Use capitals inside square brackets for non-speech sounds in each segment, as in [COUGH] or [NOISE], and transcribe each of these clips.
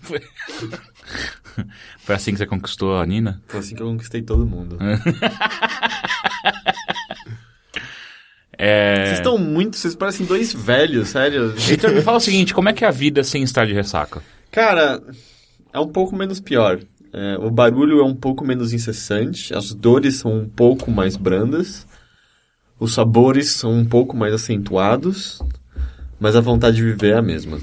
Foi. [LAUGHS] Foi assim que você conquistou a Nina? Foi assim que eu conquistei todo mundo. [LAUGHS] É... Vocês estão muito, vocês parecem dois velhos, sério. Heitor, me fala o seguinte, como é que é a vida sem estar de ressaca? Cara, é um pouco menos pior. É, o barulho é um pouco menos incessante, as dores são um pouco mais brandas, os sabores são um pouco mais acentuados, mas a vontade de viver é a mesma.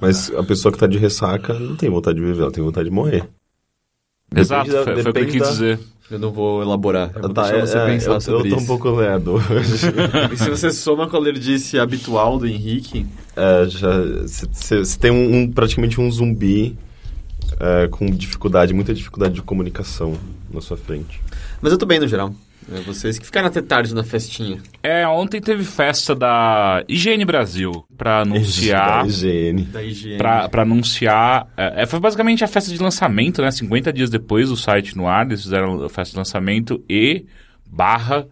Mas a pessoa que tá de ressaca não tem vontade de viver, ela tem vontade de morrer. Exato, foi, da- foi o que eu depende quis da- dizer. Eu não vou elaborar. Eu vou Tá, deixar é, você é, pensar eu, sobre eu tô um isso. pouco lerdo [LAUGHS] hoje. [LAUGHS] E se você soma com a lerdice habitual do Henrique, É, já, você tem um, um- praticamente um zumbi é, com dificuldade, muita dificuldade de comunicação na sua frente. mas eu tô bem no geral. É vocês que ficaram até tarde na festinha. É, ontem teve festa da Higiene Brasil pra anunciar... Da [LAUGHS] higiene. Da higiene. Pra, pra anunciar. é, é, foi basicamente a festa de lançamento, né? 50 dias depois do site no ar, eles fizeram a festa de lançamento e barra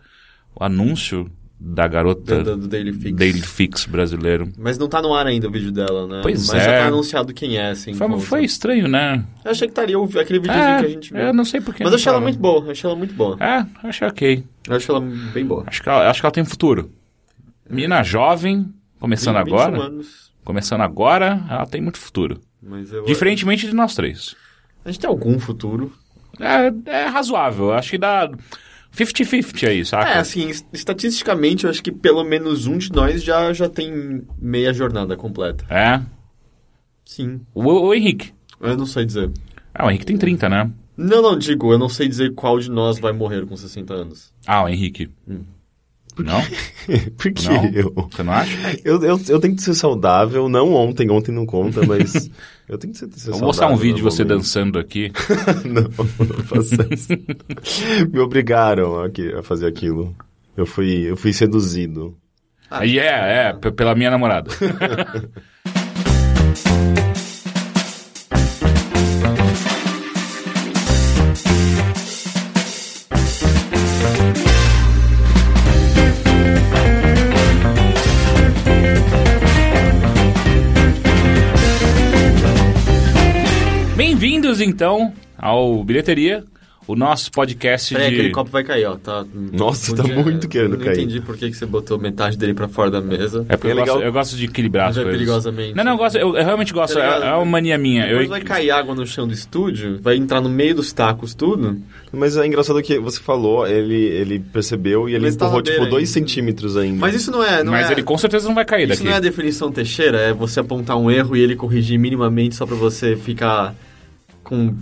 o anúncio da garota Do, do- do Daily Fix. Daily Fix brasileiro. Mas não tá no ar ainda o vídeo dela, né? Pois Mas já é. tá anunciado quem é, assim. Foi, como- foi estranho, né? Eu achei que estaria o- aquele videozinho É, que a gente viu. eu não sei porquê. Mas eu achei ela muito boa, eu achei ela muito boa. É, eu achei ok. Eu achei ela bem boa. Acho que ela, acho que ela tem futuro. Menina jovem, começando 21 agora. anos, Começando agora, ela tem muito futuro. mas eu... Diferentemente de nós três. A gente tem algum futuro. É, é razoável. Acho que dá 50-50 aí, saca? É, assim, es- estatisticamente, eu acho que pelo menos um de nós já, já tem meia jornada completa. É. Sim. O, o Henrique. Eu não sei dizer. Ah, o Henrique tem 30, né? Não, não, digo, eu não sei dizer qual de nós vai morrer com 60 anos. Ah, o Henrique. Não? Por que Não. eu? É, Você não acha? Eu, eu? eu tenho que ser saudável, não ontem, ontem não conta, mas eu tenho que ser, ser Eu saudável. vou mostrar um vídeo de você normalmente. dançando aqui. Não, não faça isso. Me obrigaram a, que- a fazer aquilo. Eu fui, eu fui seduzido. Ah. E é, é, p- pela minha namorada. Bem-vindos, então, ao Bilheteria, o nosso podcast Peraí, de... aquele copo vai cair, ó. Tá, Nossa, tá muito querendo não cair. entendi por que, que você botou metade dele pra fora da mesa. É porque É eu, gosto, legal. eu gosto de equilibrar as Mas é coisas. perigosamente. Não, não, eu, gosto, eu, eu realmente gosto. Tá ligado? é, é uma mania minha. Depois eu, vai cair água no chão do estúdio, vai entrar no meio dos tacos tudo. Mas é engraçado que você falou, ele, ele percebeu e ele Mas tá empurrou, na beira tipo, dois ainda. centímetros ainda. Mas isso não é... Não mas é... ele com certeza não vai cair Isso daqui. não é a definição Teixeira, é você apontar um erro e ele corrigir minimamente só pra você ficar com.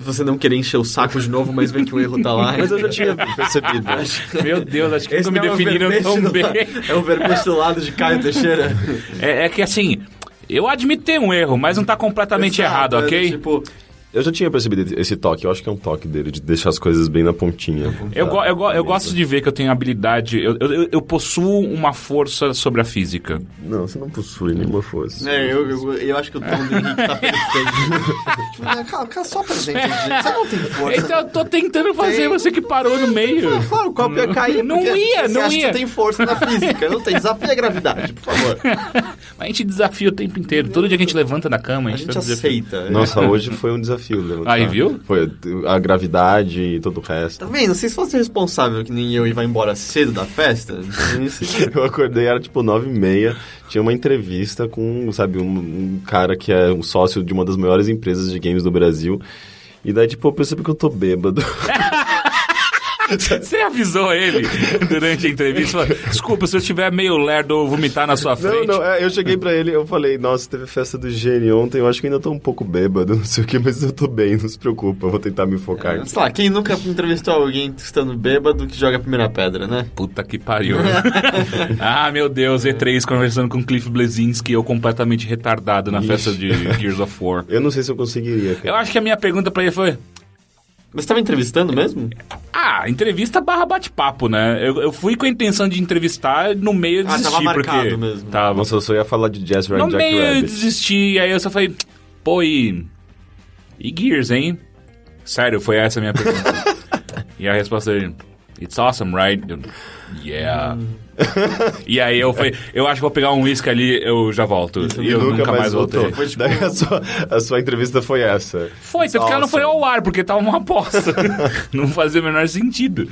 Você não querer encher o saco de novo, mas ver que o erro [LAUGHS] tá lá. Mas eu já tinha [LAUGHS] percebido. Meu Deus, acho que nunca Esse me não é o definiram verbete tão do- bem. É o verbete do lado de Caio Teixeira. É, é que assim, eu admito ter um erro, mas não tá completamente Exato, errado, é do ok? Tipo, Eu já tinha percebido esse toque, eu acho que é um toque dele, de deixar as coisas bem na pontinha. Eu, go- eu, tipo go- eu gosto de ver que eu tenho habilidade, eu, eu, eu possuo uma força sobre a física. Não, você não possui nenhuma força. né, eu, eu, eu acho que o tom do Henrique tá perfeito. tipo, [LAUGHS] né, cara, cara, só pra gente, gente. Você não tem força. Então eu tô tentando fazer você que parou no meio. Claro, é o copo ia cair. Não porque ia, você não acha que ia. você tem força na física, não tem. Desafia a gravidade, por favor. [LAUGHS] A gente desafia o tempo inteiro. Todo dia que a gente levanta da cama, a A gente, gente tá desafiando. aceita. Nossa, hoje foi um desafio, levantar. Aí, viu? Foi a gravidade e todo o Tá resto. vendo? Se fosse responsável que nem eu e vai embora cedo da festa, esse- [LAUGHS] Eu acordei, era tipo nove e meia, tinha uma entrevista com, sabe, um, um cara que é um sócio de uma das maiores empresas de games do Brasil. E daí, tipo, eu percebi que eu tô bêbado. Você avisou ele durante a entrevista? Falou, Desculpa, se eu estiver meio lerdo ou vomitar na sua Não, frente. não, é, eu cheguei pra ele, eu falei, nossa, teve festa do gênio ontem, eu acho que ainda tô um pouco bêbado, [LAUGHS] não sei o que, mas eu tô bem, não se preocupa, eu vou tentar me focar. aqui. sei lá, quem nunca entrevistou alguém estando bêbado que joga a primeira pedra, né? Puta que [LAUGHS] pariu. ah, meu Deus, E3 conversando com Cliff Blazinski, eu completamente retardado na festa de Gears of War. Eu não sei se eu conseguiria, Eu cara. acho que a minha pergunta pra ele foi: Mas você tava entrevistando mesmo? Ah, entrevista barra bate-papo, né? Eu, eu fui com a intenção de entrevistar, no meio eu Ah, desisti, tava porque. marcado mesmo. Tava. Nossa, Ah, eu só ia falar de Jazz No Ryan Jack meio eu Rabbit. desisti, aí eu só falei, pô, e. E Gears, hein? Sério, foi essa a [LAUGHS] minha pergunta. e a resposta dele, It's awesome, right? Eu, yeah. E aí eu falei, eu acho que vou pegar um uísque ali, eu já volto. E, eu nunca, mais, voltei. voltou. Daí a sua, a sua entrevista foi essa. Foi, tanto que ela não foi ao ar, porque tava uma [LAUGHS] aposta. não fazia o menor sentido.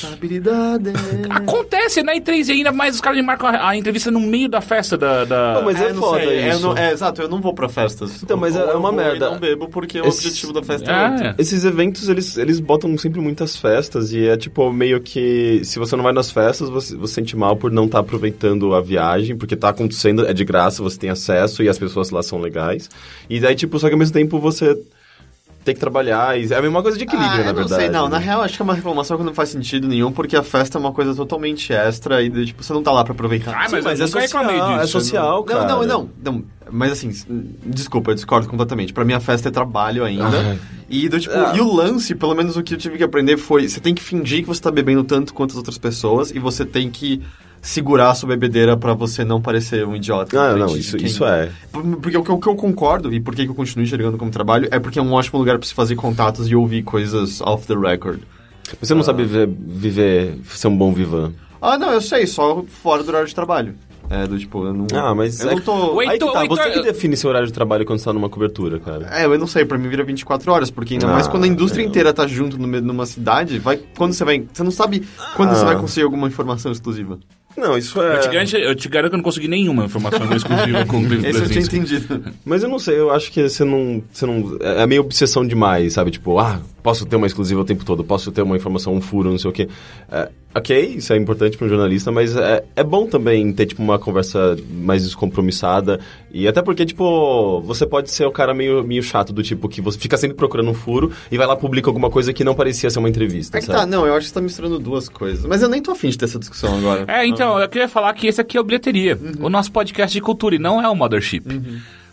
Responsabilidade. Acontece na E3 e ainda mais os caras marcam a, a entrevista no meio da festa da. da- Não, mas é, Ah, eu não foda sei, isso. Eu não, é, exato, eu não vou pra festas. Então, mas Ou é- é eu uma vou e merda. não bebo porque o Esse- objetivo da festa é outro. É, Esses eventos, eles, eles botam sempre muitas festas e é tipo meio que se você não vai nas festas, você, você sente mal por não estar aproveitando a viagem, porque tá acontecendo, é de graça, você tem acesso e as pessoas lá são legais. E daí, tipo, só que ao mesmo tempo você tem que trabalhar e é a mesma coisa de equilíbrio, Ah, na eu verdade. Não sei, não. Na né? real, acho que é uma reclamação que não faz sentido nenhum, porque a festa é uma coisa totalmente extra e, tipo, você não tá lá pra aproveitar. Ah, mas, Sim, mas eu é nunca social, reclamei disso. é social, cara. Não, não, não, não. Mas assim, s- desculpa, eu discordo completamente. Pra mim a festa é trabalho ainda. E, do, tipo, Ah. e o lance, pelo menos o que eu tive que aprender foi: você tem que fingir que você tá bebendo tanto quanto as outras pessoas e você tem que segurar a sua bebedeira pra você não parecer um idiota. Ah, na não, frente de isso, quem- isso é. Por- Porque o que, eu- o que eu concordo e por que que eu continuo enxergando como trabalho é porque é um ótimo lugar pra se fazer contatos e ouvir coisas off the record. Você não sabe viver, viver, ser um bom vivan. Ah, não, eu sei, só fora do horário de trabalho. É, do tipo, eu não. Ah, mas Eu é- não tô. Wait, Aí que Heitor, tá, Heitor, você que eu- define seu horário de trabalho quando você tá numa cobertura, cara. É, eu não sei, pra mim vira 24 horas, porque ainda mais Ah, quando a indústria meu. inteira tá junto numa, numa cidade, vai. Quando você vai. Você não sabe quando você Ah. vai conseguir alguma informação exclusiva. Não, isso é... Eu te, garanto, eu te garanto que eu não consegui nenhuma informação [LAUGHS] exclusiva com o Cliff Esse eu tinha Blazinski. entendido. Mas eu não sei, eu acho que você não. Você não é é meio obsessão demais, sabe? Tipo, ah, posso ter uma exclusiva o tempo todo, posso ter uma informação, um furo, não sei o quê. É, ok, isso é importante para um jornalista, mas é, é bom também ter, tipo, uma conversa mais descompromissada. E até porque, tipo, você pode ser o cara meio, meio chato do tipo que você fica sempre procurando um furo e vai lá publica alguma coisa que não parecia ser uma entrevista, É que sabe? tá, não, eu acho que você tá misturando duas coisas. Mas eu nem tô afim de ter essa discussão agora. É, então, eu queria falar que esse aqui é o Bilheteria, o nosso podcast de cultura, e não é o Mothership.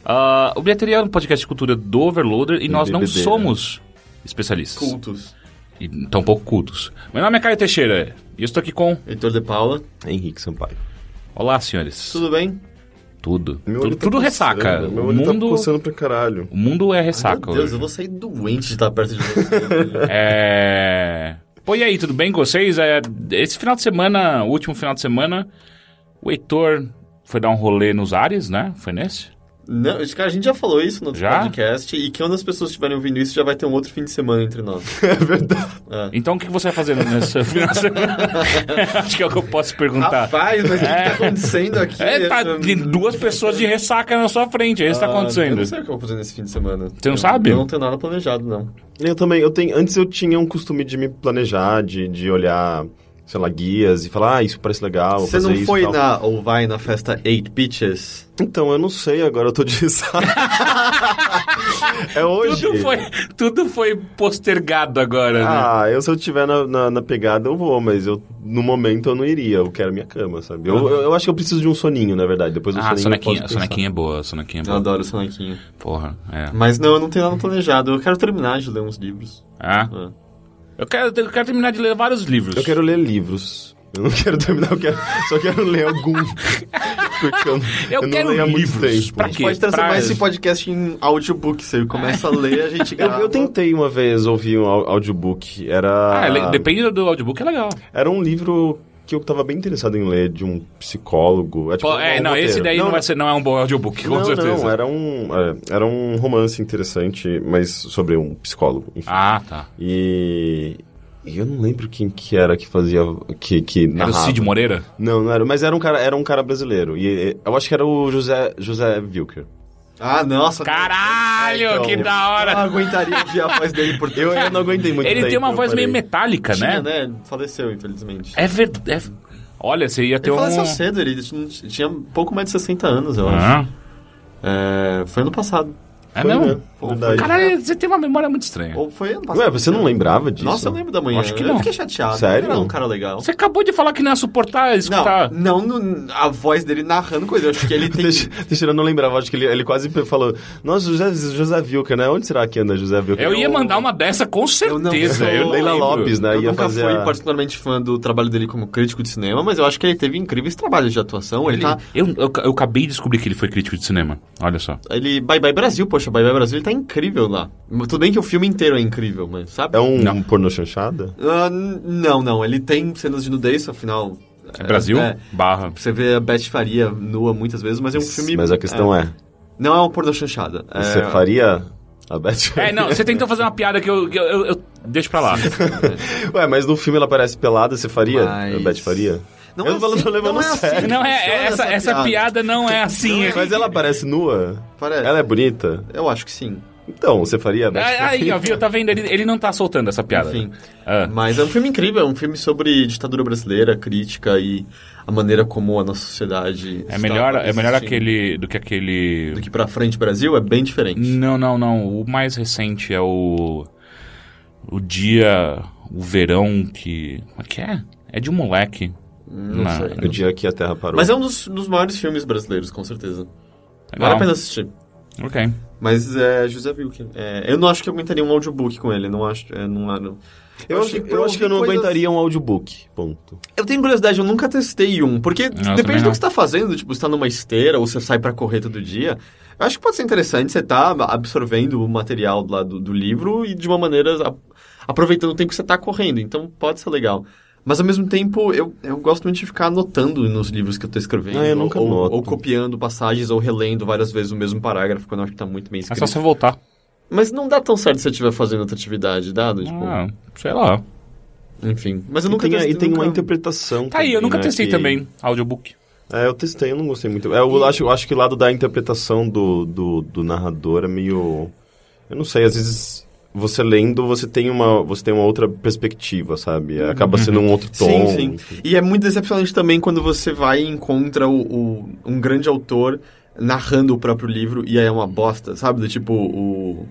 Ah, o Bilheteria é um podcast de cultura do Overloader, e nós não bebedeira. somos especialistas. Cultos. E tampouco cultos. Meu nome é Caio Teixeira, e eu estou aqui com... Heitor de Paula, Henrique Sampaio. Olá, senhores. tudo bem? Tudo. Meu tudo olho tá tudo coçando, ressaca. Meu O olho tá mundo, coçando pra caralho. o mundo é ressaca. Meu Deus, hoje. eu vou sair doente de estar perto [LAUGHS] de você. É... Pô, e aí, tudo bem com vocês? É, esse final de semana, o último final de semana, o Heitor foi dar um rolê nos ares, né? Foi nesse? não, cara, a gente já falou isso no outro Já? podcast, e que quando as pessoas estiverem ouvindo isso, já vai ter um outro fim de semana [LAUGHS] entre nós. É verdade. Então, o que que você vai fazer nesse [LAUGHS] final de semana? Acho que é o que eu posso perguntar. Rapaz, mas o que tá acontecendo aqui? É, tá, tem duas pessoas de ressaca na sua frente, é isso que tá Ah, Eu acontecendo. não sei o que eu vou fazer nesse fim de semana. Você não sabe? Eu não tenho nada planejado, não. Eu também, eu tenho, antes eu tinha um costume de me planejar, de, de olhar, sei lá, guias e falar, ah, isso parece legal, vou Você fazer não isso e foi tal. na ou vai na festa Eight Pitches? Então, eu não sei, agora eu tô de [LAUGHS] ressaca. é hoje. Tudo né? foi, tudo foi postergado agora, né? Ah, eu se eu tiver na, na, na pegada eu vou, mas eu no momento eu não iria, eu quero minha cama, sabe? Eu, eu, eu acho que eu preciso de um soninho, na verdade, depois do Ah, soninho eu sonequinha, posso pensar. sonequinha é boa, sonequinha é Eu boa. adoro o Sonequinho. Porra, é. Mas não, eu não tenho nada planejado. Eu quero terminar de ler uns livros. Ah, Ah. eu, quero, eu quero terminar de ler vários livros. Eu quero ler livros. Eu não quero terminar, eu quero, só quero [LAUGHS] ler algum. Porque eu, Eu eu quero não leio há muito livros. tempo. Pra quê? Pode transformar Pra- esse podcast em audiobook. Você começa a ler, a [LAUGHS] gente Eu, grava. eu tentei uma vez ouvir um au- audiobook, era... Ah, le- depende do audiobook, é legal. Era um livro que eu tava bem interessado em ler, de um psicólogo. É, tipo, Pô, é, um não, esse roteiro. daí não, vai ser, não é um bom audiobook, com não, certeza. Não, era um, é, era um romance interessante, mas sobre um psicólogo, enfim. Ah, tá. E... e eu não lembro quem que era que fazia... Que, que Era o narrava. Cid Moreira? Não, não era. Mas era um cara, era um cara brasileiro. E e, eu acho que era o José, José Wilker. Ah, nossa. Caralho, É, então. que da Eu hora! não aguentaria ouvir a voz dele por Eu, eu não aguentei muito então, Ele daí, tem uma eu voz meio parei. metálica, Tinha, né? né? Faleceu, infelizmente. É verdade. Olha, você ia ter Ele assim, um. faleceu cedo, ele tinha- tinha pouco mais de 60 anos, eu acho. Ah, É, foi ano passado. é Foi, mesmo? né? Verdade. Caralho, você tem uma memória muito estranha. Ou foi ano passado. Ué, você não lembrava disso? Nossa, eu lembro da manhã. É. Acho que Eu não. fiquei chateado. Sério? Ele era um cara legal. Você acabou de falar que tá- não ia suportar escutar. Não, não no- a voz dele narrando coisa. Eu acho [LAUGHS] que ele tem. Teix- Teixeira não lembrava, acho que ele, ele quase falou: Nossa, José, José Vilca, né? Onde será que anda José Vilca? Eu ia mandar uma dessa com Eu não certeza. sou- Eu não Leila lembro. Lopes, né? eu ia nunca fazer. fui a- particularmente fã do trabalho dele como crítico de cinema, mas eu acho que ele teve incríveis trabalhos de atuação. Ele, tá. Eu, eu, eu acabei de descobrir que ele foi crítico de cinema. Olha só. Ele. Bye bye Brasil, poxa, Bye bye Brasil, ele tá incrível lá. Tudo bem que o filme inteiro é incrível, mas sabe? É um Não. pornô chanchada? Ah, n- não, não. Ele tem cenas de nudez, afinal. É Brasil? É. Barra. Você vê a Beth Faria nua muitas vezes, mas é um filme. Mas a questão é, Não é uma porno chanchada. É, você faria a Beth? É, não, você tentou fazer uma piada que eu, que eu, eu- eu deixo pra lá. [LAUGHS] Ué, mas no filme ela aparece pelada, você faria? Mas- A Beth faria? Não é eu tô falando- assim- tô levando não é a sério. assim. Não, é, é Olha essa, essa essa piada. piada não é assim. Mas ela aparece nua? Parece. Ela é bonita? Eu acho que sim. Então, você faria a Beth? Ah, Aí, ó, viu? Tá vendo? Ele, ele não tá soltando essa piada. assim. Enfim. Ah. Mas é um filme incrível, é um filme sobre ditadura brasileira, crítica e a maneira como a nossa sociedade. É está melhor, é melhor existindo. aquele do que aquele. Do que pra frente Brasil é bem diferente. Não, não, não. O mais recente é o. O dia. O verão que. Como é que é? É de um moleque. Não, Não. sei. No dia que a Terra parou. Mas é um dos, dos maiores filmes brasileiros, com certeza. Vale Legal. a pena assistir. Ok. Mas é José Wilke. É, eu não acho que eu aguentaria um audiobook com ele. Não acho. é, não, não. eu, acho, pra eu acho que eu não ouvir coisas- aguentaria um audiobook, ponto. Eu tenho curiosidade, eu nunca testei um, porque também depende do não. que você tá fazendo, tipo, você tá numa esteira ou você sai pra correr todo dia. Eu acho que pode ser interessante, você tá absorvendo o material lá do, do livro e de uma maneira a- aproveitando o tempo que você tá correndo, então pode ser legal. Mas ao mesmo tempo, eu, eu gosto muito de ficar anotando nos livros que eu tô escrevendo. Ah, eu nunca ou, anoto. ou copiando passagens ou relendo várias vezes o mesmo parágrafo quando eu acho que tá muito bem É escrito. só você voltar. Mas não dá tão certo se eu estiver fazendo outra atividade, dado? Tipo, Ah, sei lá. Enfim. Mas eu E nunca tem, a- e testei- tem uma nunca- interpretação. Tá aí, eu também, nunca né, testei que- também audiobook. É, eu testei, eu não gostei muito. É, Eu acho, eu acho que o lado da interpretação do, do, do narrador é meio. Eu não sei, às vezes você lendo, você tem uma, você tem uma outra perspectiva, sabe? Acaba sendo um outro tom. Uhum. Sim, sim. E é muito decepcionante também quando você vai e encontra o, o- um grande autor narrando o próprio livro e aí é uma bosta, sabe? Do tipo o,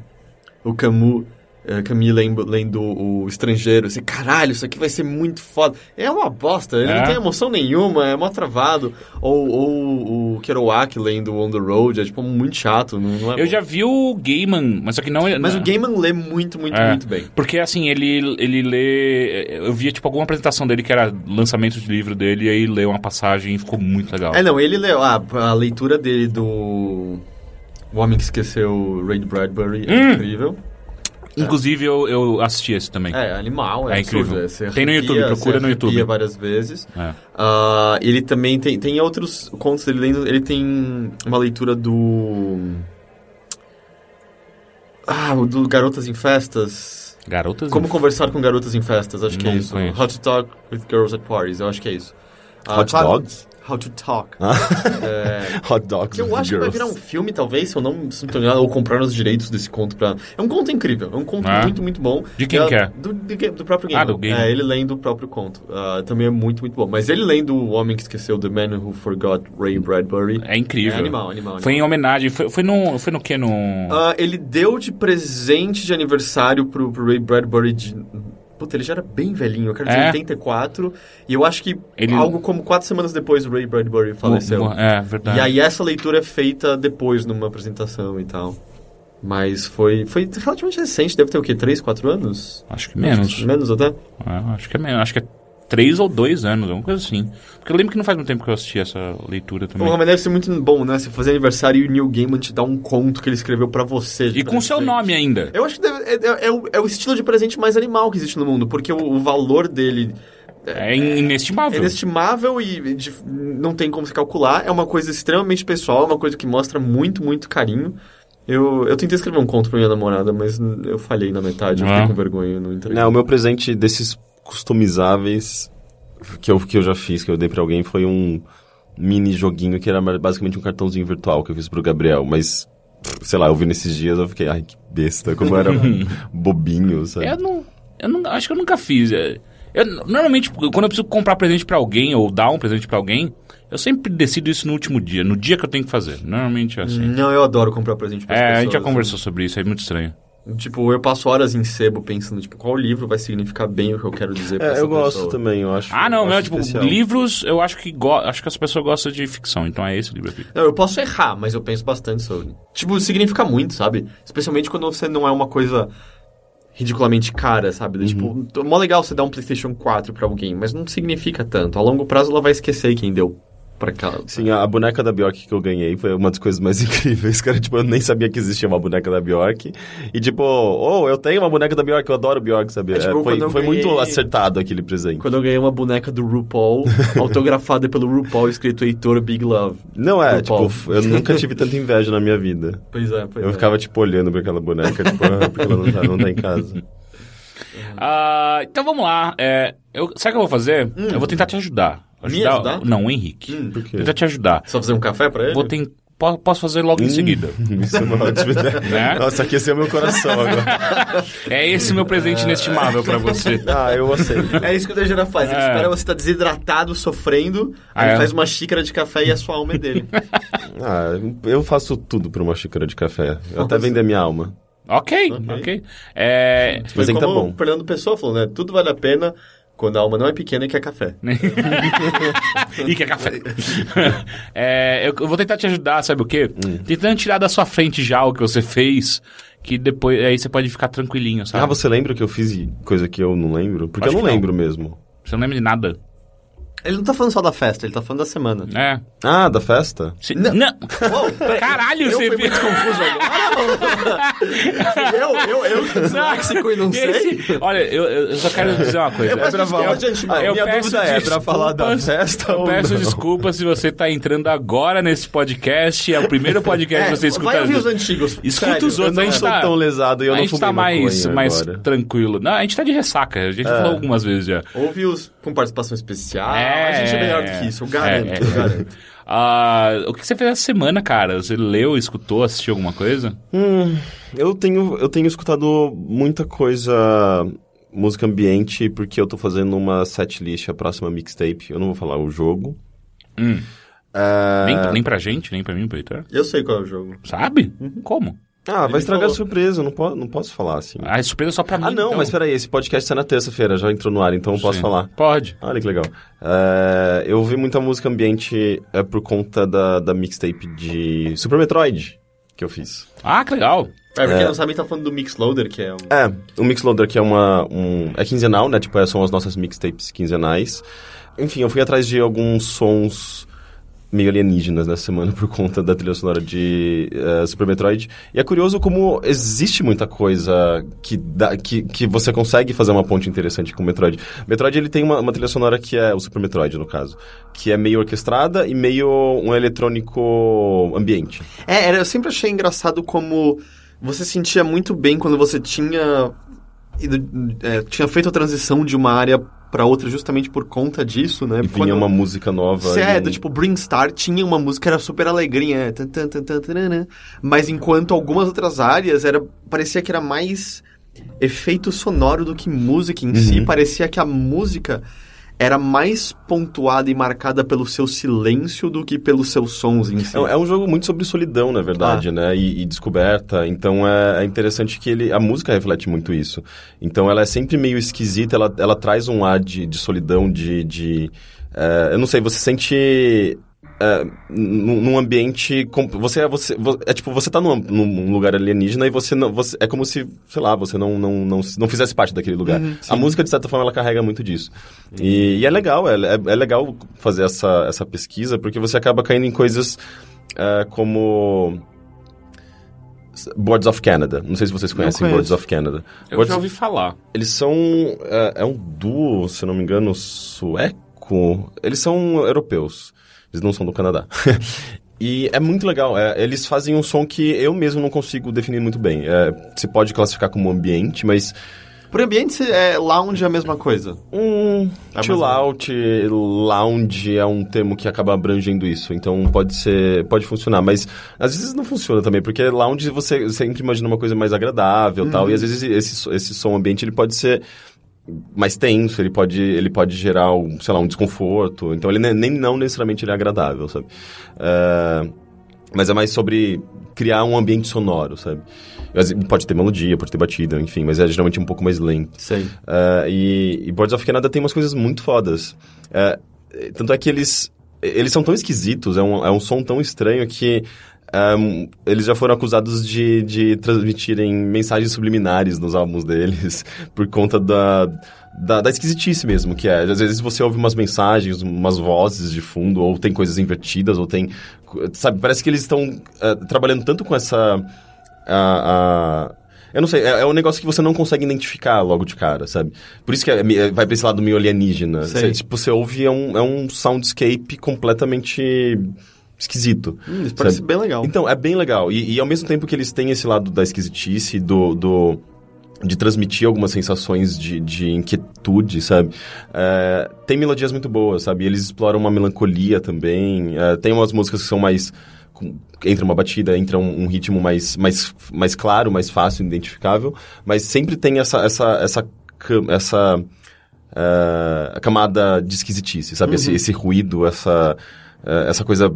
o Camus. eh, Camus lendo, lendo o estrangeiro, assim, caralho, isso aqui vai ser muito foda. É uma bosta, ele É. não tem emoção nenhuma, é mó travado. Ou, ou o Kerouac lendo On the Road, é tipo muito chato, não, não é Eu bom. já vi o Gaiman, mas só que não... é- Mas não- o Gaiman lê muito, muito, É. muito bem. Porque assim, ele, ele lê. Eu via tipo alguma apresentação dele que era lançamento de livro dele, e aí leu uma passagem e ficou muito legal. É, não, ele leu a, a leitura dele do O Homem que Esqueceu Ray Bradbury, é Hum. incrível. Inclusive, eu, eu assisti esse também. É, animal, é, É absurdo, incrível. é, você Tem no arrepia, YouTube, procura você no arrepia YouTube. várias vezes. É. Ah, ele também tem, tem outros contos dele lendo, ele tem uma leitura do... Ah, o do Garotas em Festas. Garotas. Como em- conversar com garotas em festas, acho que é Uhum. Não isso. conheço. How to talk with girls at parties, eu acho que é isso. Ah, Hot claro- dogs? How to talk. Ah. [LAUGHS] É, Hot dogs. Que eu with acho que vai girls. virar um filme, talvez, se eu não se não tô enganado, ou comprar os direitos desse conto pra. É um conto incrível, é um conto Ah. muito, muito bom. De quem É, que é? Do, de que- do próprio Ah, game. do Gaiman. É, ele lendo o próprio conto. Ah, também é muito, muito bom. Mas ele lendo O Homem que Esqueceu, The Man Who Forgot Ray Bradbury. É incrível. É animal, animal, Foi em animal. homenagem. Foi, foi no. Foi no quê? No. Ah, ele deu de presente de aniversário pro, pro Ray Bradbury de. Puta, ele já era bem velhinho, eu quero dizer, É. 84. E eu acho que Ele- algo como quatro semanas depois o Ray Bradbury faleceu. Mo- mo- É, E verdade. aí essa leitura é feita depois numa apresentação e tal. Mas foi, foi relativamente recente, deve ter o quê? 3, 4 anos? Acho que menos. Menos até? É, acho que é menos. Acho que é três ou dois anos, alguma coisa assim. Porque eu lembro que não faz muito tempo que eu assisti essa leitura também. Porra, mas deve ser muito bom, né? Você fazer aniversário e o Neil Gaiman te dar um conto que ele escreveu pra você. de e com seu presente. nome ainda. Eu acho que deve- é, é- é o, é o estilo de presente mais animal que existe no mundo, porque o, o valor dele É in- é inestimável. inestimável e de- não tem como se calcular. É uma coisa extremamente pessoal, é uma coisa que mostra muito, muito carinho. Eu, eu tentei escrever um conto pra minha namorada, mas n- eu falhei na metade, eu Ah. fiquei com vergonha, eu não entrei. Não, o meu presente desses customizáveis que eu, que eu já fiz, que eu dei pra alguém, foi um mini joguinho que era basicamente um cartãozinho virtual que eu fiz pro Gabriel, mas sei lá, eu vi nesses dias, eu fiquei, ai, que besta, como [LAUGHS] eu era bobinho, sabe? Eu não, eu não. Acho que eu nunca fiz. é. Eu, normalmente, quando eu preciso comprar presente pra alguém ou dar um presente pra alguém, eu sempre decido isso no último dia, no dia que eu tenho que fazer. Normalmente é assim. Não, eu adoro comprar presente pra É, Hum, pessoas. a gente já conversou sobre isso, é muito estranho. Tipo, eu passo horas em sebo pensando, tipo, qual livro vai significar bem o que eu quero dizer pra É, essa eu gosto pessoa. também, eu acho. Ah, não, eu meu, acho tipo, especial. livros, eu acho que go acho que as pessoas gostam de ficção, então é esse livro aqui. Não, eu posso errar, mas eu penso bastante sobre. Tipo, significa muito, sabe? Especialmente quando você não é uma coisa ridiculamente cara, sabe? Do Tipo, é mó legal você dar um PlayStation 4 pra alguém, mas não significa tanto. A longo prazo ela vai esquecer quem deu pra casa. Sim, a, a boneca da Bjork que eu ganhei foi uma das coisas mais [LAUGHS] incríveis, cara. Tipo, eu nem sabia que existia uma boneca da Bjork. E tipo, oh, eu tenho uma boneca da Bjork, eu adoro Bjork, sabe? É, tipo, É, foi quando eu foi muito ganhei- acertado aquele presente. Quando eu ganhei uma boneca do [LAUGHS] RuPaul, autografada pelo RuPaul, escrito Heitor Big Love. Não é, Do Paul. tipo, eu nunca tive tanta inveja na minha vida. Pois é, pois Eu é. ficava, tipo, olhando pra aquela boneca, tipo, ah, porque ela não tá, não tá em [LAUGHS] casa. Ah, então vamos lá. É, eu, sabe o que eu vou fazer? Eu vou tentar te ajudar. ajudar? Não, o Henrique. Hum. Por quê? Tentar te ajudar. Só fazer um café pra ele? Vou ten- po- Posso fazer logo em seguida. Isso é uma ótima [LAUGHS] ideia. Né? Nossa, aqueceu meu coração agora. É esse meu presente inestimável pra você. Ah, eu aceito. É isso que o Dejana faz. Ele É. espera você estar desidratado, sofrendo, Ah, aí ele é? faz uma xícara de café e a sua alma é dele. Ah, eu faço tudo por uma xícara de café. Eu até vender minha alma. Ok, Ok. ok. É, Mas tem que tá como bom. o Fernando Pessoa falou, né? Tudo vale a pena quando a alma não é pequena e quer café. e que é café. É, eu, eu vou tentar te ajudar, sabe o quê? Tentando tirar da sua frente já o que você fez, que depois aí você pode ficar tranquilinho, sabe? Ah, você lembra que eu fiz coisa que eu não lembro? Porque Acho eu não que não. lembro mesmo. Você não lembra de nada. Ele não tá falando só da festa, ele tá falando da semana. É. Ah, da festa? Se- não. Caralho, Eu você fui viu? muito confuso agora. eu, eu, eu que sou léxico e não sei. Esse- Olha, eu, eu eu só quero dizer uma coisa. peço Eu- desculpa de antemão. eu Minha peço dúvida é, pra falar da desculpas- festa Eu ou peço [LAUGHS] não? desculpas se você tá entrando agora nesse podcast. É o primeiro podcast que você escuta. É, vai ouvir os antigos. Escuta sério. os outros, eu a não gente sou tá- tão lesado e eu a não gente fumei tá mais, maconha mais agora. tranquilo. Não, a gente tá de ressaca. A gente falou algumas vezes já. Ouve os com participação especial. a gente é melhor do que isso, eu garanto. é, é. eu garanto. [LAUGHS] Ah, o que você fez essa semana, cara? Você leu, escutou, assistiu alguma coisa? Hum, eu tenho, eu tenho escutado muita coisa música ambiente porque eu tô fazendo uma setlist a próxima mixtape. Eu não vou falar o jogo. Hum. É, Nem, nem pra gente, nem pra mim, pro Heitor. Eu sei qual é o jogo. Sabe? Como? Ah, Ele vai estragar falou. a surpresa, eu não posso, não posso falar assim. A surpresa é só pra mim. Ah, não, então. mas peraí, esse podcast tá na terça-feira, já entrou no ar, então eu posso Sim. falar. Pode. Olha que legal. É, eu ouvi muita música ambiente é, por conta da, da mixtape de Super Metroid que eu fiz. Ah, que legal. É, pra quem não sabe, tá falando do Mixloader, que é um... É, o Mixloader que é uma... Um, é quinzenal, né? Tipo, é, são as nossas mixtapes quinzenais. Enfim, eu fui atrás de alguns sons meio alienígenas nessa semana [LAUGHS] por conta da trilha sonora de eh, Super Metroid. E é curioso como existe muita coisa que, dá, que, que você consegue fazer uma ponte interessante com o Metroid. Metroid, ele tem uma, uma trilha sonora que é... O Super Metroid, no caso. Que é meio orquestrada e meio um eletrônico ambiente. É, era, eu sempre achei engraçado como você sentia muito bem quando você tinha ido- é, tinha feito a transição de uma área pra outra justamente por conta disso, né? E Quando- vinha é uma música nova. Cê e é, um- do tipo, Brinstar tinha uma música, era super alegrinha, é, tan, tan, tan, tan, tanana. mas enquanto algumas outras áreas era parecia que era mais efeito sonoro do que música em si, Uhum. parecia que a música era mais pontuada e marcada pelo seu silêncio do que pelos seus sons em si. É, um- é um jogo muito sobre solidão, na verdade, né? E, e descoberta. Então é, é interessante que ele, a música reflete muito isso. Então ela é sempre meio esquisita, ela, ela traz um ar de, de solidão, de. de, eh, eu não sei, você sente. eh, num num ambiente com- você é você vo- é tipo você tá num, num lugar alienígena e você não você é como se sei lá você não não, não, não fizesse parte daquele lugar Uhum, a música de certa forma ela carrega muito disso e, e é legal, é, é, é legal fazer essa, essa pesquisa, porque você acaba caindo em coisas eh, como s- Boards of Canada. Não sei se vocês conhecem conheço. Boards of Canada. Eu Boards- já ouvi falar. Eles são... eh, é um duo, se não me engano, sueco. Eles são europeus. Eles não são do Canadá. [LAUGHS] E é muito legal, é, eles fazem um som que eu mesmo não consigo definir muito bem. É, se pode classificar como ambiente, mas Por ambiente, cê- é, lounge é a mesma coisa. Um Ah, chill mas- out, lounge é um termo que acaba abrangendo isso, então pode ser, pode funcionar, mas às vezes não funciona também, porque lounge você sempre imagina uma coisa mais agradável, tal, Uhum. e às vezes esse so- esse som ambiente ele pode ser mais tenso, ele pode, ele pode gerar, um, sei lá, um desconforto, então ele ne- nem não necessariamente ele é agradável, sabe? É, mas é mais sobre criar um ambiente sonoro, sabe? Às vezes Pode ter melodia, pode ter batida, enfim, mas é geralmente um pouco mais lento. Sei. Ah, e, e Boards of Canada tem umas coisas muito fodas. Ah, eh, tanto é que eles, eles são tão esquisitos, é um, é um som tão estranho que Ahn, eles já foram acusados de, de transmitirem mensagens subliminares nos álbuns deles [LAUGHS] por conta da, da, da esquisitice mesmo, que é. Às vezes você ouve umas mensagens, umas vozes de fundo, ou tem coisas invertidas, ou tem. Sabe, parece que eles estão eh, trabalhando tanto com essa. a- a- eu não sei, é, é um negócio que você não consegue identificar logo de cara, sabe? Por isso que é- é- vai pra esse lado meio alienígena. Sei. Você, tipo, você ouve é um, é um soundscape completamente esquisito. Hum, isso parece Sabe? bem legal. Então, é bem legal. E, e ao mesmo tempo que eles têm esse lado da esquisitice, do. do- de transmitir algumas sensações de, de inquietude, sabe? É, tem melodias muito boas, sabe? Eles exploram uma melancolia também. É, tem umas músicas que são mais. com- Entra uma batida, entra um, um ritmo mais, mais, mais claro, mais fácil, identificável, mas sempre tem essa. essa, essa, cam- essa é, camada de esquisitice, sabe? Esse, esse ruído, essa, é, essa coisa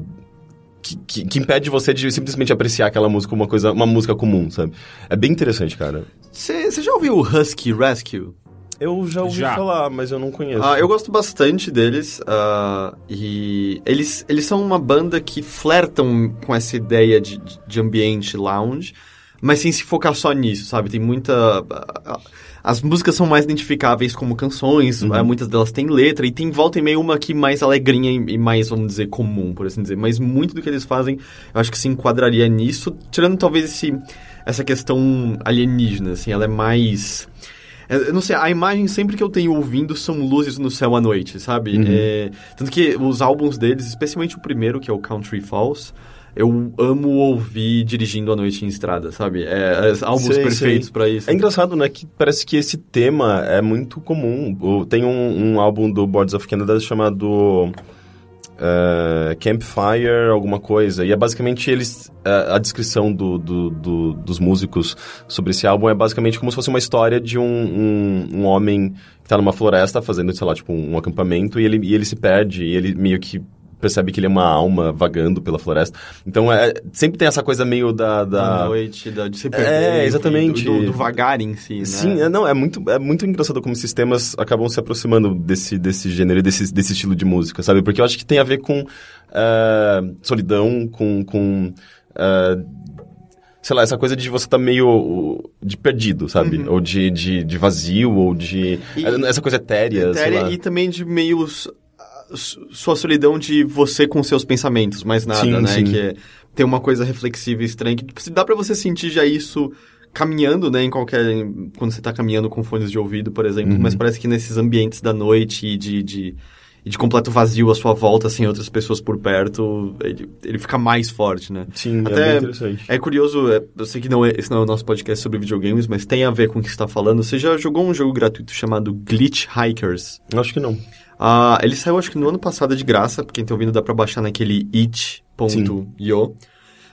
que, que- que impede você de simplesmente apreciar aquela música como uma coisa, uma música comum, sabe? É bem interessante, cara. Você já ouviu o Husky Rescue? Eu já ouvi Já. falar, mas eu não conheço. Ah, eu gosto bastante deles. ah, e eles, eles são uma banda que flertam com essa ideia de, de- de ambiente lounge, mas sem se focar só nisso, sabe? Tem muita. ah, ah, As músicas são mais identificáveis como canções, Uhum. ah, muitas delas têm letra, e tem volta e meia uma que mais alegrinha e e mais, vamos dizer, comum, por assim dizer. Mas muito do que eles fazem, eu acho que se enquadraria nisso, tirando talvez esse, essa questão alienígena, assim, ela é mais. É, Eu não sei, a imagem sempre que eu tenho ouvindo são luzes no céu à noite, sabe? Uhum. É, tanto que os álbuns deles, especialmente o primeiro, que é o Country Falls, eu amo ouvir dirigindo à noite em estrada, sabe? É, é, álbuns Sei, perfeitos pra isso. É engraçado, né? Que parece que esse tema é muito comum. O- Tem um, um álbum do Boards of Canada chamado eh, Campfire, alguma coisa. E é basicamente eles. eh, a descrição do, do- do- dos músicos sobre esse álbum é basicamente como se fosse uma história de um, um, um homem que tá numa floresta fazendo, sei lá, tipo, um acampamento e ele, e ele se perde e ele meio que. Percebe que ele é uma alma vagando pela floresta. Então, é, sempre tem essa coisa meio da- Da da noite, da, de se É, perder, exatamente. Do, do, do vagar em si, né? Sim, é, não, é muito, é muito engraçado como esses temas acabam se aproximando desse, desse gênero, e desse, desse estilo de música, sabe? Porque eu acho que tem a ver com eh, solidão, com, com eh, sei lá, essa coisa de você tá meio uh, de perdido, sabe? Ou de, de, de vazio, ou de... é, E- essa coisa etérea, sei lá. Etérea e também de meio s- a- su- sua solidão de você com seus pensamentos, mais nada, Sim, né? sim. Que é, tem uma coisa reflexiva e estranha que tipo, se dá pra você sentir já isso caminhando, né, em qualquer em- quando você tá caminhando com fones de ouvido, por exemplo, Uhum. mas parece que nesses ambientes da noite e de, de e de completo vazio à sua volta, sem outras pessoas por perto, ele, ele fica mais forte, né? Sim, Até- é bem interessante. É curioso, é, eu sei que não é, esse não é o nosso podcast sobre videogames, mas tem a ver com o que você tá falando. Você já jogou um jogo gratuito chamado Glitch Hikers? Acho que não. Ah, ele saiu acho que no ano passado de graça, pra quem tá ouvindo dá pra baixar naquele itch.io.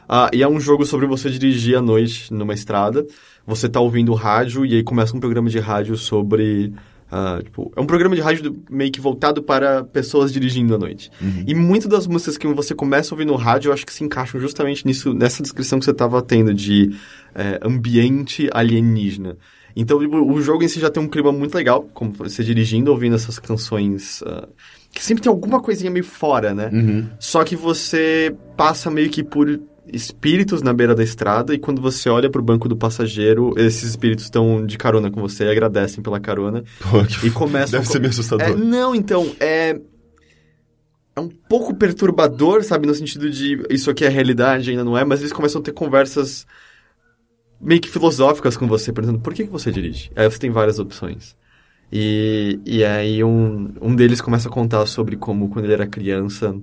Ah, e é um jogo sobre você dirigir à noite numa estrada. Você tá ouvindo rádio e aí começa um programa de rádio sobre. ah, tipo, é um programa de rádio do- meio que voltado para pessoas dirigindo à noite. E muito das músicas que você começa a ouvir no rádio, eu acho que se encaixam justamente nisso, nessa descrição que você tava tendo de eh, ambiente alienígena. Então, tipo, o jogo em si já tem um clima muito legal, como você dirigindo, ouvindo essas canções, ah, que sempre tem alguma coisinha meio fora, né? Uhum. Só que você passa meio que por espíritos na beira da estrada e quando você olha pro banco do passageiro, esses espíritos estão de carona com você e agradecem pela carona Pô, [LAUGHS] que... e começam Deve ser meio assustador. é, não, então, é. É um pouco perturbador, sabe? No sentido de isso aqui é realidade, ainda não é, mas eles começam a ter conversas meio que filosóficas com você, perguntando por que, que você dirige? Aí você tem várias opções. E, e aí um, um deles começa a contar sobre como quando ele era criança,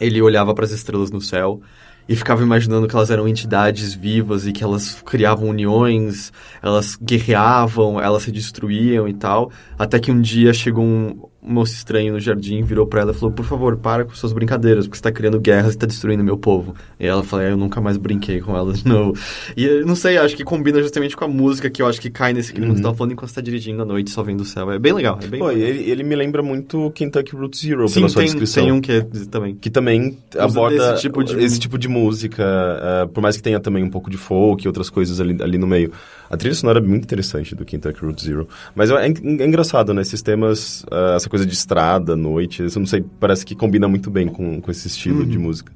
ele olhava para as estrelas no céu e ficava imaginando que elas eram entidades vivas e que elas criavam uniões, elas guerreavam, elas se destruíam e tal. Até que um dia chegou um moço estranho no jardim, virou pra ela e falou: Por favor, para com suas brincadeiras, porque você tá criando guerras e tá destruindo meu povo. E ela falou: "É, Eu nunca mais brinquei com ela de novo. E eu não sei, acho que combina justamente com a música que eu acho que cai nesse clima que você tava falando enquanto você tá dirigindo à noite, só vendo o céu. É bem legal, é bem Uhum. Pô, ele, ele me lembra muito Kentucky Route Zero Sim, pela sua tem, descrição. tem um que é também. que também aborda desse tipo de- esse tipo de música, eh, por mais que tenha também um pouco de folk e outras coisas ali, ali no meio. A trilha sonora é muito interessante do Kentucky Route Zero. Mas é, en- é engraçado, né? Esses temas, ah, eh, essa coisa de estrada, noite, isso não sei, parece que combina muito bem com, com esse estilo de música.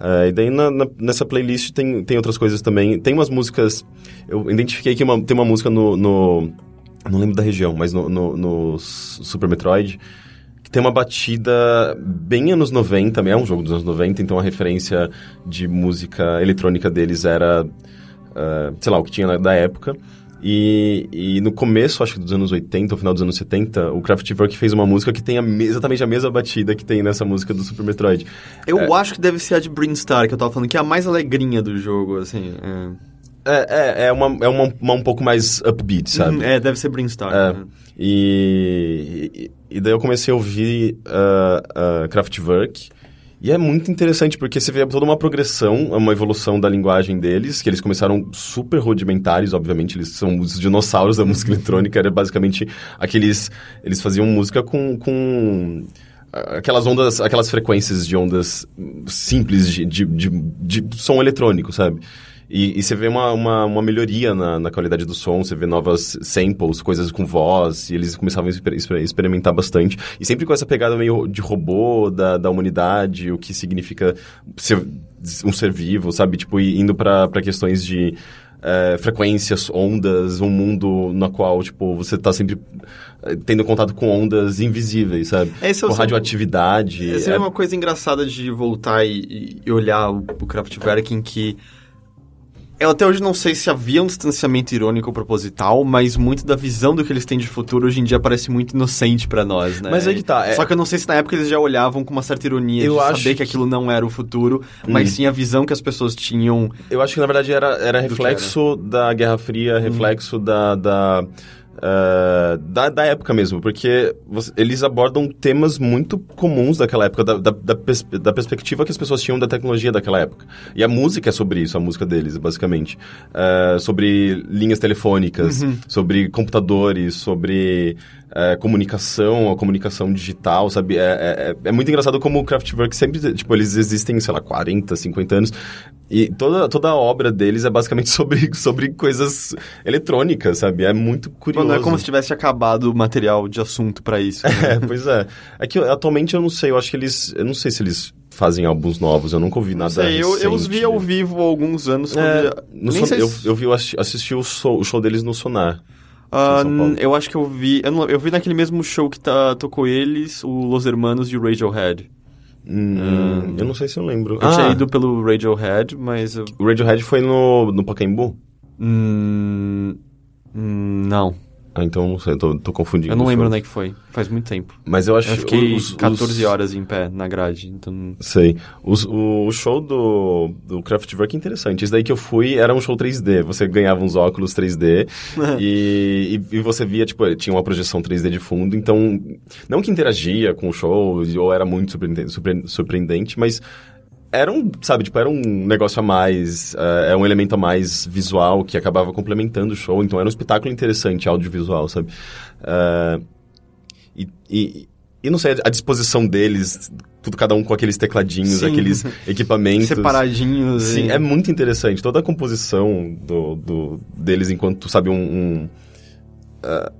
É, e daí na- na- nessa playlist tem, tem outras coisas também. Tem umas músicas. Eu identifiquei que uma- tem uma música no, no- Não lembro da região, mas no, no- no S- Super Metroid. Que tem uma batida bem anos 90, também é um jogo dos anos 90, então a referência de música eletrônica deles era. ah, sei lá, o que tinha na- da época. E, e no começo, acho que dos anos 80, ou final dos anos 70, o Kraftwerk fez uma música que tem a me- exatamente a mesma batida que tem nessa música do Super Metroid. Eu É. acho que deve ser a de Brinstar, que eu tava falando, que é a mais alegrinha do jogo, assim. É, É, é, é, uma, é uma, uma um pouco mais upbeat, sabe? Uhum, é deve ser Brinstar. É. né? E, e- e daí eu comecei a ouvir ah, ah, Kraftwerk. E é muito interessante, porque você vê toda uma progressão, uma evolução da linguagem deles, que eles começaram super rudimentares, obviamente, eles são os dinossauros da música [LAUGHS] eletrônica, era basicamente aqueles... Eles faziam música com... com ah, aquelas ondas, aquelas frequências de ondas hum, simples de, de, de- de som eletrônico, sabe? E, e você vê uma, uma, uma melhoria na, na qualidade do som, você vê novas samples, coisas com voz, e eles começavam a exper- exper- experimentar bastante. E sempre com essa pegada meio de robô, da, da humanidade, o que significa ser um ser vivo, sabe? Tipo, e indo para questões de eh, frequências, ondas, um mundo no qual, tipo, você tá sempre eh, tendo contato com ondas invisíveis, sabe? Esse é Com o radioatividade. Essa é- é uma coisa engraçada de voltar e, e olhar o, o Kraftwerk em que... Eu até hoje não sei se havia um distanciamento irônico ou proposital, mas muito da visão do que eles têm de futuro hoje em dia parece muito inocente pra nós, né? Mas aí que tá. é- Só que eu não sei se na época eles já olhavam com uma certa ironia Eu de acho Hum. saber que que- aquilo não era o futuro, mas sim a visão que as pessoas tinham. Eu acho que na verdade era, era reflexo da Guerra Fria, reflexo da. da... eh, da, da época mesmo, porque você- eles abordam temas muito comuns daquela época, da, da, da pers- da perspectiva que as pessoas tinham da tecnologia daquela época. E a música é sobre isso, a música deles, basicamente. Eh, sobre linhas telefônicas, sobre computadores, sobre eh, comunicação, a comunicação digital, sabe? É, é- é- é muito engraçado como o Kraftwerk sempre, tipo, eles existem, sei lá, 40, 50 anos, e toda, toda a obra deles é basicamente [LAUGHS] sobre, sobre coisas eletrônicas, sabe? É muito Pô, curioso. não é como se tivesse acabado o material de assunto pra isso. [LAUGHS] né? [LAUGHS] É, pois é. É que eu- atualmente eu não sei, eu acho que eles... Eu não sei se eles fazem álbuns novos, eu nunca ouvi Não nada sei, eu, eu os vi recente. ao vivo há alguns anos. quando É, já- no nem Son- sei eu, se- eu vi, eu assisti, assisti o, show, o show deles no Sonar. Ah, Em São Paulo. eu acho que eu vi. Eu, não- eu vi naquele mesmo show que tá, tocou eles, o Los Hermanos e o Radiohead. Hum, Eu não sei se eu lembro. Ah. Ah, Eu tinha ido pelo Radiohead, mas. eu- o Radiohead foi no, no Pacaembu? Hum, hum, não. Ah, então eu não sei, eu tô, tô confundindo. Eu não os lembro shows. onde é que foi. Faz muito tempo. Mas eu acho Eu fiquei os- os- 14 horas em pé na grade. [LAUGHS] Então. Sei. Os- o, o show do, do Kraftwerk é interessante. Isso daí que eu fui era um show 3D. Você ganhava uns óculos 3D [LAUGHS] e, e, e você via, tipo, tinha uma projeção 3D de fundo. Então, não que interagia com o show ou era muito surpreendente, surpre- surpreendente mas era um, sabe, tipo, era um negócio a mais, é um elemento a mais visual que acabava complementando o show, então era um espetáculo interessante, audiovisual, sabe? Eh, e, e, e não sei, a disposição deles, tudo cada um com aqueles tecladinhos, Sim. aqueles equipamentos. Separadinhos. Sim, e- é muito interessante. Toda a composição do, do- deles enquanto, sabe, um... um, ah,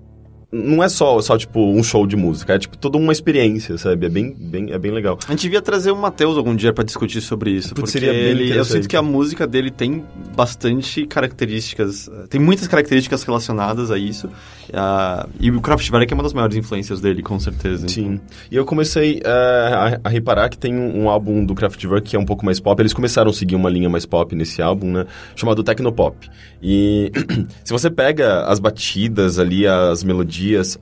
não é só, só, tipo, um show de música, é, tipo, toda uma experiência, sabe? É bem, bem, é bem legal. A gente devia trazer o Matheus algum dia pra discutir sobre isso, Putz, porque seria bem ele, eu interessante. sinto que a música dele tem bastante características, eh, tem muitas características relacionadas a isso, ah, e o Kraftwerk é uma das maiores influências dele, com certeza. Sim. então. E eu comecei eh, a, a reparar que tem um, um álbum do Kraftwerk que é um pouco mais pop. Eles começaram a seguir uma linha mais pop nesse álbum, né? Chamado Tecnopop. E [CLEARS THROAT] se você pega as batidas ali, as melodias,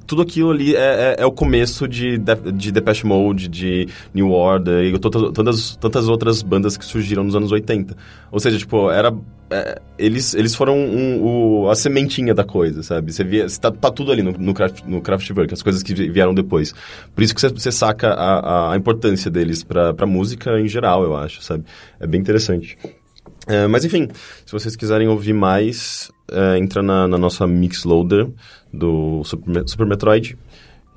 tudo aquilo ali é, é- é o começo de, de, de Depeche Mode, de New Order e to- tantas, tantas outras bandas que surgiram nos anos 80. Ou seja, tipo, era... é, eles, eles foram um- o- a sementinha da coisa, sabe? Você via, tá, tá tudo ali no, no, Kraft, no Kraftwerk, as coisas que vi- vieram depois. Por isso que você, você saca a, a- a importância deles pra, pra música em geral, eu acho, sabe? É bem interessante. É, mas enfim, se vocês quiserem ouvir mais, é, entra na, na nossa Mixloader do Super, Me- Super Metroid,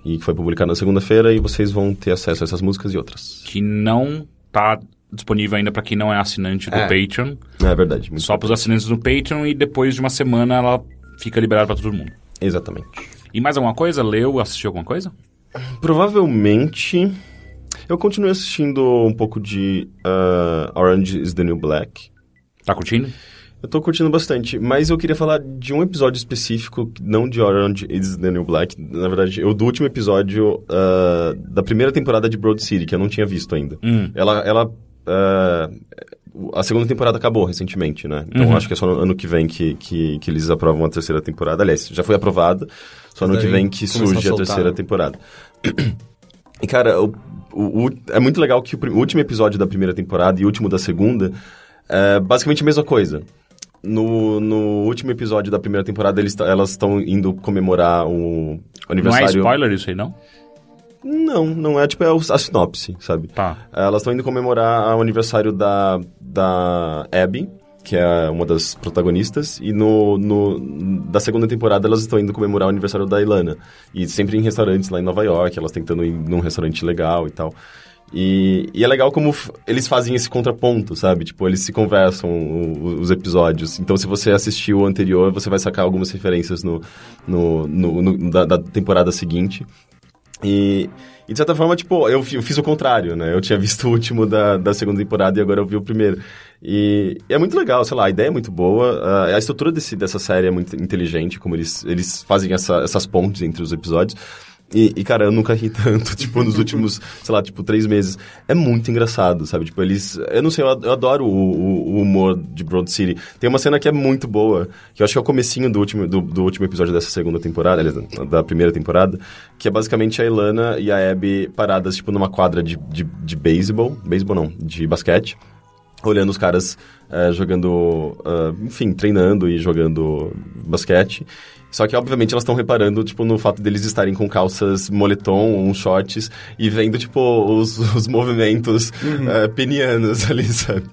e que foi publicada na segunda-feira, e vocês vão ter acesso a essas músicas e outras. Que não tá disponível ainda pra quem não é assinante do É. Patreon. É verdade. muito- Só pros assinantes do Patreon e depois de uma semana ela fica liberada pra todo mundo. Exatamente. E mais alguma coisa? Leu, assistiu alguma coisa? Provavelmente. Eu continuei assistindo um pouco de ah, Orange is the New Black. Tá curtindo? Eu tô curtindo bastante, mas eu queria falar de um episódio específico, não de Orange is the New Black, na verdade, eu do último episódio ah, da primeira temporada de Broad City, que eu não tinha visto ainda. Hum. Ela. ela ah, a segunda temporada acabou recentemente, né? Então Uhum. acho que é só no ano que vem que, que, que eles aprovam a terceira temporada. Aliás, já foi aprovada, só ano que Daí vem que começou a surge a soltar, terceira né? temporada. E, cara, o- o- o- é muito legal que o, prim- o último episódio da primeira temporada e o último da segunda é basicamente a mesma coisa. No, no último episódio da primeira temporada, eles, ta- elas estão indo comemorar o Não é aniversário. spoiler isso aí, não? Não, não é tipo é o- a sinopse, sabe? Tá. Ah, Elas estão indo comemorar o aniversário da, da Abby, que é uma das protagonistas, e no, no, da segunda temporada elas estão indo comemorar o aniversário da Ilana. E sempre em restaurantes lá em Nova York, elas tentando ir num restaurante legal e tal. E, e é legal como f- eles fazem esse contraponto, sabe? Tipo, eles se conversam o- o- os episódios. Então, se você assistiu o anterior, você vai sacar algumas referências no, no, no- no- da- da temporada seguinte. E, e de certa forma, tipo, eu, fi- eu fiz o contrário, né? Eu tinha visto o último da, da segunda temporada e agora eu vi o primeiro. E, e é muito legal, sei lá, a ideia é muito boa, a- a estrutura desse, dessa série é muito inteligente, como eles, eles fazem essa- essas pontes entre os episódios. E, e, cara, eu nunca ri tanto, [LAUGHS] tipo, nos últimos, sei lá, tipo, três meses. É muito engraçado, sabe? Tipo, eles. Eu não sei, eu ad- eu adoro o, o- o humor de Broad City. Tem uma cena que é muito boa, que eu acho que é o comecinho do último, do, do último episódio dessa segunda temporada, aliás, da- da primeira temporada, que é basicamente a Ilana e a Abby paradas, tipo, numa quadra de, de, de beisebol. Beisebol não, de basquete olhando os caras eh, jogando, ah, enfim, treinando e jogando basquete. Só que, obviamente, elas estão reparando, tipo, no fato deles estarem com calças moletom, uns shorts, e vendo, tipo, os, [LAUGHS] os movimentos eh, penianos ali, [LAUGHS] sabe?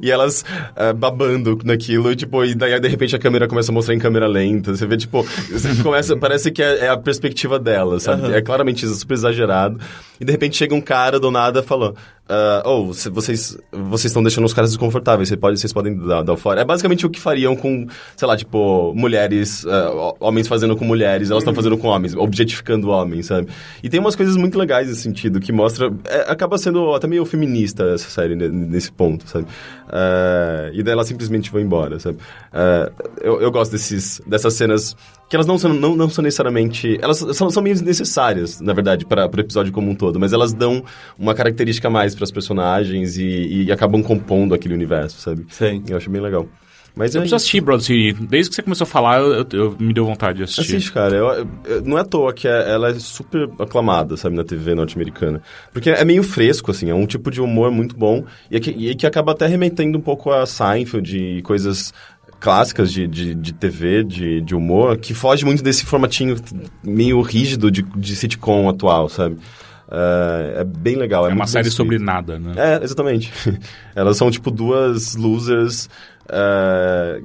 E elas eh, babando naquilo, e, tipo, e daí, de repente, a câmera começa a mostrar em câmera lenta. Você vê, tipo, você começa, parece que é, é a perspectiva dela, sabe? É claramente super exagerado. E, de repente, chega um cara do nada falando, ah, ou se vocês vocês estão deixando os caras desconfortáveis, vocês podem, vocês podem dar, dar o fora. É basicamente o que fariam com, sei lá, tipo, mulheres, ah, ho- homens fazendo com mulheres, elas estão fazendo com homens, objetificando homens, sabe? E tem umas coisas muito legais nesse sentido, que mostra. é, acaba sendo até meio feminista essa série ne- nesse ponto, sabe? Ah, e daí elas simplesmente vão embora, sabe? Ah, eu, eu gosto desses, dessas cenas que elas não são, não, não são necessariamente. Elas são, são meio desnecessárias, na verdade, para o episódio como um todo, mas elas dão uma característica a mais para as personagens e, e acabam compondo aquele universo, sabe? Sei. Eu acho bem legal. Mas Eu é preciso isso. assistir Broad City. Desde que você começou a falar, eu, eu- me deu vontade de assistir. Assiste, cara. Eu- eu- eu- não é à toa que é- ela é super aclamada, sabe, na TV norte-americana. Porque é meio fresco, assim, é um tipo de humor muito bom e, é que, e que acaba até remetendo um pouco a Seinfeld e coisas clássicas de, de, de TV, de, de humor, que foge muito desse formatinho meio rígido de, de sitcom atual, sabe? Ah, é bem legal. é É, uma muito bem série sobre escrito. nada, né? É, exatamente. [LAUGHS] Elas são, tipo, duas losers. eh,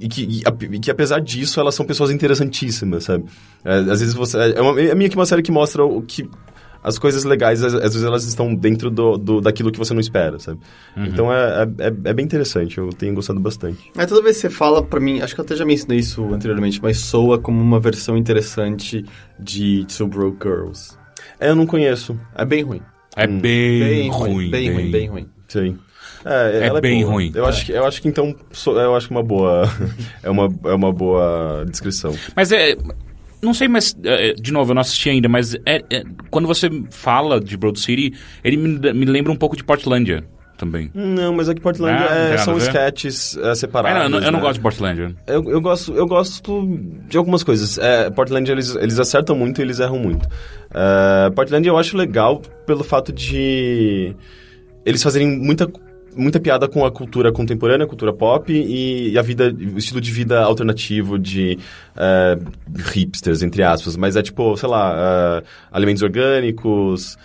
e, que, e ap- e que, apesar disso, elas são pessoas interessantíssimas, sabe? É, às vezes você. É, uma, é meio que uma série que mostra o que. As coisas legais, às, às vezes elas estão dentro do, do- daquilo que você não espera, sabe? Uhum. Então é, é, é- é bem interessante, eu tenho gostado bastante. É, toda vez que você fala pra mim, acho que eu até já mencionei isso anteriormente, mas soa como uma versão interessante de Two Broke Girls. É, eu não conheço, É bem ruim. É bem, Bem ruim. Bem ruim, bem ruim. sei. É, É ela bem boa. ruim. Eu, acho, que- eu acho que então. sou- eu acho que uma boa. [LAUGHS] é, uma, é uma boa descrição. Mas é. Não sei, mas. é, é, de novo, eu não assisti ainda, mas é, é, quando você fala de Broad City, ele me, me lembra um pouco de Portlandia também. Não, mas é que Portland Ah, não tem é, nada são a ver? sketches é, Ah, separados. não, eu não- eu não né? gosto de Portlandia. Eu, eu gosto, eu gosto de algumas coisas. É, Portland, eles, eles acertam muito e eles erram muito. É, Portland eu acho legal pelo fato de eles fazerem muita, muita piada com a cultura contemporânea, a cultura pop e, e a vida, o estilo de vida alternativo de é, hipsters, entre aspas. Mas é tipo, sei lá, é, alimentos orgânicos,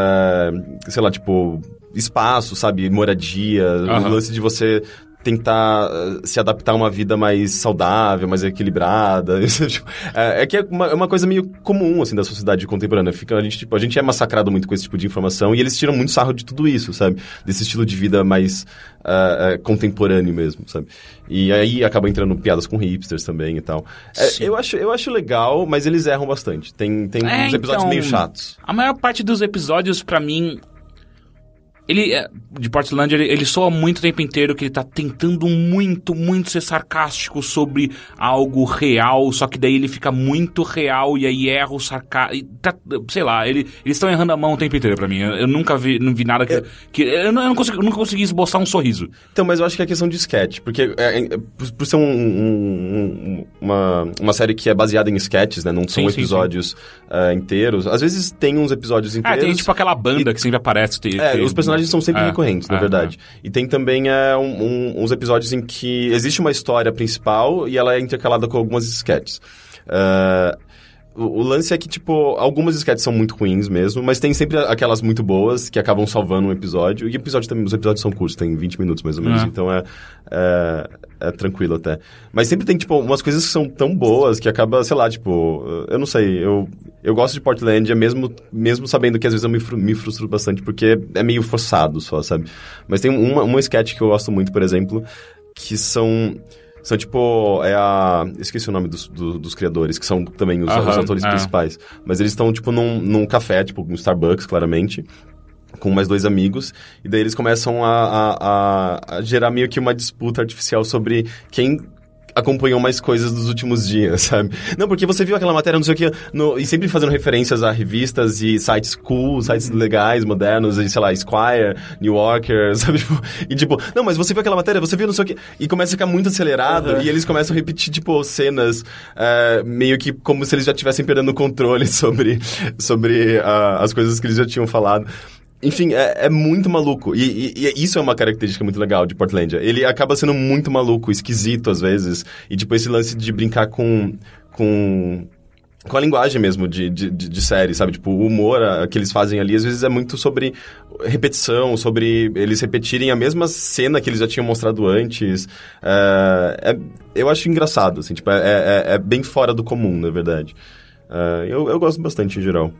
é, sei lá, tipo, espaço, sabe? Moradia, Aham. o lance de você tentar eh, se adaptar a uma vida mais saudável, mais equilibrada. [LAUGHS] Tipo, é, é que é uma, é uma coisa meio comum, assim, da sociedade contemporânea. Fica, a, gente, tipo, a gente é massacrado muito com esse tipo de informação e eles tiram muito sarro de tudo isso, sabe? Desse estilo de vida mais ah, ah, contemporâneo mesmo, sabe? E aí acaba entrando piadas com hipsters também e tal. É, Sim. eu, acho, eu acho legal, mas eles erram bastante. Tem, tem É, uns episódios então, meio chatos. A maior parte dos episódios, pra mim, Ele, é, de Portland, ele, ele soa muito o tempo inteiro que ele tá tentando muito, muito ser sarcástico sobre algo real, só que daí ele fica muito real e aí erra o sarcasmo. sei lá, ele, eles estão errando a mão o tempo inteiro pra mim. Eu, eu nunca vi, não vi nada que. Eu, que eu, não, eu, não consegui, eu nunca consegui esboçar um sorriso. Então, mas eu acho que é questão de sketch, porque é, é, por, por ser um- um- um- uma, uma série que é baseada em sketches, né? Não são Sim, sim, episódios ah, inteiros. Às vezes tem uns episódios Ah, inteiros. tem tipo aquela banda que sempre aparece. tem- É, tem- os personagens são sempre É, recorrentes, na é, verdade. E tem também é, um- um- uns episódios em que existe uma história principal e ela é intercalada com algumas sketches. Ah, o, o lance é que, tipo, algumas sketches são muito ruins mesmo, mas tem sempre a- aquelas muito boas que acabam salvando um episódio. E episódio também, os episódios são curtos, tem 20 minutos mais ou menos, É. então é, é, é tranquilo até. Mas sempre tem, tipo, umas coisas que são tão boas que acaba, sei lá, tipo, eu não sei, eu, eu gosto de Portlandia mesmo, mesmo sabendo que às vezes eu me, fru- me frustro bastante porque é meio forçado só, sabe? Mas tem uma, uma sketch que eu gosto muito, por exemplo, que são. São tipo. É a. Esqueci o nome dos, do- dos criadores, que são também os, Aham, os atores é. principais. Mas eles estão, tipo, num, num café, tipo, um Starbucks, claramente. Com mais dois amigos, e daí eles começam a, a, a- a gerar meio que uma disputa artificial sobre quem acompanhou mais coisas dos últimos dias, [LAUGHS] sabe? Não, porque você viu aquela matéria, não sei o que, no- e sempre fazendo referências a revistas e sites cool, sites legais, modernos, e sei lá, Esquire, New Yorker, [LAUGHS] sabe? Tipo, e tipo, não, mas você viu aquela matéria, você viu não sei o que, e começa a ficar muito acelerado, Aham. e eles começam a repetir, tipo, cenas, eh, meio que como se eles já estivessem perdendo o controle [LAUGHS] sobre, sobre ah, as coisas que eles já tinham falado. Enfim, é, é muito maluco. E, e- e isso é uma característica muito legal de Portlandia. Ele acaba sendo muito maluco, esquisito às vezes. E tipo, esse lance de brincar com. com com a linguagem mesmo de, de, de, de série, sabe? Tipo, o humor ah, que eles fazem ali, às vezes é muito sobre repetição, sobre eles repetirem a mesma cena que eles já tinham mostrado antes. Ah, é- eu acho engraçado, assim, tipo, é, é- é bem fora do comum, na verdade. Ah, eu, eu gosto bastante, em geral.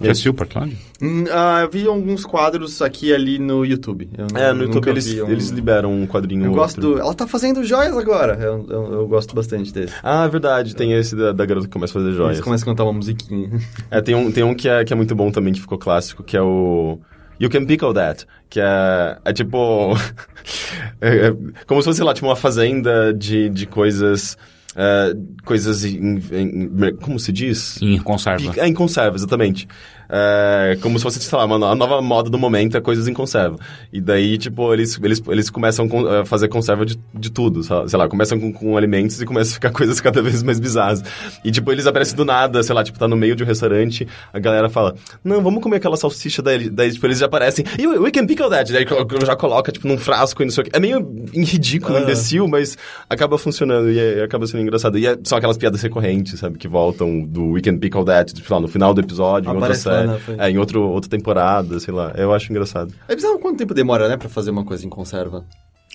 Já assistiu Portland? Hum, ah, eu vi alguns quadros aqui e ali no YouTube. Eu É, nu- no YouTube nunca eles, vi um- eles liberam um quadrinho Eu ou gosto do... outro. Ela tá fazendo joias agora. Eu, eu, eu gosto bastante desse. Ah, verdade, tem esse da, da garota que começa a fazer joias. Eles começam a cantar uma musiquinha. É, tem um, tem um que, é, que é muito bom também, que ficou clássico, que é o... You Can Pickle That, que é, é tipo... [LAUGHS] é- é como se fosse, sei lá, tipo uma fazenda de, de coisas... é, coisas em, em- Como se diz? Sim, conserva. Pica- É, em conserva, exatamente. É, como se fosse, sei lá, uma no- a nova moda do momento é coisas em conserva. E daí, tipo, eles, eles, eles começam com- a fazer conserva de, de tudo, sa- sei lá, começam com, com alimentos e começam a ficar [LAUGHS] coisas cada vez mais bizarras. E, tipo, eles aparecem do nada, sei lá, tipo, tá no meio de um restaurante, a galera fala, não, vamos comer aquela salsicha, daí, daí tipo, eles já aparecem, e we we can pickle that, daí co- já coloca, tipo, num frasco e não sei o que. É meio ridículo, Ah. imbecil, mas acaba funcionando e é- acaba sendo engraçado. E é- são aquelas piadas recorrentes, sabe, que voltam do we can pickle that, tipo, lá, no final do episódio, em outra Aparece lá né, série. na frente. É, em outro, outra temporada, sei lá. Eu acho engraçado. É bizarro quanto tempo demora, né, pra fazer uma coisa em conserva.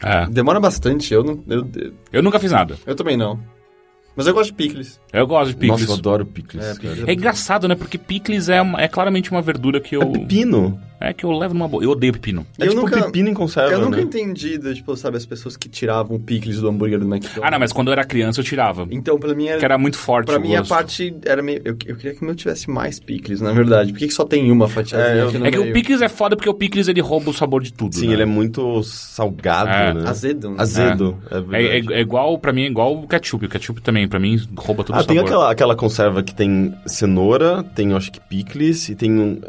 É. Demora bastante, eu não... Eu, Eu nunca fiz nada. eu também não. Mas eu gosto de picles. Eu gosto de picles. Nossa, eu adoro picles, É, cara. picles. É engraçado, né? Porque picles é, uma- é claramente uma verdura que eu. É pepino. É que eu levo numa boa. Eu odeio pepino. É Eu tipo nunca- pepino em conserva, eu nunca né? entendi, do, tipo, sabe, as pessoas que tiravam picles do hambúrguer do McDonald's. Ah, não, mas quando eu era criança eu tirava. Então, pra mim, Porque era, era muito forte pra o um mim a gosto. parte era meio... Eu, eu queria que o meu tivesse mais picles, na verdade. Por que, que só tem uma fatiazinha É, eu- aqui no É que o meio? picles é foda porque o picles ele rouba o sabor de tudo. Sim, né? ele é muito salgado, É. né? Azedo. né? Azedo. É, É, verdade. é, é igual, pra mim, é igual o ketchup. O ketchup também, pra mim, rouba todo Ah, o sabor. tem aquela, aquela conserva que tem cenoura, tem eu acho que picles e tem um.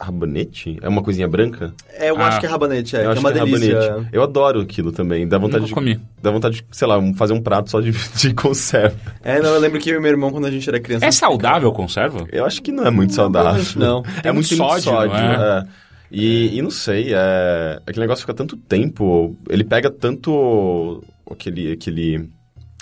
Rabanete? É uma coisinha branca? É, eu Ah. acho que é rabanete, é. eu que acho é uma delícia. rabanete. Eu adoro aquilo também. Dá vontade, Nunca de, comi. dá vontade de, sei lá, um- fazer um prato só de, [LAUGHS] de conserva. É, não, eu lembro que eu e meu irmão, quando a gente era um criança... É saudável conserva? Eu acho que não é muito saudável. Não. [LAUGHS] é muito muito sódio. sódio, né? é. E, e não sei, é... aquele negócio fica tanto tempo, ele pega tanto aquele... aquele...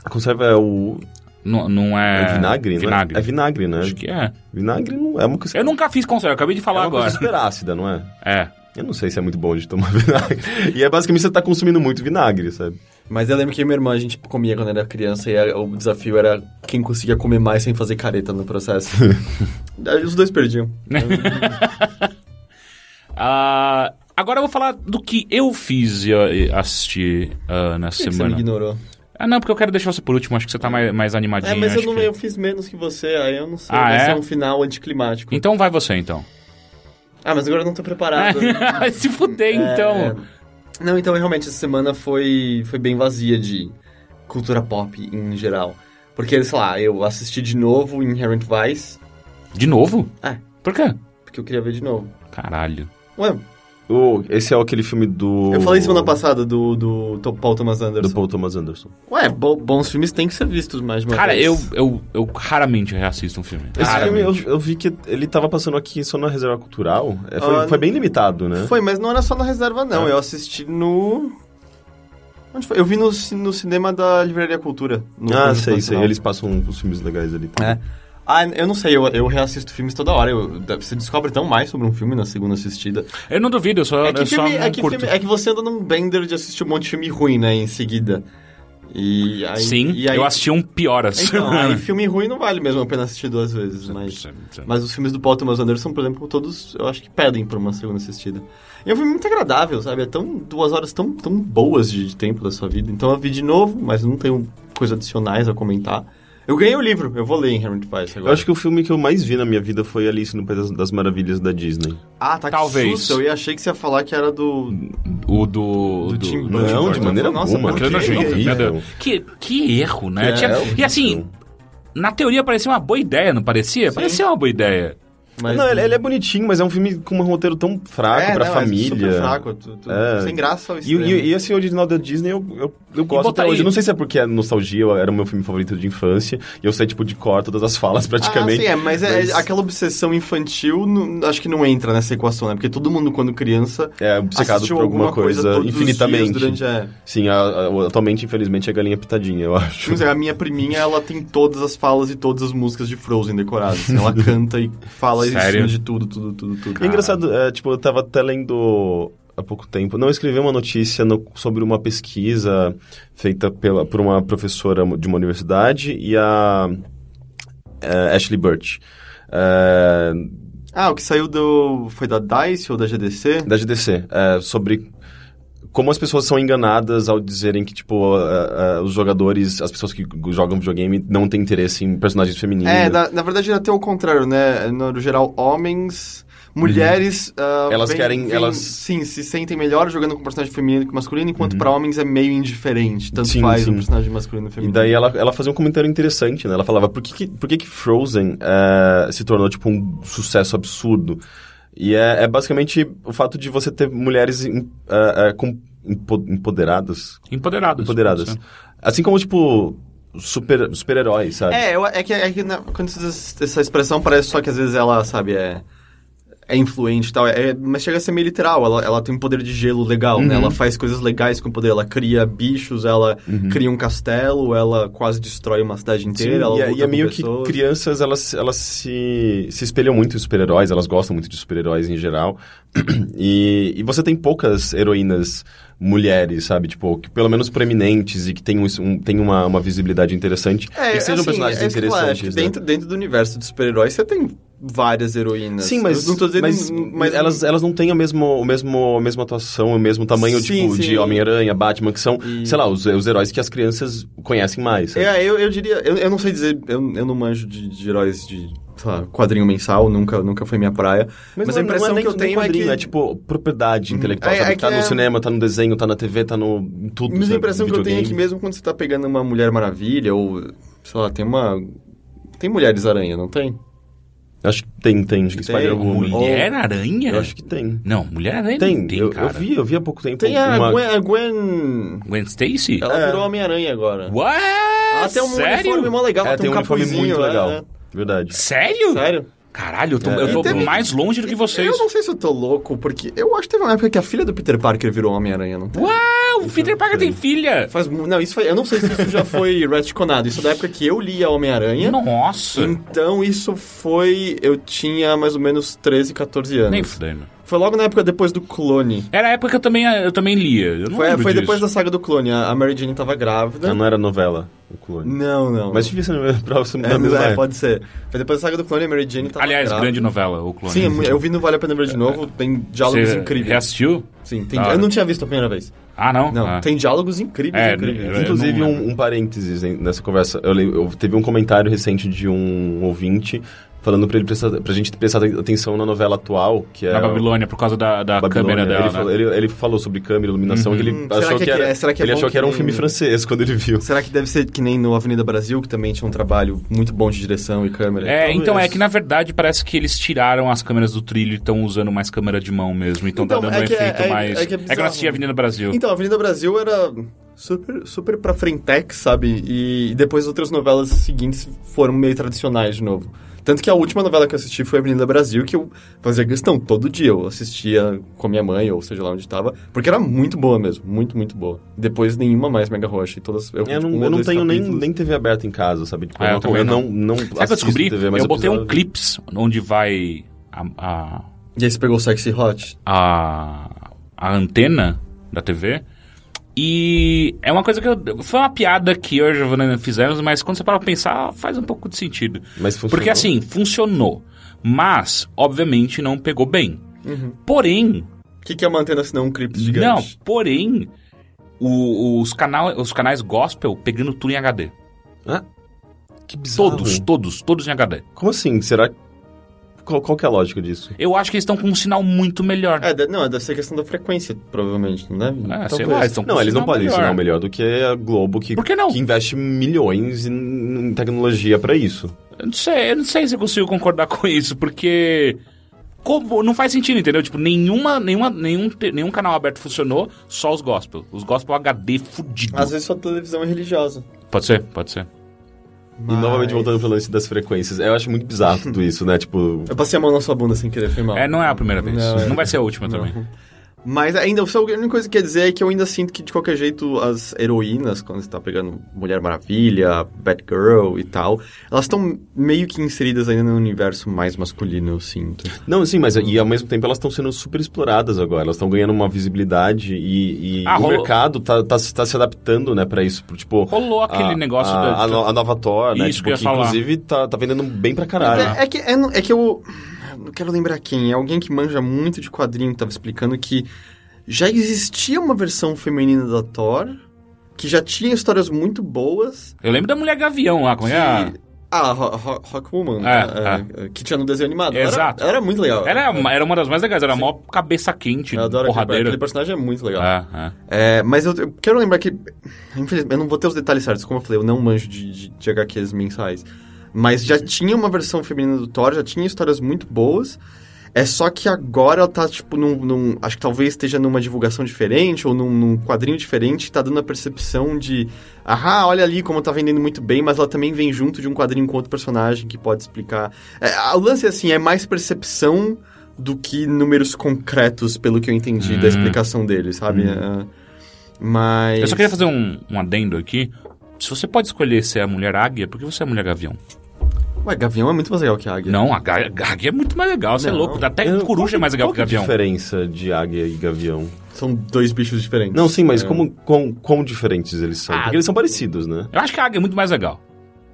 A conserva é o, Não, não é é... vinagre, Vinagre. né? É vinagre, né? Acho que é. Vinagre não é uma coisa... Eu nunca fiz conserva, eu acabei de é falar uma agora. coisa super ácida, não é? É. Eu não sei se é muito bom de tomar [LAUGHS] vinagre. E é basicamente você tá consumindo muito vinagre, sabe? Mas eu lembro que eu e minha irmã, a gente comia quando era criança e a- o desafio era quem conseguia comer mais sem fazer careta no [LAUGHS] processo. Aí Os dois perdiam. Ah, agora eu vou falar do que eu fiz e, e assisti ah, na Por que que você me semana. ignorou? ah, não, porque eu quero deixar você por último. Acho que você tá mais, mais animadinho. É, mas eu, acho não, que- eu fiz menos que você, aí eu não sei. Ah, vai é? ser um final anticlimático. [LAUGHS] Então vai você, então. Ah, mas agora eu não tô [LAUGHS] preparado. Se fuder, é. então. Não, então realmente essa semana foi, foi bem vazia de cultura pop em geral. Porque, sei lá, eu assisti de novo Inherent Vice, De novo? É. Por quê? porque eu queria ver de novo. Caralho. Ué, O- esse é aquele filme do. eu falei semana passada do, do, Tom- Paul Thomas Anderson. Do Paul Thomas Anderson. Ué, bo- bons filmes têm que ser vistos mais de uma Cara, eu, vez. eu, eu raramente reassisto um filme. Esse Raramente. filme eu, eu vi que ele tava passando aqui só na reserva cultural. É, foi, Ah, foi bem limitado, né? Foi, mas não era só na reserva, não. Eu assisti no... Onde foi? Eu vi no, ci- no cinema da Livraria Cultura. no Ah, Conjunto sei, sei. Nacional. Eles passam os filmes legais ali. É. Ah, eu não sei, eu, eu reassisto filmes toda hora. eu- você descobre tão mais sobre um filme na segunda assistida. Eu não duvido, eu só, É que, eu só filme, não é, que curto. filme- é que você anda num bender de assistir um monte de filme ruim, né, em seguida. E aí, Sim, e aí, eu assisti um pior essa Então, aí [LAUGHS] semana. filme [LAUGHS] ruim não vale mesmo a pena assistir duas vezes, mas... É. Mas os filmes do Paul Thomas Anderson, por exemplo, todos eu acho que pedem por uma segunda assistida. E é um filme muito agradável, sabe? É tão, duas horas tão, tão boas de, de tempo da sua vida. Então eu vi de novo, mas não tenho coisas adicionais a comentar. Eu ganhei o livro, eu vou ler em Harry Vice agora. Eu acho que o filme que eu mais vi na minha vida foi Alice no País das- das Maravilhas da Disney. Ah, tá Talvez. que susto. Eu ia- achei que você ia falar que era do. O do. do, Do Tim do- Burton. Não, de Burton. maneira Nossa, alguma. por Aquilo eu não Que achei, horrível. meu Deus. Que, que erro, né? É, Tinha- horrível. e assim, na teoria parecia uma boa ideia, não parecia? Parecia uma boa ideia. Mas... Não, ele, ele é bonitinho, mas é um filme com um roteiro tão fraco pra É, não, família. super fraco, tu- tu- É. sem graça ao E, e, extremo. e esse original da Disney eu, eu, eu gosto botar até hoje. aí- Eu Não sei se é porque é nostalgia, eu- era o meu filme favorito de infância. E eu sei, tipo, de cor todas as falas [LAUGHS] Ah, sim, praticamente. é, mas, é- mas- aquela obsessão infantil não- acho que não entra nessa equação, né? Porque todo mundo, quando criança, é, obcecado assistiu por alguma coisa, todos os dias infinitamente. durante é. a... Sim, a- a- atualmente, infelizmente, é Galinha Pitadinha, eu acho. Tipo assim, a minha priminha, ela tem todas as falas e todas as músicas de Frozen decoradas. Assim, [LAUGHS] Ela canta e fala em Sério? cima de tudo, tudo, tudo, tudo. É engraçado, é, tipo, eu tava até lendo há pouco tempo. Não, eu escrevi uma notícia no- sobre uma pesquisa feita pela, por uma professora de uma universidade e a é, Ashley Birch. é, Ah, o que saiu do... foi da DICE ou da GDC? da GDC, é, sobre como as pessoas são enganadas ao dizerem que, tipo, é, é, os jogadores, as pessoas que jogam videogame não têm interesse em personagens femininos. É, na, na verdade era até o contrário, né? No geral, homens... Mulheres... ah, Uhum. Elas querem- elas- Sim, se sentem melhor jogando com um personagem feminino que masculino, enquanto pra homens é meio indiferente. Tanto Uhum. Sim, faz sim. um personagem masculino e E feminino. daí ela, ela fazia um comentário interessante, né? Ela falava, por que que, por que, que Frozen eh, se tornou, tipo, um sucesso absurdo? E é, é basicamente o fato de você ter mulheres em- eh, eh, com- empo- empoderadas. Empoderadas. Empoderadas. Assim como, tipo, super- super-heróis, sabe? É, eu- é que, é que na- quando você diz essa expressão parece só que às vezes ela, sabe, é, é influente e tal. é- é- mas chega a ser meio literal. Ela, ela tem um poder de gelo legal, Uhum. né? Ela faz coisas legais com o poder. Ela cria bichos, ela cria um castelo, ela quase destrói uma cidade Uhum. Sim, inteira. ela e, é- luta e é com meio pessoas. que crianças, elas, elas se, se espelham muito em super-heróis, elas gostam muito de super-heróis em geral. [CLEARS THROAT] E, e você tem poucas heroínas mulheres, sabe? Tipo, que pelo menos proeminentes e que tem, um, um- tem uma, uma visibilidade interessante. e que sejam assim, personagens é isso que eu falo, acho que interessantes. né? dentro, dentro do universo dos super-heróis você tem várias heroínas. Sim, mas, Eu não tô dizendo, mas, mas- elas, é elas não têm a, mesmo, o mesmo, a mesma atuação, o mesmo tamanho Sim, tipo, sim. de Homem-Aranha, Batman, que são, E- sei lá, os, os heróis que as crianças conhecem mais. sabe? É, eu, eu diria, eu, eu não sei dizer, eu, eu não manjo de, de heróis de sei lá, quadrinho mensal, nunca, nunca foi minha praia. Mas, a não é- impressão não é nem- que eu nem tenho é quadrinho, que. É tipo, propriedade intelectual. É- sabe? é que tá no é- cinema, tá no desenho, tá na TV, tá no... em tudo. mas a sabe? impressão que eu tenho é que Videogame. mesmo quando você tá pegando uma Mulher Maravilha, ou, sei lá, tem uma. Tem Mulheres Aranha, não tem? Acho que tem, tem. Acho que Tem. Spider-Woman. Mulher-Aranha? Oh, Eu acho que tem. Não, Mulher-Aranha Tem. não tem, eu, cara. eu vi, eu vi há pouco tempo. Tem ah, a, uma- Gwen, a Gwen- Gwen Stacy? Ela É. virou Homem-Aranha agora. What? Ela tem um Sério? uniforme mó legal, É, ela tem um uniforme capuzinho, muito né? legal. É. Verdade. Sério? Sério? Caralho, eu tô, É. eu tô E teve- mais longe do que vocês. Eu não é sei se eu tô louco, porque eu acho que teve uma época que a filha do Peter Parker virou Homem-Aranha, não tem? Uau, o Peter Parker tem filha. Faz, mu- não, isso foi, eu não sei se isso [LAUGHS] já foi retconado. Isso é da época que eu lia Homem-Aranha. Nossa. Então isso foi. Eu tinha mais ou menos 13, 14 anos. Nem fudendo. Foi logo na época depois do clone. Era a época que eu também, eu também lia. Eu não Foi, lembro foi disso. depois da saga do clone. A a Mary Jane tava grávida. Ah, não era novela, o clone. Não, não. Mas devia [LAUGHS] ser próximo é, da mesma é, época. pode ser. Foi depois da saga do clone, a Mary Jane tava Aliás, grávida. grande novela, o Clone. É, Sim, eu vi no Vale a Pena Ver de novo, tem diálogos Você incríveis. reassistiu? Sim, tem... Da hora. Eu não tinha visto a primeira vez. Ah, não? Não, Ah. tem diálogos incríveis, É, incríveis. eu- Inclusive, não é. um, um parênteses hein, nessa conversa. Eu, lem- eu- teve um comentário recente de um ouvinte falando pra, ele prestar, pra gente prestar atenção na novela atual, que é. Na Babilônia, por causa da, da Babilônia. câmera dela. ele, né? falou, ele- ele falou sobre câmera, iluminação, que ele Hum, será achou que que, é que- era, é, será que é ele bom achou que era um que- filme francês quando ele viu. Será que deve ser que nem no Avenida Brasil, que também tinha um trabalho muito bom de direção e câmera? É, Talvez. então é que na verdade parece que eles tiraram as câmeras do trilho e estão usando mais câmera de mão mesmo. Então, Então, tá dando é um que é- efeito é- mais. é que é eu não bizarro. assisti Avenida Brasil. Então, Avenida Brasil era super, super pra frentex, sabe? E, e depois outras novelas seguintes foram meio tradicionais de novo. Tanto que a última novela que eu assisti foi Avenida Brasil, que eu fazia questão todo dia. Eu assistia com a minha mãe, ou seja lá onde tava, porque era muito boa mesmo. Muito, muito boa. Depois nenhuma mais Mega Rocha. E todas, eu, Eu tipo, não, um eu ou não dois tenho nem, capítulos. nem TV aberta em casa, sabe? Ah, Tipo, eu eu não- também eu não. não, não Sabe o que eu assisto descobri? TV, mas eu botei um precisava- clips onde vai a, a, E aí você pegou o Sexy Hot? a, a antena da TV. E é uma coisa que eu. Foi uma piada que eu e a Giovanna fizemos, mas quando você para pra pensar, faz um pouco de sentido. Mas funcionou. Porque assim, funcionou. Mas, obviamente, não pegou bem. Uhum. Porém, O que, que é uma antena se não um clipe gigante? Não, porém, o- os, canal, os canais gospel pegando tudo em HD. Hã? Que bizarro. Todos, todos, todos em HD. Como assim? Será que. Qual, qual que é a lógica disso? Eu acho que eles estão com um sinal muito melhor. É, de- não, deve ser questão da frequência, provavelmente, não deve? É, sei Talvez. lá, eles estão com não, um Ah, eles não sinal podem melhor. ensinar melhor do que a Globo, que, Por que não? que investe milhões em, em tecnologia pra isso. Eu não sei, eu não sei se eu consigo concordar com isso, porque. Como, não faz sentido, entendeu? Tipo, nenhuma, nenhuma, nenhum, te- nenhum canal aberto funcionou, só os gospel. Os gospel HD fudido. Às vezes só televisão é religiosa. Pode ser, pode ser. E novamente voltando pro lance das frequências, eu acho muito bizarro tudo isso, né? Tipo, Eu passei a mão na sua bunda sem querer, foi mal. É, não é a primeira vez. Não, Não, é. vai ser a última Uhum. também. Mas ainda, só a única coisa que eu quero dizer é que eu ainda sinto que, de qualquer jeito, as heroínas, quando você tá pegando Mulher Maravilha, Batgirl e tal, elas estão meio que inseridas ainda no universo mais masculino, eu sinto. não, sim, mas e ao mesmo tempo elas estão sendo super exploradas agora, elas estão ganhando uma visibilidade e, e Ah, o rolou- mercado tá, tá, tá se adaptando, né, pra isso. pro, Tipo, Rolou aquele a, negócio a, da. a, no- a nova Thor, né? Isso tipo, que eu ia falar. inclusive tá, tá vendendo bem pra Mas caralho. Ah, é, é que, é, no- é que eu. Não quero lembrar quem. É alguém que manja muito de quadrinho que tava explicando que já existia uma versão feminina da Thor, que já tinha histórias muito boas. Eu lembro da mulher Gavião lá, como é? a- que- Ah, Ro- Ro- É, Rockwoman, né? É, que tinha no desenho animado. Ela Exato. Era, ela era muito legal. Era, uma- era uma das mais legais, era a maior cabeça quente, Eu adoro aquele, porradeira. aquele personagem, é muito legal. Ah, É, mas eu, eu quero lembrar que, infelizmente, eu não vou ter os detalhes certos, como eu falei, eu não manjo de, de, de HQs mensais. Mas já tinha uma versão feminina do Thor, já tinha histórias muito boas. É só que agora ela tá, tipo, num. num- acho que talvez esteja numa divulgação diferente ou num, num quadrinho diferente, tá dando a percepção de. Ah, olha ali como tá vendendo muito bem, mas ela também vem junto de um quadrinho com outro personagem que pode explicar. É, a- o lance, assim, é mais percepção do que números concretos, pelo que eu entendi da Hum. explicação dele, sabe? É, mas. Eu só queria fazer um, um adendo aqui. Se você pode escolher ser a mulher águia, por que você é a mulher gavião? Ué, Gavião é muito mais legal que Águia. Não, a, ga- a águia é muito mais legal, você é Não. um louco. Até Eu- qual que- coruja é mais legal qual que gavião. a diferença de águia e gavião? São dois bichos diferentes. Não, sim, mas É. como, quão, quão diferentes eles são? Ah, Porque eles são parecidos, né? Eu acho que a águia é muito mais legal.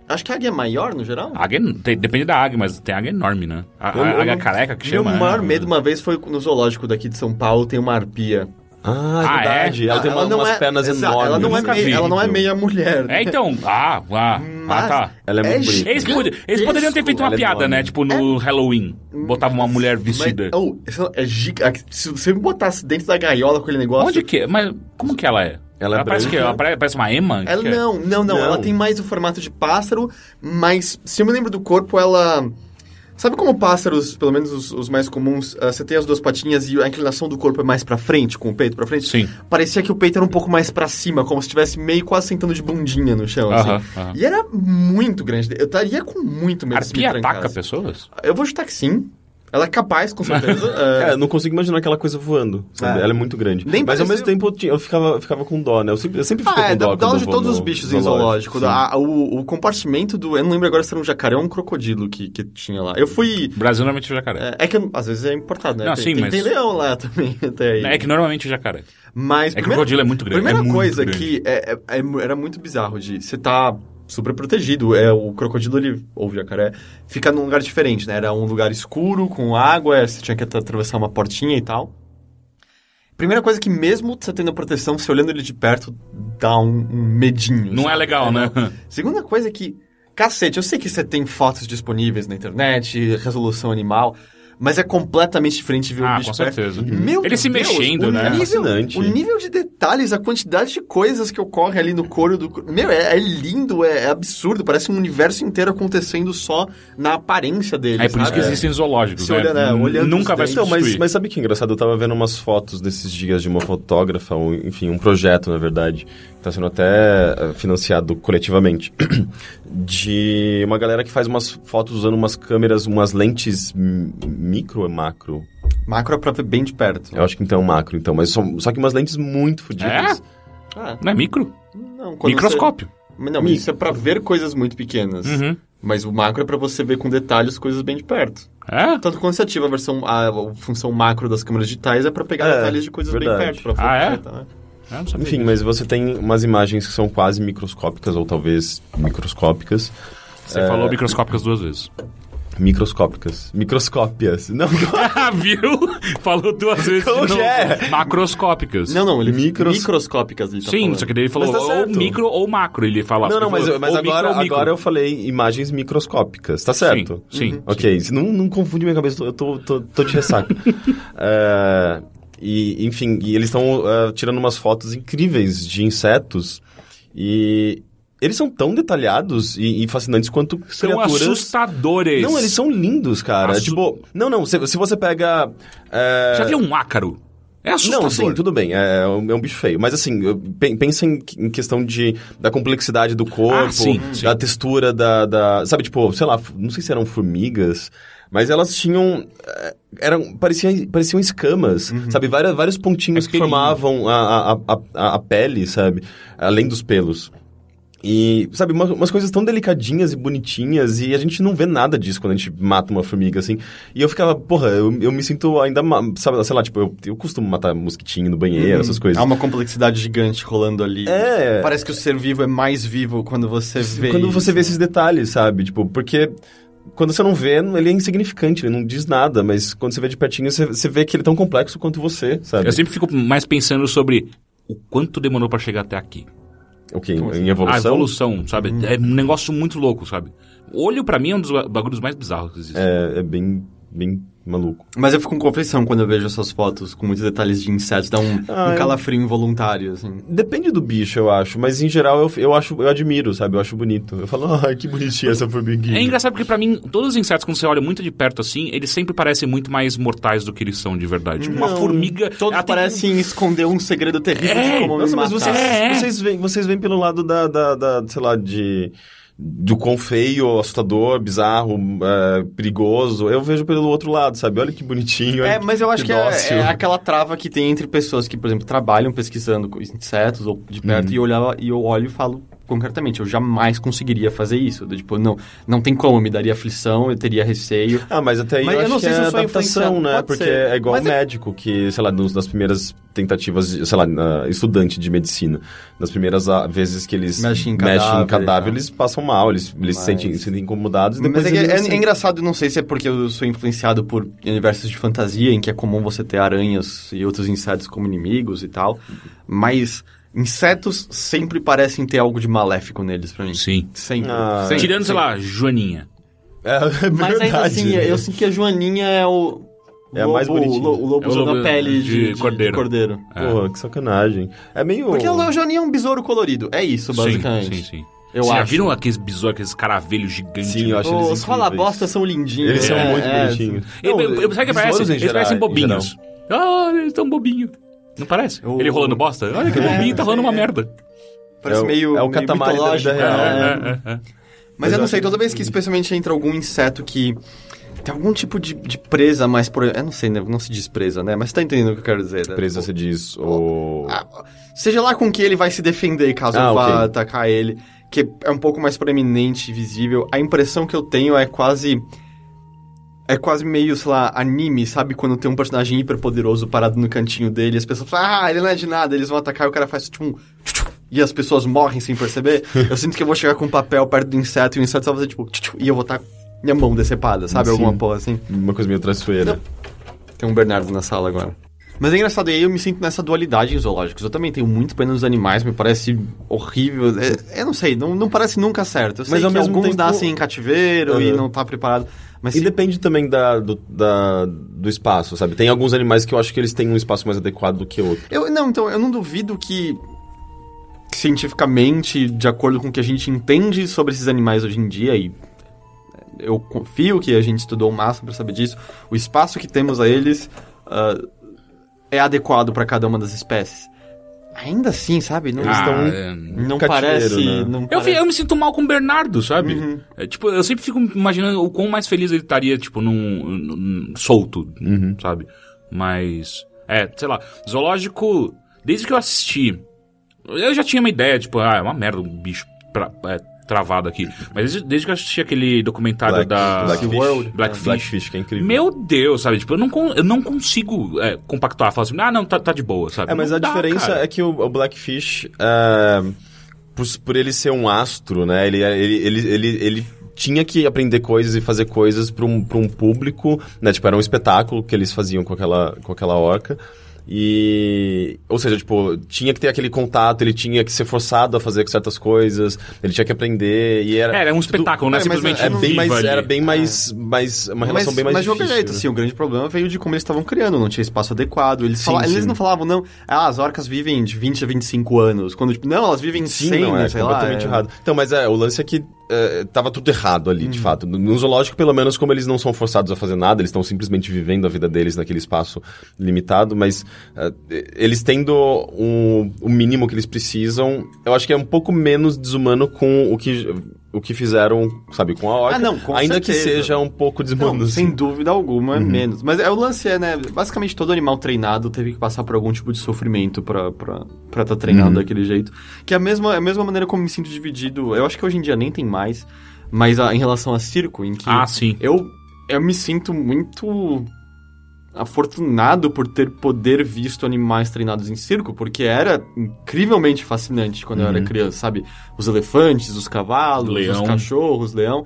Acho que a Águia é maior, no geral? A águia, é- tem- depende da águia, mas tem águia enorme, né? A, a- Eu- eu águia não- careca que Meu chama. né? maior medo uma vez foi no zoológico daqui de São Paulo, tem uma arpia. Ah, é Ah, é? verdade. Ela Ah, tem uma- não umas é- pernas Exa- enormes. assim, Ela não, é nunca meia, vi. ela não é meia mulher. né? É, então. Ah, ah, Mas- ah tá. Ela é muito É bonita. Eles, pod- eles Gigantesco, poderiam ter feito uma ela é piada, enorme. né? Tipo, no Halloween. Botava uma mulher vestida. É. Mas, oh, isso é giga... Se você me botasse dentro da gaiola com aquele negócio. Onde que... Mas como que ela é? Ela é parece que branca. ela pare- parece uma ema? Ela Que é? não, não, não, Não. Ela tem mais o formato de pássaro, mas se eu me lembro do corpo, ela. Sabe como pássaros, pelo menos os, os mais comuns, ah, você tem as duas patinhas e a inclinação do corpo é mais pra frente, com o peito pra frente? Sim. Parecia que o peito era um pouco mais pra cima, como se estivesse meio quase sentando de bundinha no chão, assim. Aham, aham. E era muito grande. Eu estaria com muito medo se me Arpia ataca trancasse. pessoas? Eu vou chutar que sim. Ela é capaz, com certeza. É, É, eu não consigo imaginar aquela coisa voando. sabe? É. Ela é muito grande. Nem mas parecia- ao mesmo tempo eu, tinha- eu ficava, eu ficava com dó, né? Eu sempre, eu sempre fico Ah, é, com dó. dá, quando dá eu de vou todos no os bichos ah, em zoológico. Sim. A- a- o, o compartimento do. Eu não lembro agora se era um jacaré ou um crocodilo que, que tinha lá. Eu fui. Brasil normalmente é o jacaré. É, é que às vezes é importado, né? Não, tem, sim, tem, mas- tem leão lá [LAUGHS] também, até aí. É que normalmente é o jacaré. É Mas. que o crocodilo é muito grande. Primeira é muito coisa grande. que é- é- é mu- era muito bizarro de você tá super protegido. É, o crocodilo, ele, ou o jacaré, fica num lugar diferente, é, né? Era um lugar escuro, com água, você tinha que at- atravessar uma portinha e tal. Primeira coisa que mesmo você tendo a proteção, se olhando ele de perto, dá um, um medinho. Não é legal, né? não. Segunda coisa é que, cacete, eu sei que você tem fotos disponíveis na internet, resolução animal, mas é completamente diferente de ver o Ah, bicho com perto. certeza. Meu Ele se Deus, mexendo, o né? É Nível, fascinante. o nível de detalhes, a quantidade de coisas que ocorre ali no couro do. cru- Meu, é, é lindo, é, é absurdo. Parece um universo inteiro acontecendo só na aparência dele. É por isso sabe? que existem zoológicos, Se né? olhando, é, N- olhando Nunca vai os dentes. substituir. Então, mas, mas sabe que é engraçado? Eu tava vendo umas fotos desses dias de uma fotógrafa, um- enfim, um projeto, na verdade, que tá sendo até eh, financiado coletivamente, [CLEARS THROAT] de uma galera que faz umas fotos usando umas câmeras, umas lentes m- micro ou macro? Macro é pra ver bem de perto. Eu acho que então macro, então, mas só, só que umas lentes muito fodidas. Ah, Não é micro? não, quando Microscópio. Você... Não, isso é pra ver coisas muito pequenas. Uhum. Mas o macro é pra você ver com detalhes coisas bem de perto. É? Tanto quando você ativa a versão a, a função macro das câmeras digitais é pra pegar É, detalhes de coisas verdade. bem perto pra Ah, é? foto, né? Eu não sabia. Enfim, mas você tem umas imagens que são quase microscópicas, ou talvez microscópicas. Você falou microscópicas duas vezes. [LAUGHS] Microscópicas. Microscópias. Não, Ah, viu? Falou duas vezes. Como de que novo. é? Macroscópicas. Não, não, ele Micros- microscópicas ele tá Sim, falando. só que daí ele falou Mas tá ou certo. micro ou macro. Ele fala Não, ele não, mas, falou, mas ou micro agora, ou micro. agora eu falei imagens microscópicas, tá certo? Sim, sim. Ok, se não, não confunde minha cabeça, eu tô, tô, tô [LAUGHS] de ressaca. É, e, enfim, e eles estão é, tirando umas fotos incríveis de insetos e eles são tão detalhados e, e fascinantes quanto São criaturas... assustadores. Não, eles são lindos, cara. Assu- Tipo, não, não, se, se você pega... é, Já viu um ácaro? É assustador. não, sim, tudo bem. É, é um é um bicho feio. Mas assim, eu pe- pensa em, que- em questão de, da complexidade do corpo, Ah, sim, da textura da, da- Sabe, tipo, sei lá, f- não sei se eram formigas, mas elas tinham. eh, Eram, pareciam, pareciam escamas, sabe? Várias, vários pontinhos Uhum. É que pelinho. formavam a, a, a, a- a pele, sabe? Além dos pelos. E, sabe, uma- umas coisas tão delicadinhas e bonitinhas, e a gente não vê nada disso quando a gente mata uma formiga, assim. E eu ficava, porra, eu, eu me sinto ainda, ma- sabe, sei lá, tipo, eu, eu costumo matar mosquitinho no banheiro, essas coisas. Há uma complexidade gigante rolando ali. É. Parece que o ser vivo é mais vivo quando você vê Quando você isso. vê esses detalhes, sabe? Tipo, porque quando você não vê, ele é insignificante, ele não diz nada, mas quando você vê de pertinho, você, você vê que ele é tão complexo quanto você, sabe? Eu sempre fico mais pensando sobre o quanto demorou pra chegar até aqui. O quê? Em, em evolução? A Hum. evolução, sabe? É um negócio muito louco, sabe? Olho pra mim é um dos bagulhos mais bizarros que existe. É, é bem, bem maluco. Mas eu fico com conflição quando eu vejo essas fotos com muitos detalhes de insetos. Dá um, Ah, um eu- calafrio involuntário, assim. Depende do bicho, eu acho, mas em geral eu, eu acho, eu admiro, sabe? Eu acho bonito. Eu falo, [LAUGHS] ai, que bonitinha essa formiguinha. É engraçado porque pra mim, todos os insetos, quando você olha muito de perto assim, eles sempre parecem muito mais mortais do que eles são de verdade. Tipo, uma Não. formiga. Todos ela tem- parecem esconder um segredo terrível É, de como me Nossa, mas matar. vocês, É, é. vocês, vêm, vocês vêm pelo lado da, da, da, sei lá, de... Do quão feio, assustador, bizarro, é, perigoso. Eu vejo pelo outro lado, sabe? Olha que bonitinho. É, olha mas eu acho que é, dócil. é aquela trava que tem entre pessoas que, por exemplo, trabalham pesquisando com insetos ou de perto Uhum. e, eu olhava, e eu olho e falo concretamente, eu jamais conseguiria fazer isso. Do Tipo, não, não tem como, me daria aflição, eu teria receio. Ah, mas até aí Mas eu eu acho não que sei é se eu sou adaptação, influenciado. né? Pode Porque ser. é igual Mas um é- médico que, sei lá, nos- nas primeiras tentativas, de- sei lá, na- estudante de medicina, nas primeiras ah, vezes que eles Mexe em mexem em cadáver, cadável, tá. eles passam mal, eles, eles se Mas- sentem, se sentem incomodados e depois Mas é, que eles assim, é- é aceitam. engraçado, não sei se é porque eu sou influenciado por universos de fantasia, em que é comum você ter aranhas e outros insetos como inimigos e tal, mas insetos sempre parecem ter algo de maléfico neles pra mim. Sim. Sempre. Ah. sempre, Tirando, sei sempre. lá, Joaninha. É, [LAUGHS] é Mas ainda verdade, assim, né? eu sinto que a Joaninha é o. É a mais lobo- bonitinha. O lobo É o usando lobo a de pele de, de- de cordeiro. cordeiro. Pô, que sacanagem. É meio... Porque a Joaninha é um besouro colorido. É isso, basicamente. Sim, sim, sim. Eu Vocês já um acho. viram aqueles besouros, aqueles caravelhos gigantes? né? Sim, eu acho eles Os incríveis. rola-bosta são lindinhos. Eles são é, muito é. bonitinhos. Ele- Não, ele- sabe o que os parece? louros em Eles geral- parecem em bobinhos. geral. Ah, eles tão bobinhos. Não parece? O- Ele rolando bosta? Olha que É, bobinho, tá rolando uma é. merda. Parece É o- meio. é o meio Katamari da vida mitológico, real, né? né? é, é. Mas eu não Exato. sei, toda vez que especialmente entra algum inseto que tem algum tipo de, de presa mais por. Eu não sei, né? não se diz presa, né? Mas tá entendendo o que eu quero dizer, né? Presa, você diz, o... Ah, seja lá com que ele vai se defender caso Ah, eu vá ok. atacar ele, que é um pouco mais proeminente e visível. A impressão que eu tenho é quase é quase meio, sei lá, anime, sabe? Quando tem um personagem hiperpoderoso parado no cantinho dele, as pessoas falam: "Ah, ele não é de nada, eles vão atacar", e o cara faz tipo um [LAUGHS] tchutchu, e as pessoas morrem sem perceber. eu sinto que eu vou chegar com um papel perto do inseto e o inseto só vai fazer tipo [LAUGHS] tchutchu, e eu vou estar com minha mão decepada, sabe? Sim. Alguma porra assim. Uma coisa meio traiçoeira. Tem um Bernardo na sala agora. Mas é engraçado, aí eu me sinto nessa dualidade em zoológicos. Eu também tenho muito pena dos animais, me parece horrível. É, eu não sei, não, não parece nunca certo. Eu sei Mas, que ao mesmo alguns tempo- nascem em cativeiro e Uhum. não tá preparado. Mas E se- depende também da, do, da- do espaço, sabe? Tem alguns animais que eu acho que eles têm um espaço mais adequado do que outro. Eu, não, então, eu não duvido que cientificamente, de acordo com o que a gente entende sobre esses animais hoje em dia, e eu confio que a gente estudou o máximo para saber disso, o espaço que temos a eles ah, é adequado para cada uma das espécies. Ainda assim, sabe? Não, Eles Ah, estão- é. não cativeiro, parece... né? Não Eu, parece. vi- eu me sinto mal com o Bernardo, sabe? Uhum. É, tipo, eu sempre fico imaginando o quão mais feliz ele estaria, tipo, num, num- num- solto, Uhum. sabe? Mas, é, sei lá, zoológico, desde que eu assisti, eu já tinha uma ideia, tipo, ah, é uma merda um bicho pra- é, travado aqui. Mas desde, desde que eu assisti aquele documentário Black- da... Blackfish. SeaWorld. Blackfish. Blackfish, que é incrível. Meu Deus, sabe? Tipo, eu não, con- eu não consigo é, compactuar, falar assim, ah, não, tá, tá de boa, sabe? É, mas Não a dá, diferença cara. é que o, o Blackfish, é, por, por ele ser um astro, né? Ele, ele, ele, ele, ele tinha que aprender coisas e fazer coisas para um, pra um público, né? Tipo, era um espetáculo que eles faziam com aquela, com aquela orca. E. Ou seja, tipo, tinha que ter aquele contato, ele tinha que ser forçado a fazer certas coisas, ele tinha que aprender. E era. É, era um espetáculo, não é É, mas simplesmente É não bem viva mais, ali. era bem mais, mais. Uma relação mas, bem mais mas de difícil. qualquer jeito, né? assim, o grande problema veio de como eles estavam criando, não tinha espaço adequado. Eles, Sim, fala- eles sim. não falavam, não, ah, as orcas vivem de 20 a 25 anos. Quando, tipo, não, elas vivem Sim, 100, não, é sei lá. completamente é- errado. Então, mas é, o lance é que é, tava tudo errado ali, de Uhum. fato. No- No zoológico, pelo menos, como eles não são forçados a fazer nada, eles estão simplesmente vivendo a vida deles naquele espaço limitado, mas é, eles tendo um, o, o mínimo que eles precisam, eu acho que é um pouco menos desumano com o que, o que fizeram, sabe, com a orca. Ah, não, com ainda que certeza. seja um pouco desumano. Não, assim. sem dúvida alguma, menos. Mas é o lance é, né? Basicamente todo animal treinado teve que passar por algum tipo de sofrimento pra pra estar tá treinado Uhum. daquele jeito. Que é a mesma, é a mesma maneira como me sinto dividido. Eu acho que hoje em dia nem tem mais, mas ah, em relação a circo, em que Ah, sim. eu, eu me sinto muito afortunado por ter poder visto animais treinados em circo, porque era incrivelmente fascinante quando eu era criança, sabe? Os elefantes, os cavalos, Uhum. Leão. os cachorros, leão.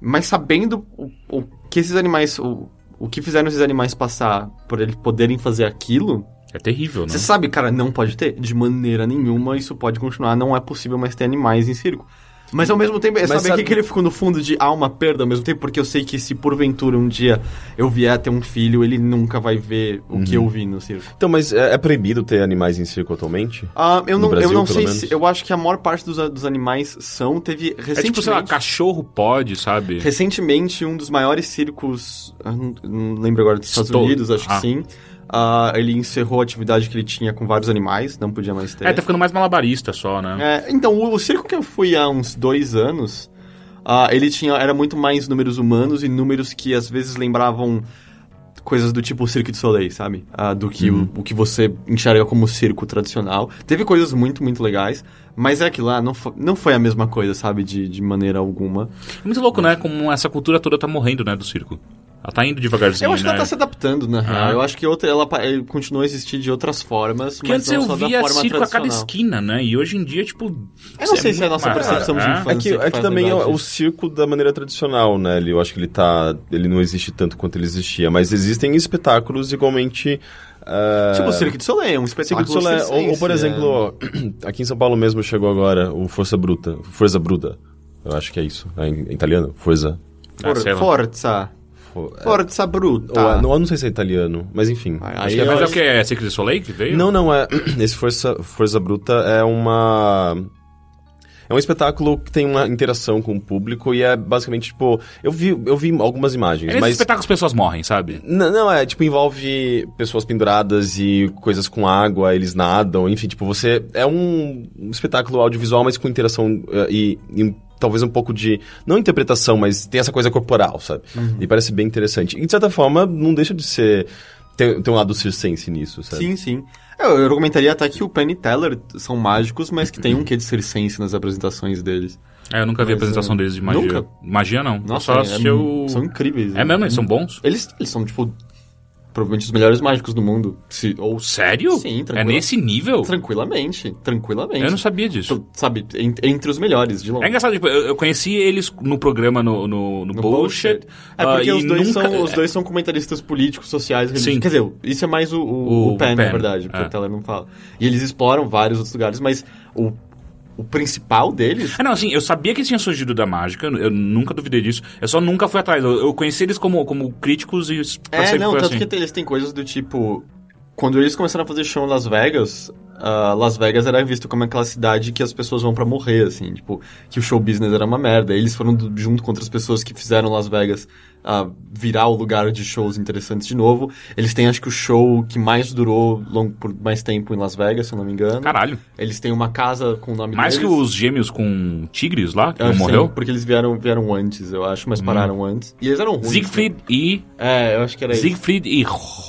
Mas sabendo o, o que esses animais. O, o que fizeram esses animais passar por eles poderem fazer aquilo, É terrível, né? você sabe, cara, não pode ter. De maneira nenhuma, isso pode continuar, não é possível mais ter animais em circo. Mas ao mesmo tempo, é Mas saber sabe- que, que ele ficou no fundo de há uma perda ao mesmo tempo, porque eu sei que se porventura um dia eu vier a ter um filho, ele nunca vai ver o que eu vi no circo. Então, mas é, é proibido ter animais em circo atualmente? Ah, eu No não, Brasil, eu não pelo sei menos. se. Eu acho que a maior parte dos, dos animais são. Teve recentemente. É tipo, sei lá, cachorro pode, sabe? Recentemente, um dos maiores circos, eu não, não lembro agora dos Estados Estou- Unidos, acho Ah. que sim. ah, ele encerrou a atividade que ele tinha com vários animais, não podia mais ter. É, tá ficando mais malabarista só, né? É, então, o, o circo que eu fui há uns dois anos, ah, ele tinha era muito mais números humanos e números que às vezes lembravam coisas do tipo circo de Soleil, sabe? Ah, do que Uhum. o, o que você enxerga como circo tradicional. Teve coisas muito, muito legais, mas é aquilo lá, não, fo- não foi a mesma coisa, sabe? De, de maneira alguma. É Muito louco, né? Como essa cultura toda tá morrendo, né, do circo. Ela tá indo devagarzinho, eu acho que né? ela tá se adaptando, Ah. na real. Eu acho que outra, ela pa- eh, continua a existir de outras formas, Porque mas antes não eu só da via forma circo a cada tradicional. esquina, né? E hoje em dia, tipo... Eu não sei se é a nossa muito mais- percepção de É? infância. É que, que é que faz também é lembrar o disso. circo da maneira tradicional, né? Ele, eu acho que ele tá. Ele não existe tanto quanto ele existia, mas existem espetáculos igualmente. ah, Tipo, o Cirque de Soleil, é um Cirque espetáculo du Soleil, ou, ou, por circense, é. exemplo, [CLEARS THROAT] aqui em São Paulo mesmo chegou agora o Força Bruta. Força Bruta. Eu acho que é isso. É em, em italiano? Forza. Ah, For- sei lá. Forza. For- é, Forza bruta. ou é- não, eu não sei se é italiano, mas enfim. Tá. Aí- acho aí que é eu Mas é o acho- que? É Cirque du Soleil que veio? Não, não, é. [CLEARS THROAT] Esse Força, Força Bruta é uma. É um espetáculo que tem uma interação com o público e é basicamente, tipo. Eu vi, eu vi algumas É imagens, nesses mas. espetáculos que as pessoas morrem, sabe? Não, não, é, tipo, envolve pessoas penduradas e coisas com água, eles nadam, enfim, tipo, você. É um espetáculo audiovisual, mas com interação eh, e, e talvez um pouco de. Não interpretação, mas tem essa coisa corporal, sabe? E parece bem interessante. E de certa forma, não deixa de ser. Tem, tem um lado circense nisso, sabe? Sim, sim. É, Eu, eu argumentaria até que o Penn e Teller são mágicos, mas que tem um quê de circense nas apresentações deles. É, eu nunca vi a Mas, apresentação é, deles de magia. nunca? Magia não. Nossa, só é- se eu... são incríveis. né? É mesmo? Eles são bons? Eles, eles são, tipo, provavelmente os melhores mágicos do mundo. Se, ou Sério? Sim, É tranquila- nesse nível? Tranquilamente, tranquilamente. Eu não sabia disso. Tu- Sabe, en- entre os melhores, de longe. É engraçado, tipo, eu eu conheci eles no programa no, no, no No Bullshit. É porque ah, e os, dois nunca- são, os dois são comentaristas políticos, sociais, religiosos. Sim. Quer dizer, isso é mais o, O- o, o o Penn, Penn, na verdade, porque é. o Teller não fala. E eles exploram vários outros lugares, mas o, o principal deles Ah, não, assim, eu sabia que eles tinham surgido da mágica, eu eu nunca duvidei disso. Eu só nunca fui atrás. Eu, eu conheci eles como, como críticos e isso pra É, sempre não, foi tanto assim. que tem- eles têm coisas do tipo. Quando eles começaram a fazer show em Las Vegas, ah, Las Vegas era visto como aquela cidade que as pessoas vão pra morrer, assim, tipo, que o show business era uma merda. Eles foram do- junto com outras pessoas que fizeram Las Vegas ah, virar o lugar de shows interessantes de novo. Eles têm, acho que, o show que mais durou long- por mais tempo em Las Vegas, se eu não me engano. Caralho. Eles têm uma casa com o nome Mais que deles. os gêmeos com tigres lá, que Eu não acho que Ah, sim, morreu. Hum. porque eles vieram, vieram antes, eu acho, mas pararam antes. E eles eram ruins. né? Siegfried e. É, eu acho que era isso. Siegfried e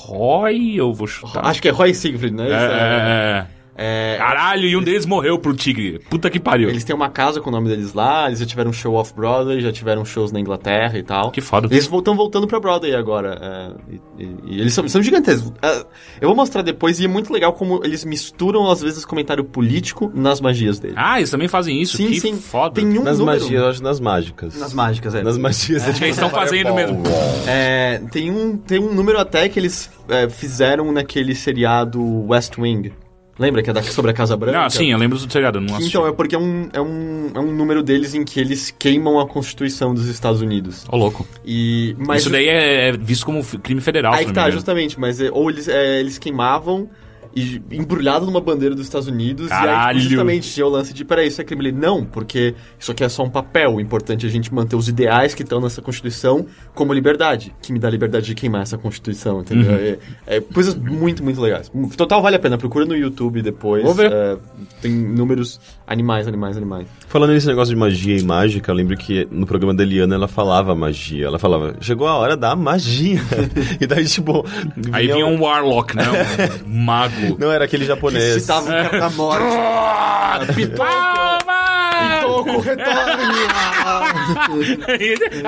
Roy, eu vou chutar. Acho que é Roy Siegfried, né? É, Isso é, é. É, Caralho, e um deles morreu pro tigre. Puta que pariu. eles têm uma casa com o nome deles lá, eles já tiveram um show off-Broadway, já tiveram shows na Inglaterra e tal. Que foda. Eles estão voltando pra Broadway agora. é, e, e- e eles são, são gigantescos. É, eu vou mostrar depois e é muito legal como eles misturam, às vezes, comentário político nas magias deles. Ah, eles também fazem isso? Sim, que sim. foda. Tem um Nas número... magias, eu acho nas mágicas. Nas mágicas, é. Nas magias. É. tipo Eles estão fazendo mesmo. É, tem, um, tem um número até que eles é, fizeram naquele seriado West Wing. Lembra que é da, sobre a Casa Branca? Não, Ah, sim, eu lembro do seriado, eu não Que, assisti. Então, é porque é um, é, um, é um número deles em que eles queimam a Constituição dos Estados Unidos. Ô, louco. E, mas Isso daí é é visto como f- crime federal, se Aí que não me tá, engano. justamente, mas é, ou eles, é, eles queimavam e embrulhado numa bandeira dos Estados Unidos e aí Caralho. tipo, justamente tinha o lance de, peraí, isso é crime. Ele, não, porque isso aqui é só um papel, o importante é a gente manter os ideais que estão nessa Constituição como liberdade, que me dá liberdade de queimar essa Constituição, Uhum. entendeu? É, é coisas muito, muito legais. Hum, Total vale a pena, procura no YouTube depois. Vou ver. é, tem números animais, animais, animais. Falando nesse negócio de magia e mágica, eu lembro que no programa da Eliana ela falava magia. Ela falava, chegou a hora da magia. [LAUGHS] e daí, tipo. Aí vinha vinha um Warlock, [LAUGHS] né? Um mago. Não, era aquele japonês. Citava o um cara da morte. Ah, Palma! Toco, retorne!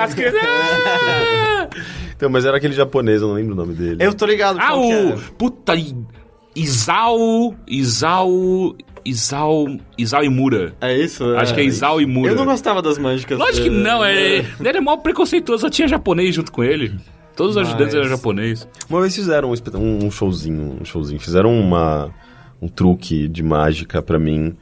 [LAUGHS] As crianças... [LAUGHS] Então, mas era aquele japonês, eu não lembro o nome dele. Eu tô ligado. Ah, qual que é. o... Puta... I- Isao... Isao... Isao... Isao Imura. É isso? Acho que é Isao Imura. Eu não gostava das mágicas. Lógico que não, é... ele era mó preconceituoso, só tinha japonês junto com ele. Todos os ajudantes Mas- eram japonês. Uma vez fizeram um, espet- um um showzinho, um showzinho. Fizeram uma, um truque de mágica pra mim.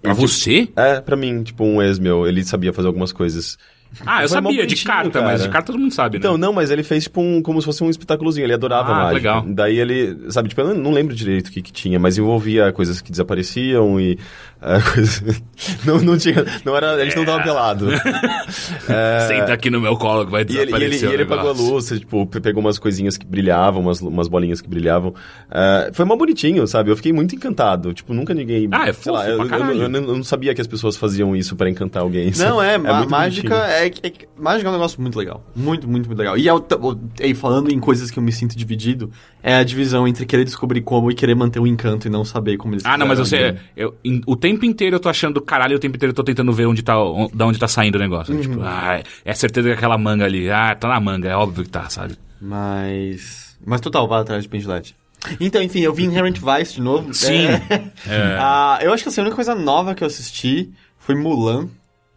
Pra você? É, pra mim, tipo, um ex meu, ele sabia fazer algumas coisas. Ah, eu Foi mó sabia, de bonitinho, carta, mas cara. de carta todo mundo sabe, né? Então, não, mas ele fez, tipo, um, como se fosse um espetáculozinho. Ele adorava Ah, mágica. legal. Daí ele, sabe, tipo, eu não- não lembro direito o que, que tinha, mas envolvia coisas que desapareciam e ah, [LAUGHS] coisas... Não, não tinha... Não era... A gente não É. tava pelado. Senta aqui no meu colo que vai né, E ele, e ele, desaparecer e ele o negócio. apagou a luz, tipo, pe- pegou umas coisinhas que brilhavam, umas, umas bolinhas que brilhavam. Ah, foi mó bonitinho, sabe? Eu fiquei muito encantado. Tipo, nunca ninguém. Ah, é sei fofo lá, eu, pra eu- caralho. eu não- eu não sabia que as pessoas faziam isso pra encantar alguém. sabe? Não, é, ma- muito mágica, bonitinho. é, é- mágica é um negócio muito legal. Muito, muito, muito legal. E é o t- o- e falando em coisas que eu me sinto dividido, é a divisão entre querer descobrir como e querer manter o encanto e não saber como eles Ah, não, mas eu sei. fizeram. Eu, em- o tempo inteiro eu tô achando do caralho, o tempo inteiro eu tô tentando ver onde tá, on- da onde tá saindo o Uhum. negócio. Tipo, ah, é certeza que é aquela manga ali. Ah, tá na manga, é óbvio que tá, sabe? Mas. Mas total, vá atrás de Pendulete. Então, enfim, eu vi Inherent Vice de novo. Sim. É. Ah, eu acho que assim, a única coisa nova que eu assisti foi Mulan.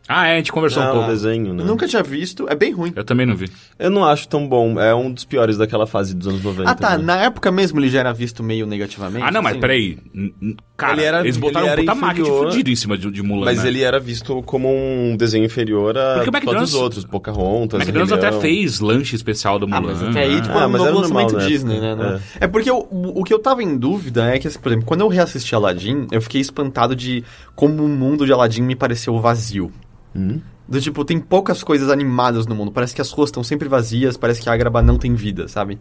Ah, é, a gente conversou Não, um pouco. desenho, né? Eu nunca tinha visto, é bem ruim. Eu também não vi. Eu não acho tão bom. É um dos piores daquela fase dos anos 90. Ah tá, né? na época mesmo ele já era visto meio negativamente. Ah, não, mas assim? peraí. N- n- Cara, Ele era- eles botaram um ele era puta máquina de inferior. fudido em cima de, de Mulan. Mas né? ele é- era visto como um desenho inferior a Porque o todos McDonald's- os outros. Pocahontas, McDonald's até Rei Leão. fez lanche especial do Ah, Mulan. mas até aí, né? tipo, Ah, era um mas novo era normal lançamento na época, Disney, né? não é? é. É porque eu- o, o que eu tava em dúvida é que, por exemplo, quando eu reassisti Aladdin, eu fiquei espantado de como o mundo de Aladdin me pareceu vazio. Hum? Do tipo, tem poucas coisas animadas no mundo. Parece que as ruas estão sempre vazias, parece que a Agraba não tem vida, sabe?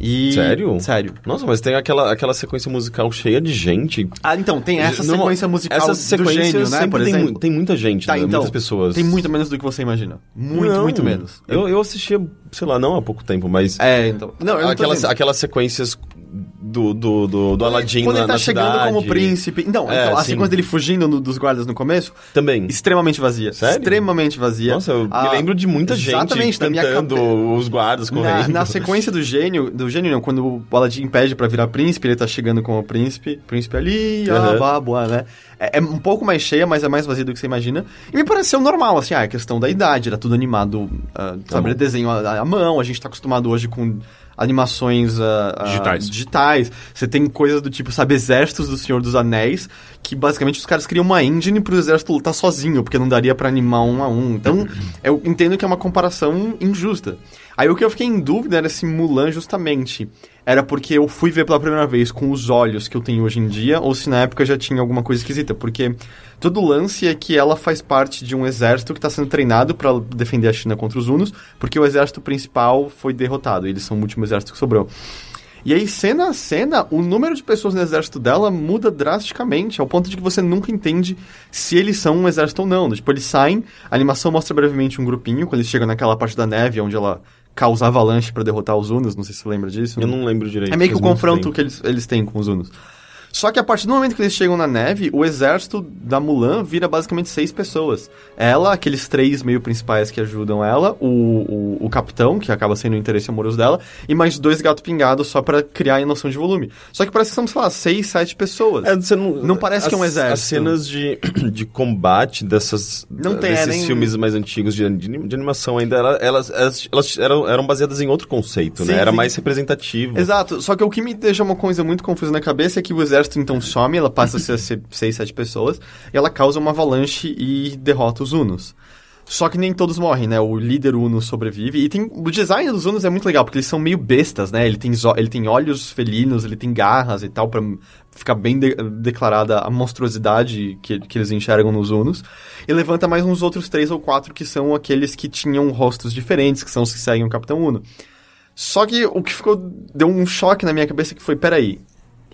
E... Sério? Sério. Nossa, mas tem aquela, aquela sequência musical cheia de gente. Ah, então, tem essa Não, sequência musical Essas sequências do gênio, né? sempre Por tem mu- exemplo. Tem, muita gente, Tá, né? então, muitas pessoas. Tem muito menos do que você imagina. Muito, Não, muito menos. Eu, eu assistia, sei lá, não há pouco tempo, mas É, então. Não, eu não tô aquelas, dizendo. aquelas sequências do, do, do, do Aladdin quando na, ele tá na chegando cidade. como príncipe. Não, É, então, a sim. sequência dele fugindo no- dos guardas no começo, Também. extremamente vazia. Sério? Extremamente vazia. Nossa, eu Ah, me lembro de muita gente exatamente, na minha cantando cabe- os guardas Na, correndo. na sequência do gênio, do gênio não, quando o Aladdin pede pra virar príncipe, ele tá chegando como príncipe, príncipe ali, ah, Aham. blá, blá, né? É, é um pouco mais cheia, mas é mais vazia do que você imagina. E me pareceu normal, assim, ah, é questão da idade, era tudo animado, ah, sabe, mão. desenho à, à mão, a gente tá acostumado hoje com animações ah, ah, Digitais. digitais. Você tem coisas do tipo, sabe, exércitos do Senhor dos Anéis, que basicamente os caras criam uma engine pro exército lutar sozinho, porque não daria pra animar um a um. Então, eu entendo que é uma comparação injusta. Aí o que eu fiquei em dúvida era se Mulan justamente era porque eu fui ver pela primeira vez com os olhos que eu tenho hoje em dia, ou se na época já tinha alguma coisa esquisita, porque todo o lance é que ela faz parte de um exército que tá sendo treinado pra defender a China contra os hunos, porque o exército principal foi derrotado, e eles são o último exército que sobrou. E aí, cena a cena, o número de pessoas no exército dela muda drasticamente, ao ponto de que você nunca entende se eles são um exército ou não. Tipo, eles saem, a animação mostra brevemente um grupinho, quando eles chegam naquela parte da neve, onde ela causa avalanche pra derrotar os Unos, não sei se você lembra disso. Eu não lembro direito. É meio que o faz muito confronto tempo. que eles, eles têm com os Unos. Só que a partir do momento que eles chegam na neve, o exército da Mulan vira basicamente seis pessoas. Ela, aqueles três meio principais que ajudam ela, o, o, o capitão, que acaba sendo o interesse amoroso dela, e mais dois gato pingados só pra criar a noção de volume. Só que parece que são, sei lá, seis, sete pessoas. É, você não, Não parece que é um as- exército. As cenas de, [CLEARS THROAT] de combate dessas, Não tem, desses é, nem- filmes mais antigos de, de anim- de animação ainda, ela- elas, elas, elas eram, eram baseadas em outro conceito, Sim, né? Era sim. mais representativo. Exato, só que o que me deixa uma coisa muito confusa na cabeça é que o exército então some, ela passa a ser se- [LAUGHS] seis, sete pessoas, e ela causa uma avalanche e derrota os Hunos. Só que nem todos morrem, né? O líder Uno sobrevive. E tem. O design dos Unos é muito legal, porque eles são meio bestas, né? Ele tem, zo- ele tem olhos felinos, ele tem garras e tal, pra ficar bem de- declarada a monstruosidade que, que eles enxergam nos Unos. E levanta mais uns outros três ou quatro que são aqueles que tinham rostos diferentes, que são os que seguem o Capitão Uno. Só que o que ficou. deu um choque na minha cabeça que foi: peraí,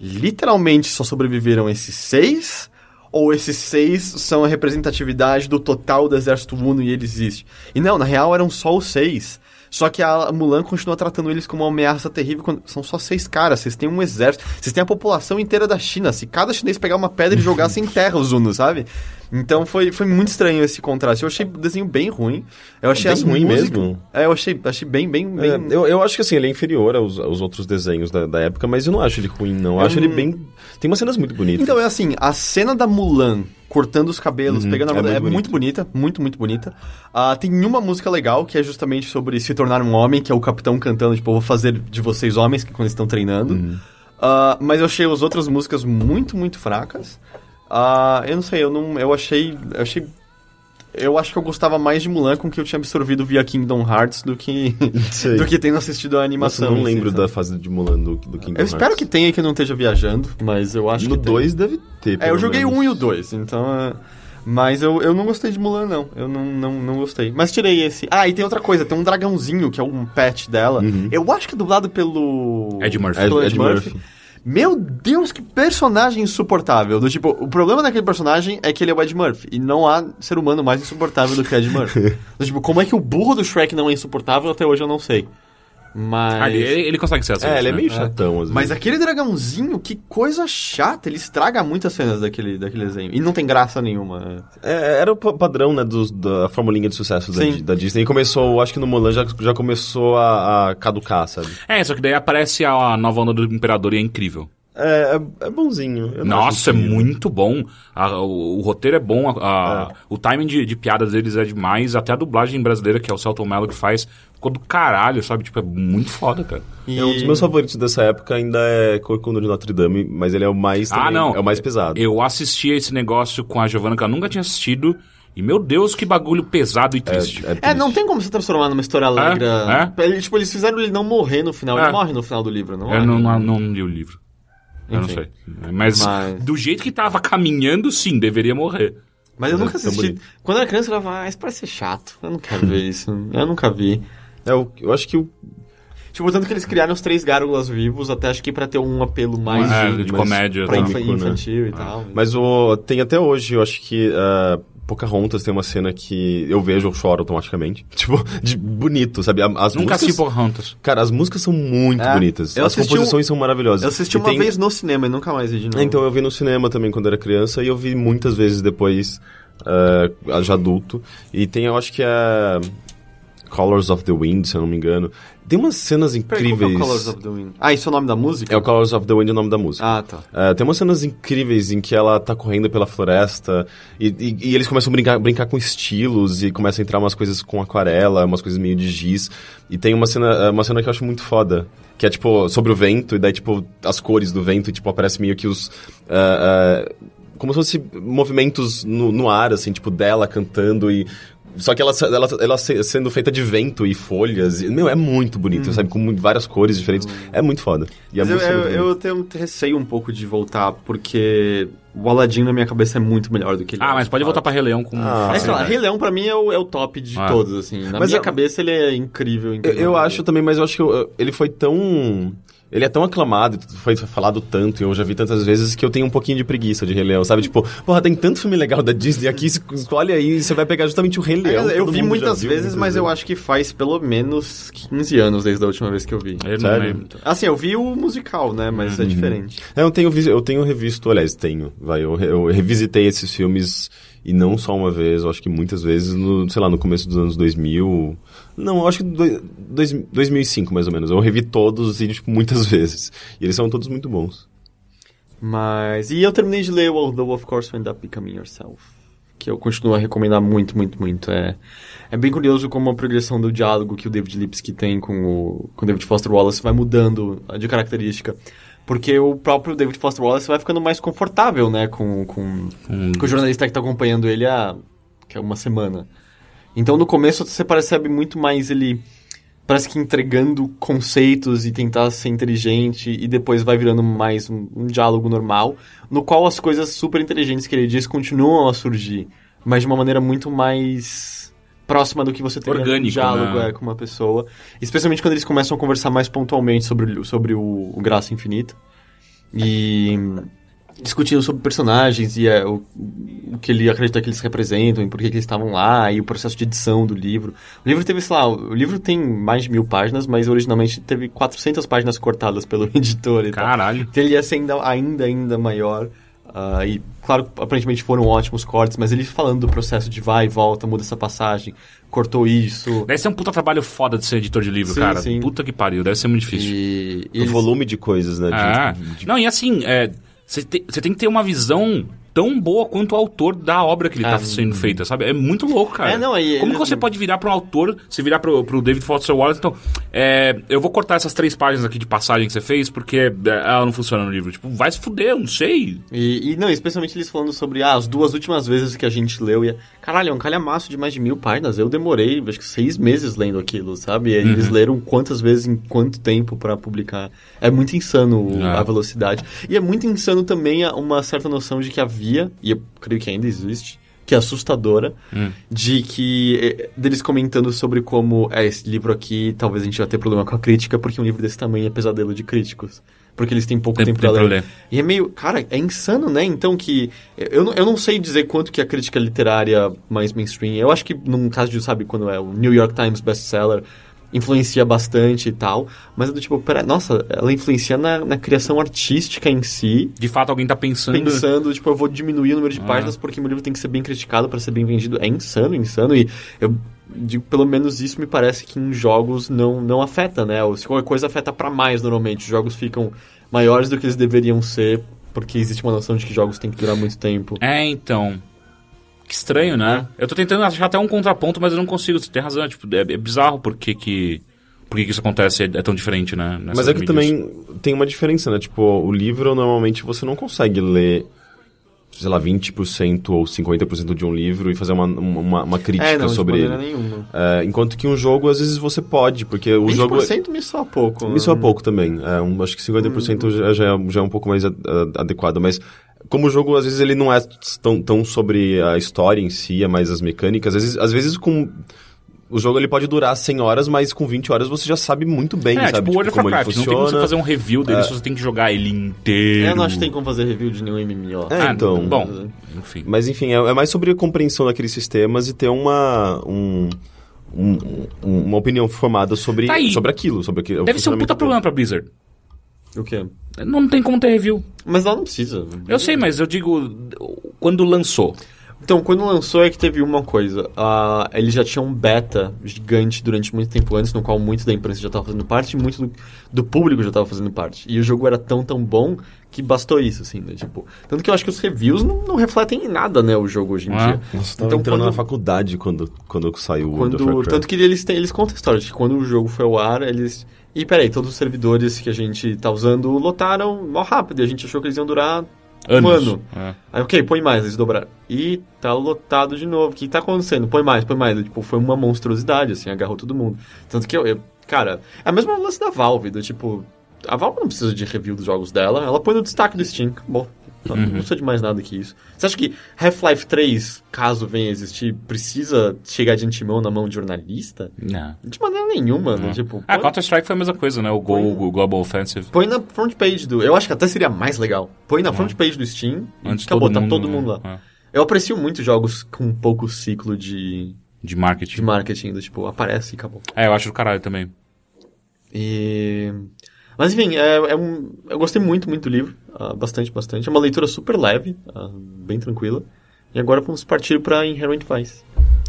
literalmente só sobreviveram esses seis? Ou esses seis são a representatividade do total do Exército Uno e ele existe? E não, na real eram só os seis. Só que a Mulan continua tratando eles como uma ameaça terrível. Quando... São só seis caras, vocês têm um exército, vocês têm a população inteira da China. Se cada chinês pegar uma pedra e jogar, sem terra os Unos, sabe? Então foi, foi muito estranho esse contraste. Eu achei o desenho bem ruim. Eu achei Bem as ruim músicas- mesmo. É, eu achei, achei bem, bem, bem. É, eu, eu acho que assim, ele é inferior aos, aos outros desenhos da, da época, mas eu não acho ele ruim, não. Eu acho ele bem. Tem umas cenas muito bonitas. Então é assim, a cena da Mulan cortando os cabelos, Uhum, pegando a é é, muito, muito bonito. bonita, muito, muito bonita. Ah, tem uma música legal que é justamente sobre se tornar um homem, que é o capitão cantando, tipo, eu vou fazer de vocês homens, que quando eles estão treinando. Uhum. Ah, mas eu achei as outras músicas muito, muito fracas. Ah, eu não sei, eu não. Eu achei. Eu achei. Eu acho que eu gostava mais de Mulan com o que eu tinha absorvido via Kingdom Hearts do [LAUGHS] que. Sei. do que tendo assistido a animação. Nossa, eu não em si, lembro sabe? da fase de Mulan do, do Kingdom Eu espero que tenha e que eu não esteja viajando, mas eu acho No que. tem. 2 deve ter. É, eu pelo joguei menos. um e o dois, então. é, Mas eu, eu não gostei de Mulan, não. Eu não, não, não gostei. Mas tirei esse. Ah, e tem outra coisa, tem um dragãozinho que é um pet dela. Eu acho que é dublado pelo. Ed Murphy. pelo Ed- Ed Ed Murphy. Murphy. Meu Deus, que personagem insuportável. Do tipo, o problema daquele personagem é que ele é o Ed Murphy. E não há ser humano mais insuportável do que o Ed Murphy. do tipo, como é que o burro do Shrek não é insuportável até hoje eu não sei. Mas. Ah, ele, ele consegue ser assim. É, ele é né? meio chatão, às vezes. Mas aquele dragãozinho, que coisa chata. Ele estraga muito as cenas daquele, daquele desenho. E não tem graça nenhuma. É, era o pa- padrão, né, dos- da formulinha de sucesso da, Sim. Di- da Disney. E começou, eu acho que no Mulan já, já começou a, a caducar, sabe? É, só que daí aparece a nova onda do Imperador e é incrível. É, é, é bonzinho. Eu não acho Nossa, é incrível. muito bom. A- o, o roteiro é bom, a- a- o timing de, de piadas deles é demais. Até a dublagem brasileira, que é o Celton Mello que faz, ficou do caralho, sabe? Tipo, é muito foda, cara. E... É um dos meus favoritos dessa época ainda é Corcunda de Notre Dame, mas ele é o mais Ah, também- não. é o mais pesado. Eu assisti esse negócio com a Giovanna, que ela nunca tinha assistido. E, meu Deus, que bagulho pesado e triste. É, não tem como se transformar numa história alegre. É, Ele- tipo, eles fizeram ele não morrer no final. É. Ele morre no final do livro, não é? Eu não, não, não li o livro. Eu não Enfim. sei. Mas, Mas- do jeito que tava caminhando, sim, deveria morrer. Mas eu Mas é nunca tão assisti. bonito. Quando eu era criança, eu falava, ah, isso parece ser chato. Eu não quero ver isso. Eu nunca vi. É, o- eu acho que o Tipo, tanto que eles criaram os três gárgulas vivos, até acho que pra ter um apelo mais É, de mas comédia. pra tá? infa- cômico, né? infantil e tal. Mas o, tem até hoje, eu acho que ah, Pocahontas tem uma cena que eu vejo, eu choro automaticamente. [LAUGHS] Tipo, de bonito, sabe? A- As Nunca assisti músicas, Pocahontas. Cara, as músicas são muito É. bonitas. Eu as assisti composições são maravilhosas. Eu assisti E uma tem- vez no cinema e nunca mais vi de novo. É, Então, eu vi no cinema também quando era criança e eu vi muitas vezes depois, ah, já adulto. E tem, eu acho que é Colors of the Wind, se eu não me engano. Tem umas cenas Peraí, qual que incríveis. é o Colors of the Wind? Ah, isso é o nome da música? É o Colors of the Wind, é o nome da música. Ah, tá. Ah, tem umas cenas incríveis em que ela tá correndo pela floresta e, e- e eles começam a brincar, brincar com estilos e começam a entrar umas coisas com aquarela, umas coisas meio de giz. E tem uma cena, eh, uma cena que eu acho muito foda, que é tipo sobre o vento, e daí tipo as cores do vento, e tipo aparece meio que os. ah, ah, como se fosse movimentos no, no ar, assim, tipo dela cantando e. Só que ela, se- ela, ela se- sendo feita de vento e folhas. e, meu, é muito bonito, sabe? Com mu- várias cores diferentes. É muito foda. E a Uhum. Mas eu, música é eu, muito bonita. eu tenho um receio um pouco de voltar, porque o Aladdin na minha cabeça é muito melhor do que ele Ah, é. mas pode voltar pra Rei Leão com. Ah, É, sei lá, facilidade. Rei Leão pra mim é o, é o top de Ah. todos, assim. Na Mas minha eu- cabeça ele é incrível, Eu, incrível. eu acho também, mas eu acho que eu- eu- ele foi tão. Ele é tão aclamado, foi falado tanto, e eu já vi tantas vezes que eu tenho um pouquinho de preguiça de Rei Leão, sabe? Tipo, porra, tem tanto filme legal da Disney aqui, es- escolhe aí, e você vai pegar justamente o Rei Leão. eu todo vi mundo já muitas viu vezes, muitas mas eu acho que faz pelo menos 15 anos desde a última vez que eu vi. Eu Uhum. não Sério? lembro. Assim, eu vi o musical, né? Mas é diferente. É, Eu tenho, vis- eu tenho revisto, aliás, tenho, vai, eu, re- eu revisitei esses filmes, e não só uma vez, eu acho que muitas vezes, no, sei lá, no começo dos anos 2000, não, eu acho que do, dois, 2005 mais ou menos, eu revi todos e, tipo, muitas [LAUGHS] vezes, e eles são todos muito bons. Mas. E eu terminei de ler o Although Of Course You End Up Becoming Yourself. Que eu continuo a recomendar muito, muito, muito. É, é bem curioso como a progressão do diálogo que o David Lipsky tem com o, com o David Foster Wallace vai mudando de característica. Porque o próprio David Foster Wallace vai ficando mais confortável, né? Com, com, com o jornalista que tá acompanhando ele há que é uma semana. Então no começo você percebe muito mais ele parece que entregando conceitos e tentar ser inteligente e depois vai virando mais um, um diálogo normal, no qual as coisas super inteligentes que ele diz continuam a surgir, mas de uma maneira muito mais próxima do que você teria Orgânico, um diálogo né? é, com uma pessoa, especialmente quando eles começam a conversar mais pontualmente sobre o- sobre o, o Graça Infinita. E discutindo sobre personagens e é, o, o que ele acredita que eles representam e por que, que eles estavam lá e o processo de edição do livro. O livro teve, sei lá, o livro tem mais de mil páginas, mas originalmente teve 400 páginas cortadas pelo [LAUGHS] editor e tal. Caralho. Então ele ia ser ainda, ainda, ainda maior. ah, e, claro, aparentemente foram ótimos cortes, mas ele falando do processo de vai e volta, muda essa passagem, cortou isso. Deve ser um puta trabalho foda de ser editor de livro, Sim, cara. sim. Puta que pariu, deve ser muito difícil. E, e O eles- volume de coisas, né? de- Ah, não, e assim, você tem que ter uma visão tão boa quanto o autor da obra que ele tá Ah, sendo feita, sabe? É muito louco, cara. É, não, e Como eles- que você pode virar para um autor, se virar pro, pro David Foster Wallace, então, é, eu vou cortar essas três páginas aqui de passagem que você fez, porque é, ela não funciona no livro. Tipo, vai se fuder, eu não sei. E, e, não, especialmente eles falando sobre ah, as duas últimas vezes que a gente leu. E, caralho, é um calhamaço de mais de mil páginas. Eu demorei, acho que seis meses lendo aquilo, sabe? E aí Uhum. Eles leram quantas vezes em quanto tempo pra publicar. É muito insano o- É. a velocidade. E é muito insano também a- uma certa noção de que havia, e eu creio que ainda existe, que é assustadora, Hum. de que eh, deles comentando sobre como é esse livro aqui, talvez a gente vai ter problema com a crítica, porque um livro desse tamanho é pesadelo de críticos. Porque eles têm pouco Tem- tempo tem pra pra ler. ler. E é meio. Cara, é insano, né? Então que. Eu, não- eu não sei dizer quanto que a crítica literária mais mainstream. Eu acho que num caso de, sabe, quando é o New York Times bestseller, influencia bastante e tal. Mas é do tipo, pera, nossa, ela influencia na, na criação artística em si. De fato, alguém tá Uhum. pensando. Pensando, tipo, eu vou diminuir o número Ah. de páginas porque meu livro tem que ser bem criticado pra ser bem vendido. É insano, insano. E eu digo, pelo menos isso me parece que em jogos não, não afeta, né? Ou se qualquer coisa afeta pra mais normalmente. Os jogos ficam maiores do que eles deveriam ser porque existe uma noção de que jogos têm que durar muito tempo. É, então. Que estranho, né? Eu tô tentando achar até um contraponto, mas eu não consigo. Você tem razão. Tipo, é, é bizarro porque que. Por que que isso acontece? É, é tão diferente, né? nessas Mas é que mídias. também tem uma diferença, né? Tipo, o livro normalmente você não consegue ler, sei lá, 20% ou 50% de um livro e fazer uma, uma, uma crítica é, não, sobre de ele. maneira nenhuma. É, enquanto que um jogo, às vezes, você pode, porque o 20% jogo. me soa pouco. Tipo, né? Isso é pouco também. É, um, acho que 50% Uhum. já, já, é, já é um pouco mais a- a- adequado, mas como o jogo, às vezes, ele não é tão, tão sobre a história em si, é mais as mecânicas, às vezes, às vezes com o jogo ele pode durar 100 horas, mas com 20 horas você já sabe muito bem, é, sabe? tipo, o World of como ele Warcraft. Não tem como você funciona. fazer um review dele, só você tem que jogar ele inteiro. É, Eu não acho que tem como fazer review de nenhum MMO. É, Ah, então. Bom, enfim. Mas enfim, é, é mais sobre a compreensão daqueles sistemas e ter uma. um- um- um- uma opinião formada sobre, Tá aí. sobre aquilo. Sobre aquilo Deve ser um puta problema pra Blizzard. O quê? Não tem como ter review. Mas ela não precisa. É, Eu sei, mas eu digo quando lançou. Então, quando lançou é que teve uma coisa. Ah, ele já tinha um beta gigante durante muito tempo antes, no qual muito da imprensa já estava fazendo parte, e muito do, do público já estava fazendo parte. E o jogo era tão, tão bom que bastou isso, assim, né? Tipo, tanto que eu acho que os reviews não, não refletem em nada, né, o jogo hoje em Ah. dia. Nossa, eu tava Então, entrando quando- na faculdade quando, quando saiu o World of Quando, Warcraft. tanto que eles, têm, eles contam a história de que quando o jogo foi ao ar, eles... E peraí, todos os servidores que a gente tá usando lotaram mal rápido, e a gente achou que eles iam durar Anos. Mano. É. Aí, ok, põe mais, eles dobraram. E tá lotado de novo. O que tá acontecendo? Põe mais, põe mais. Tipo, foi uma monstruosidade, assim, agarrou todo mundo. Tanto que eu, eu- cara, é a mesma lance da Valve, do tipo, a Valve não precisa de review dos jogos dela, ela põe no destaque do Steam. Bom, não Uhum. não precisa de mais nada que isso. Você acha que Half-Life 3, caso venha a existir, precisa chegar de antemão na mão de jornalista? Não. De maneira nenhuma, né? Não. Tipo, Ah, põe- Counter-Strike foi a mesma coisa, né? O Gol, o Global Offensive. Põe na front page do. Eu acho que até seria mais legal. Põe na front page do Steam e Antes acabou, todo tá mundo, todo mundo lá. é. Eu aprecio muito jogos com pouco ciclo de, De de marketing. marketing, do tipo, aparece e acabou. É, eu acho do caralho também. E. Mas enfim, é, é um, eu gostei muito, muito do livro. ah, bastante, bastante. É uma leitura super leve, ah, bem tranquila. E agora vamos partir pra Inherent Vice.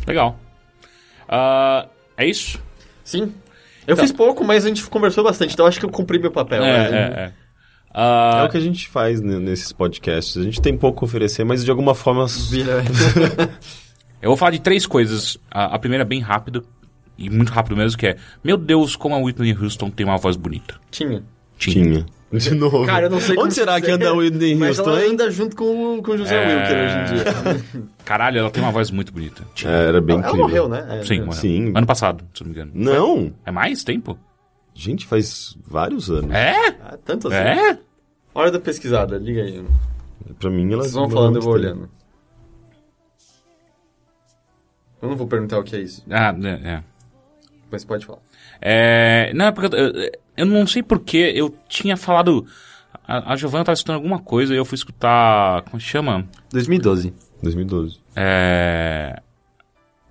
Legal. Ah, é isso? Sim. Eu fiz pouco, mas a gente conversou bastante, então eu acho que eu cumpri meu papel. Tá. É, né? é, é. Ah, É o que a gente faz ne- nesses podcasts. A gente tem pouco a oferecer, mas de alguma forma. Vira- [LAUGHS] Eu vou falar de três coisas. A, a primeira é bem rápido, e muito rápido mesmo, que é... Meu Deus, como a Whitney Houston tem uma voz bonita. Tinha. Tinha. De novo. Cara, eu não sei como Onde será dizer. que anda o Whitney Mas Houston? ela hein? anda junto com o com o José É, Wilker hoje em dia. Caralho, ela tem uma voz muito bonita. Tinha. É, era bem Ela incrível. morreu, né? É, Sim, né? morreu. Sim. Ano passado, se não me engano. Não! É mais tempo? Gente, faz vários anos. É? Ah, tanto assim. É? Hora da pesquisada, liga aí. Pra mim, ela. Vocês vão falando, eu vou olhando. Eu não vou perguntar o que é isso, Ah, é, é. mas pode falar. É, não, é porque eu, eu- eu não sei porquê, eu tinha falado. A, a Giovanna tava escutando alguma coisa e eu fui escutar. Como se chama? 2012. 2012. É,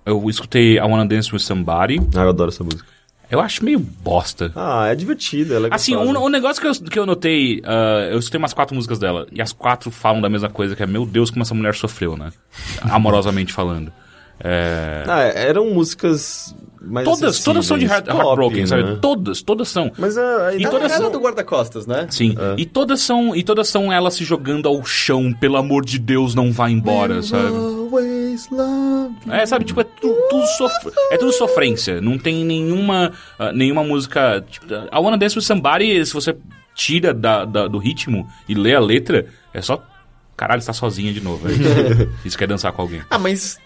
eu escutei I Wanna Dance with Somebody. Ah, eu adoro essa música. Eu acho meio bosta. Ah, é divertida, ela é Assim, gostosa. um, um negócio que eu, que eu notei, ah, eu escutei umas quatro músicas dela, e as quatro falam da mesma coisa, que é, meu Deus, como essa mulher sofreu, né? Amorosamente falando. É, Ah, eram músicas mais todas, todas são de heart, acessíveis, heartbroken, assim, pop, sabe? né? Todas, todas são. Mas ah, tá. é. a, a E todas Ela são- era É do guarda-costas, né? Sim. E todas são e todas são elas se jogando ao chão, pelo amor de Deus, não vá embora, sabe? Always love. É, sabe, tipo, é tu- tudo, sof- é tudo sofrência. Não tem nenhuma, ah, nenhuma música. Tipo, a Wanna Dance with Somebody, se você tira da, da- do ritmo e lê a letra, é só. Caralho, está sozinha de novo. É isso. [LAUGHS] isso quer dançar com alguém. Ah, mas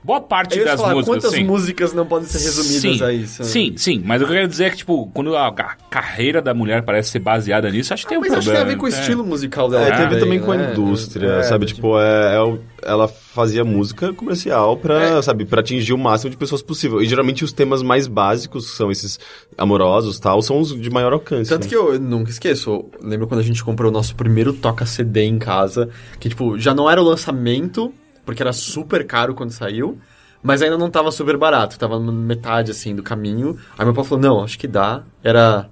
Boa parte eu ia das falar, músicas, quantas sim. músicas não podem ser resumidas sim, a isso? né? Sim, sim. Mas o que eu quero dizer é que, tipo, quando a, a carreira da mulher parece ser baseada nisso, acho que tem um Mas acho que problema. tem a ver com o né? estilo musical dela. É, tem a ver também, também com a né? indústria, É, sabe? do Tipo, é, é o- ela fazia música comercial É. pra, sabe, pra atingir o máximo de pessoas possível. E geralmente os temas mais básicos, que são esses amorosos e tal, são os de maior alcance. né? Tanto que eu, eu nunca esqueço. eu Lembro quando a gente comprou o nosso primeiro toca CD em casa, que tipo, já não era o lançamento, porque era super caro quando saiu, mas ainda não tava super barato, tava na metade assim do caminho. Aí meu pai falou: "Não, acho que dá". Era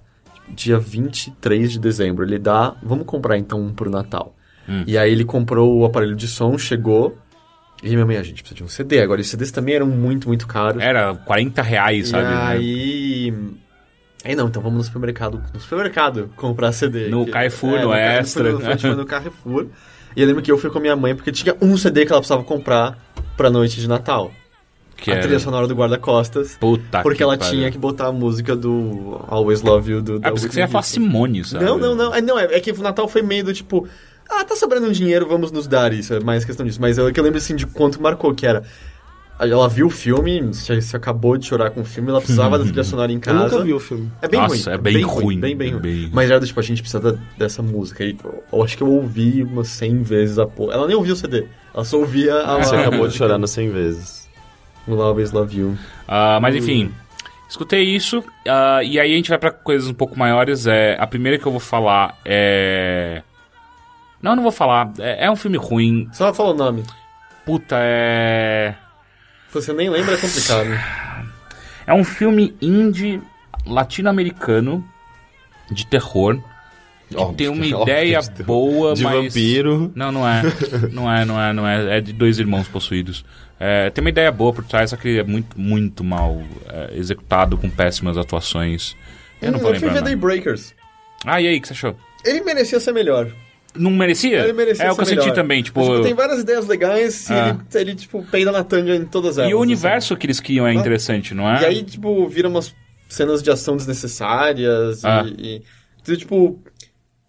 dia 23 de dezembro. Ele dá, vamos comprar então um pro Natal. E aí ele comprou o aparelho de som, chegou, e minha mãe, a gente precisa de um CD. Agora, os CDs também eram muito, muito caros. É. Era 40 reais, sabe? né? E aí. Aí não, então vamos no supermercado. No supermercado comprar CD. No Carrefour, no Carrefour, Extra. É, né? no- a gente foi no Carrefour. E eu lembro que eu fui com a minha mãe porque tinha um CD que ela precisava comprar pra noite de Natal. Que a era- trilha sonora do guarda-costas. Puta Porque que ela pariu. tinha que botar a música do Always Love You do. Ah, pensei que você ia falar Simone, sabe? Não, não, não. É, não, é, é que o Natal foi meio do tipo. Ah, tá sobrando um dinheiro, vamos nos dar isso. É mais questão disso. Mas eu, é que eu lembro assim de quanto marcou que era. Ela viu o filme, se, se acabou de chorar com o filme, ela precisava [LAUGHS] da trilha sonora em eu casa. nunca vi o filme. É bem Nossa, ruim. é bem ruim, Bem, bem é ruim. bem- Mas era do tipo, a gente precisa da- dessa música. E eu, eu acho que eu ouvi umas 100 vezes a porra. Ela nem ouvia o CD. Ela só ouvia a. Você a- acabou de chorar nas 100 vezes. Will Always Love You. Ah, mas enfim, escutei isso. ah, e aí a gente vai pra coisas um pouco maiores. É, a primeira que eu vou falar é. Não, eu não vou falar. É, é um filme ruim. Só fala o nome. Puta, é. Você nem lembra, é complicado. É um filme indie latino-americano de terror. Que Óbvio, tem uma óbvio ideia que de terror. boa, De mas. vampiro. Não, não é. Não é, não é, não é. É de dois irmãos possuídos. É, tem uma ideia boa por trás, só que é muito, muito mal é, executado, com péssimas atuações. Eu não Hum, vou fui lembrar. ver o nome. Daybreakers. Ah, e aí, o que você achou? Ele merecia ser melhor. Não merecia? Ele merecia é o ser que eu senti melhor. também, tipo. Tipo, tem várias ideias legais e Ah. ele, ele, tipo, peida na tanga em todas elas. E o assim. universo que eles criam é interessante, não é? E aí, tipo, vira umas cenas de ação desnecessárias e- Ah. e, e, Tipo,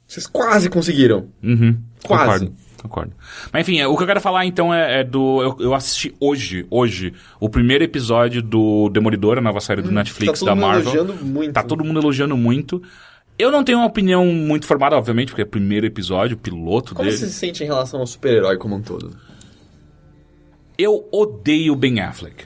vocês quase conseguiram. Uhum. Quase. Concordo. Concordo. Mas enfim, é, o que eu quero falar então é, é do. Eu, eu assisti hoje, hoje, o primeiro episódio do Demolidor, a nova série do Netflix tá todo da mundo Marvel. elogiando né? muito. Tá todo mundo elogiando muito. Eu não tenho uma opinião muito formada, obviamente, porque é o primeiro episódio, o piloto Como dele. você se sente em relação ao super-herói como um todo? Eu odeio o Ben Affleck,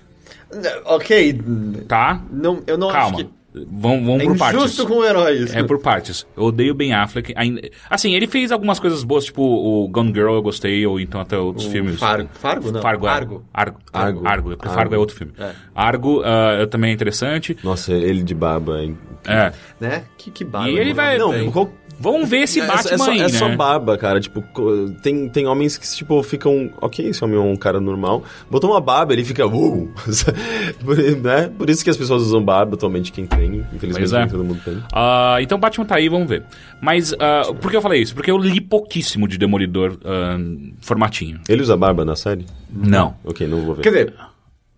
N- Ok, n- tá? não, eu não Calma. acho que... Vamos, vamos É por injusto partes. com heróis. né? É por partes. Eu odeio Ben Affleck. ainda- Assim, ele fez algumas coisas boas, tipo o Gone Girl eu gostei, ou então até outros filmes. Fargo. Fargo, não. Fargo. é- Argo. Argo. Argo. Argo. Argo, é porque Fargo é outro filme. É. Argo ah, eu também é interessante. Nossa, ele de barba, hein? É. Né? Que, que barba. E ele né? vai- É, Não, tem. qual- Vamos ver esse é, Batman é, só, aí, é né? só barba, cara. Tipo, co- tem, tem homens que, tipo, ficam... Ok, esse homem é um cara normal. Botou uma barba, ele fica... Uou! [LAUGHS] Por, né? Por isso que as pessoas usam barba atualmente, quem tem. Pois Infelizmente, é. nem todo mundo tem. Ah, então Batman tá aí, vamos ver. Mas ah, por que eu falei isso? Porque eu li pouquíssimo de Demolidor ah, formatinho. Ele usa barba na série? Não. Ok, não vou ver. Quer dizer,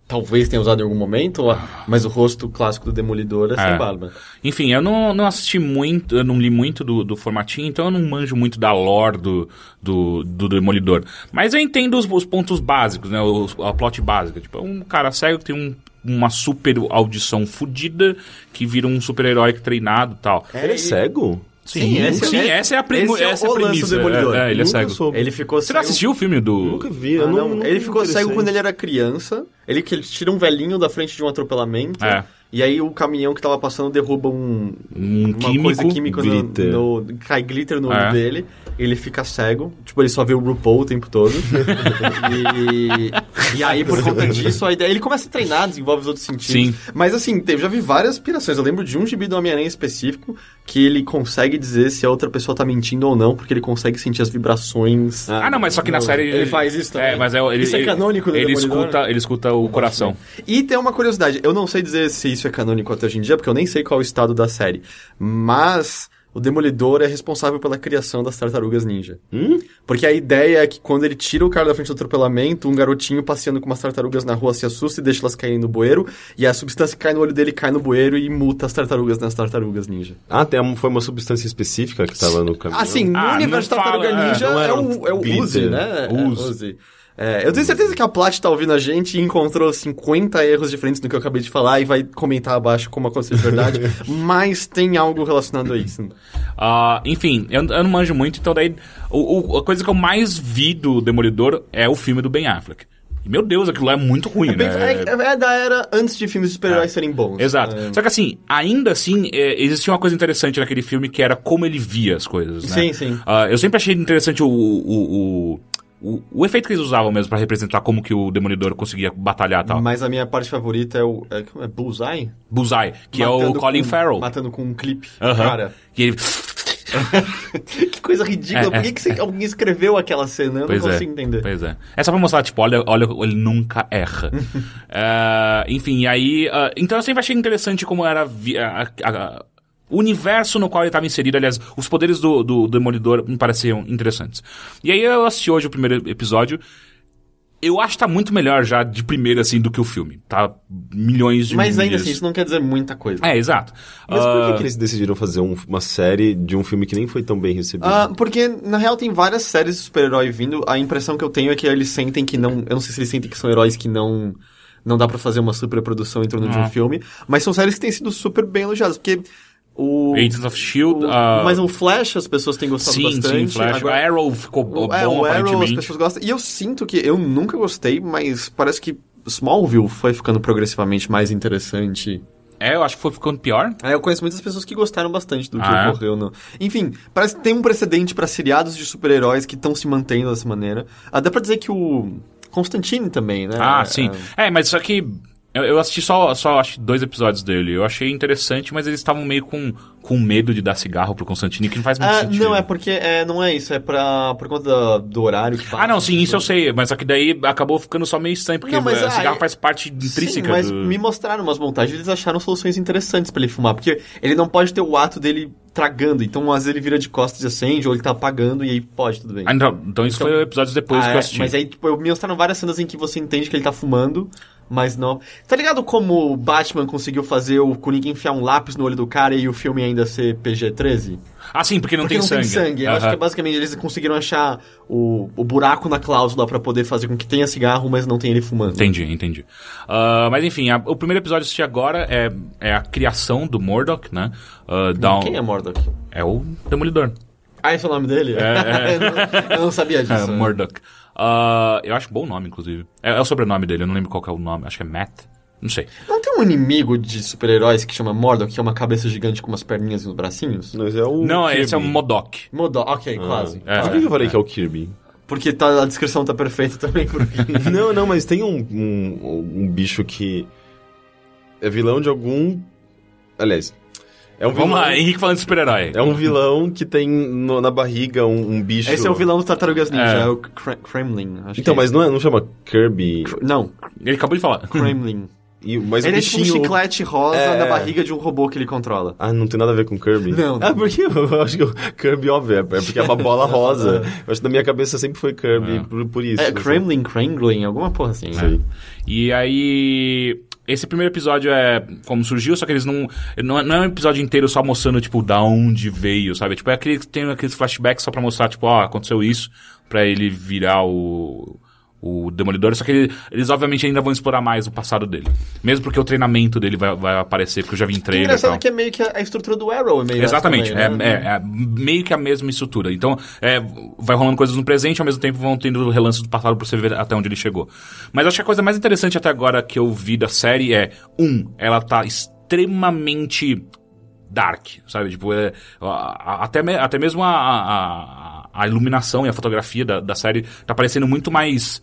talvez tenha usado em algum momento, ó, mas o rosto clássico do Demolidor é É. sem barba. Enfim, eu não, não assisti muito, eu não li muito do, do formatinho, então eu não manjo muito da lore do, do, do Demolidor. Mas eu entendo os, os pontos básicos, né? Os, a plot básica. Tipo, é um cara cego que tem um- uma super audição fodida que vira um super-herói que treinado e tal. Ele é cego? Sim, esse é- sim, essa é a, primo, esse é essa é a o lance do premissa. Demolidor. É, é, ele é Nunca cego. soube. Ele ficou Você não assistiu o filme do... Nunca vi. Ah, eu não, não, ele ficou cego quando ele ele era criança. Ele que ele tira um velhinho da frente de um atropelamento. É. E aí o caminhão que tava passando derruba um Um uma coisa químico. química glitter. no, no- cai glitter no olho É. dele. Ele fica cego. Tipo, ele só vê o RuPaul o tempo todo. e, e aí por conta disso, a ideia, ele começa a treinar, desenvolve os outros sentidos. Sim. Mas assim, teve, já vi várias pirações. Eu lembro de um gibi do Homem-Aranha específico que ele consegue dizer se a outra pessoa tá mentindo ou não, porque ele consegue sentir as vibrações. Ah, não, mas só que na Não, série ele faz isso É, também. mas é, o- ele, Isso é ele- canônico do ele Demolidor? né? assim? escuta, ele escuta o coração. E tem uma curiosidade, eu não sei dizer se isso é canônico até hoje em dia, porque eu nem sei qual é o estado da série, mas o Demolidor é responsável pela criação das Tartarugas Ninja. Hum? Porque a ideia é que quando ele tira o cara da frente do atropelamento, um garotinho passeando com umas tartarugas na rua se assusta e deixa elas caírem no bueiro, e a substância que cai no olho dele cai no bueiro e muta as tartarugas nas Tartarugas Ninja. Ah, tem uma- foi uma substância específica que tava no caminho. Assim, no Ah, não universo Tartaruga fala, é, Ninja não é, era o, um é o glitter. Uzi, né? É, Uzi. É, Uzi. É, eu tenho certeza que a Plat tá ouvindo a gente e encontrou 50 erros diferentes no que eu acabei de falar e vai comentar abaixo como aconteceu de [LAUGHS] verdade, mas tem algo relacionado a isso. Ah, enfim, eu, eu não manjo muito, então daí. o- o- a coisa que eu mais vi do Demolidor é o filme do Ben Affleck. E, Meu Deus, aquilo lá é muito ruim, Bem, né? É, é da era antes de filmes de super-heróis serem bons. Exato. É. Só que assim, ainda assim, é, existia uma coisa interessante naquele filme que era como ele via as coisas, né? Sim, sim. Ah, eu sempre achei interessante o, o, o, o, o efeito que eles usavam mesmo pra representar como que o Demolidor conseguia batalhar e tal. Mas a minha parte favorita é o. É, como é Bullseye? Bullseye, que é o Matando Colin com- Farrell. Matando com um clipe. Aham. Cara, [LAUGHS] E ele... que coisa ridícula. É, Por é, que, que você- alguém escreveu aquela cena? Eu Pois não é. consigo entender. Pois é. É só pra mostrar, tipo, olha, olha ele nunca [LAUGHS] erra. Ah, enfim, e aí. ah, então eu sempre achei interessante como era. vi- a- a- a- o universo no qual ele estava inserido, aliás, os poderes do, do Demolidor me pareciam interessantes. E aí eu assisti hoje o primeiro episódio. Eu acho que tá muito melhor já de primeira, assim, do que o filme. Tá milhões de Mas ainda milhas. assim, isso não quer dizer muita coisa. É, exato. Mas por Ah, que, que eles decidiram fazer um- uma série de um filme que nem foi tão bem recebido? Ah, porque, na real, tem várias séries de super-herói vindo. A impressão que eu tenho é que eles sentem que não. Eu não sei se eles sentem que são heróis que não. Não dá pra fazer uma superprodução em torno de Ah. um filme. Mas são séries que têm sido super bem elogiadas. Porque o. Agents of Shield. o- ah, mas o Flash as pessoas têm gostado sim, bastante. sim, Flash. Agora- A Arrow ficou bo- o, é, bom, o Arrow as aparentemente. pessoas gostam. E eu sinto que eu nunca gostei, mas parece que Smallville foi ficando progressivamente mais interessante. É, eu acho que foi ficando pior. É, eu conheço muitas pessoas que gostaram bastante do que Ah, é? ocorreu. No... Enfim, parece que tem um precedente pra seriados de super-heróis que estão se mantendo dessa maneira. Ah, dá pra dizer que o Constantine também, né? ah, É, sim. É, mas só que. Eu, eu assisti só, só acho, que dois episódios dele. Eu achei interessante, mas eles estavam meio com, com medo de dar cigarro pro Constantine, que não faz muito Ah, sentido. não, é porque é, não é isso, é pra, por conta da- do horário que né? passa. Ah, não, sim, isso eu sei, mas só que daí acabou ficando só meio estranho, porque Não, mas, eh, ah, cigarro é- faz parte intrínseca Sim, mas do... me mostraram umas montagens, eles acharam soluções interessantes pra ele fumar, porque ele não pode ter o ato dele tragando, então às vezes ele vira de costas e acende, ou ele tá apagando e aí pode, tudo bem. Ah, então, então isso Então- foi episódios depois Ah, que eu é, assisti. Mas aí, tipo, eu- me mostraram várias cenas em que você entende que ele tá fumando, mas não. Tá ligado como o Batman conseguiu fazer o Coringa enfiar um lápis no olho do cara e o filme ainda ser PG-13? Ah, sim, porque não Porque tem não sangue. tem sangue. Eu acho Aham. que é basicamente eles conseguiram achar o, o buraco na cláusula pra poder fazer com que tenha cigarro, mas não tenha ele fumando. Entendi, entendi. Ah, mas enfim, a- o primeiro episódio que eu assisti agora é, é a criação do Murdoch, né? Ah, dá um- Quem é Murdoch? é o Demolidor. Ah, esse é o nome dele? [LAUGHS] eu, não, eu não sabia disso. [LAUGHS] É, Murdoch. Ah, eu acho bom nome, inclusive. É, é o sobrenome dele, eu não lembro qual que é o nome. Acho que é Matt. Não sei. Não tem um inimigo de super-heróis que chama Murdoch, que é uma cabeça gigante com umas perninhas e uns bracinhos? Mas é o não, Kirby. esse é o Modoc. Mudou, ok, quase. é. Por que que eu falei que é o Kirby? Porque tá- a descrição tá perfeita também. [LAUGHS] Porque... não, não, mas tem um, um, um bicho que é vilão de algum... Aliás, é um vilão... Vamos lá, Henrique falando de super-herói. É um vilão que tem no- na barriga um, um bicho... Esse é o vilão do Tartarugas Ninja, É. é, o Kre- Kremlin. Acho Então, que é. mas não, é- não chama Kirby... Kr- [LAUGHS] Não, Ele acabou de falar. Kremlin. E, mas ele o é tipo um bichinho... chiclete rosa É. na barriga de um robô que ele controla. Ah, não tem nada a ver com Kirby? Não, não. Ah, porque eu acho que [LAUGHS] o Kirby, óbvio, é porque é [LAUGHS] uma bola rosa. Eu acho que na minha cabeça sempre foi Kirby, por, por isso. é, assim. Kremlin, Kremlin, alguma porra assim. Sei. E aí. Esse primeiro episódio é como surgiu, só que eles não. Não é, não é um episódio inteiro só mostrando, tipo, da onde veio, sabe? Tipo, é aquele que tem aqueles flashbacks só pra mostrar, tipo, ó, aconteceu isso, pra ele virar o. O Demolidor, só que ele- eles obviamente ainda vão explorar mais o passado dele. Mesmo porque o treinamento dele vai, vai aparecer, porque eu já vi em Que trailer e engraçado tal. que é meio que a a estrutura do Arrow é meio essa Exatamente, também, né? é, é- é meio que a mesma estrutura. Então, é, vai rolando coisas no presente, ao mesmo tempo vão tendo relances do passado pra você ver até onde ele chegou. Mas acho que a coisa mais interessante até agora que eu vi da série é, um, ela tá extremamente dark, sabe? Tipo, é, a- a- até, me- até mesmo a, a- a- a iluminação e a fotografia da, da série tá parecendo muito mais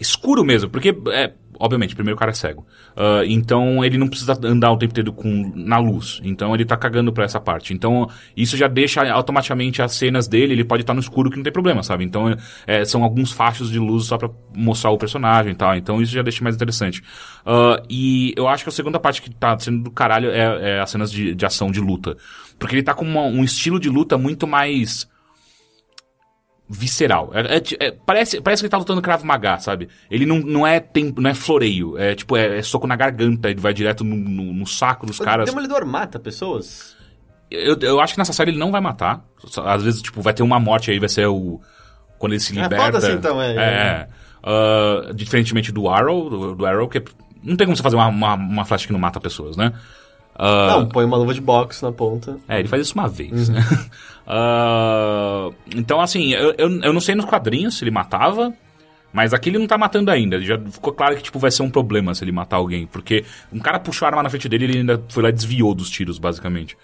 escuro mesmo, porque é, obviamente, primeiro o cara é cego. Ah, então ele não precisa andar o tempo inteiro com na luz. Então ele tá cagando pra essa parte. Então isso já deixa automaticamente as cenas dele, ele pode estar no escuro que não tem problema, sabe? Então é, são alguns fachos de luz só pra mostrar o personagem e tal. Então isso já deixa mais interessante. Ah, e eu acho que a segunda parte que tá sendo do caralho é, é as cenas de, de ação de luta. Porque ele tá com uma- um estilo de luta muito mais visceral. É- é ti- é- parece, parece que ele tá lutando Krav Maga, sabe? Ele não, não é tempo, não é floreio. É tipo, é, é soco na garganta, ele vai direto no, no- no saco dos O caras. Demolidor mata pessoas? Eu, eu acho que nessa série ele não vai matar. Só- Às vezes, tipo, vai ter uma morte aí, vai ser o. Quando ele se É, liberta. foda-se então, é, É. Ah, diferentemente do Arrow, do, do Arrow, que é, não tem como você fazer uma, uma, uma flash que não mata pessoas, né? Ah, Não, põe uma luva de boxe na ponta. é, ele faz isso uma vez, né? [LAUGHS] Ah, então, assim, eu, eu, eu não sei nos quadrinhos se ele matava, mas aqui ele não tá matando ainda. Já ficou claro que, tipo, vai ser um problema se ele matar alguém, porque um cara puxou a arma na frente dele e ele ainda foi lá e desviou dos tiros, basicamente.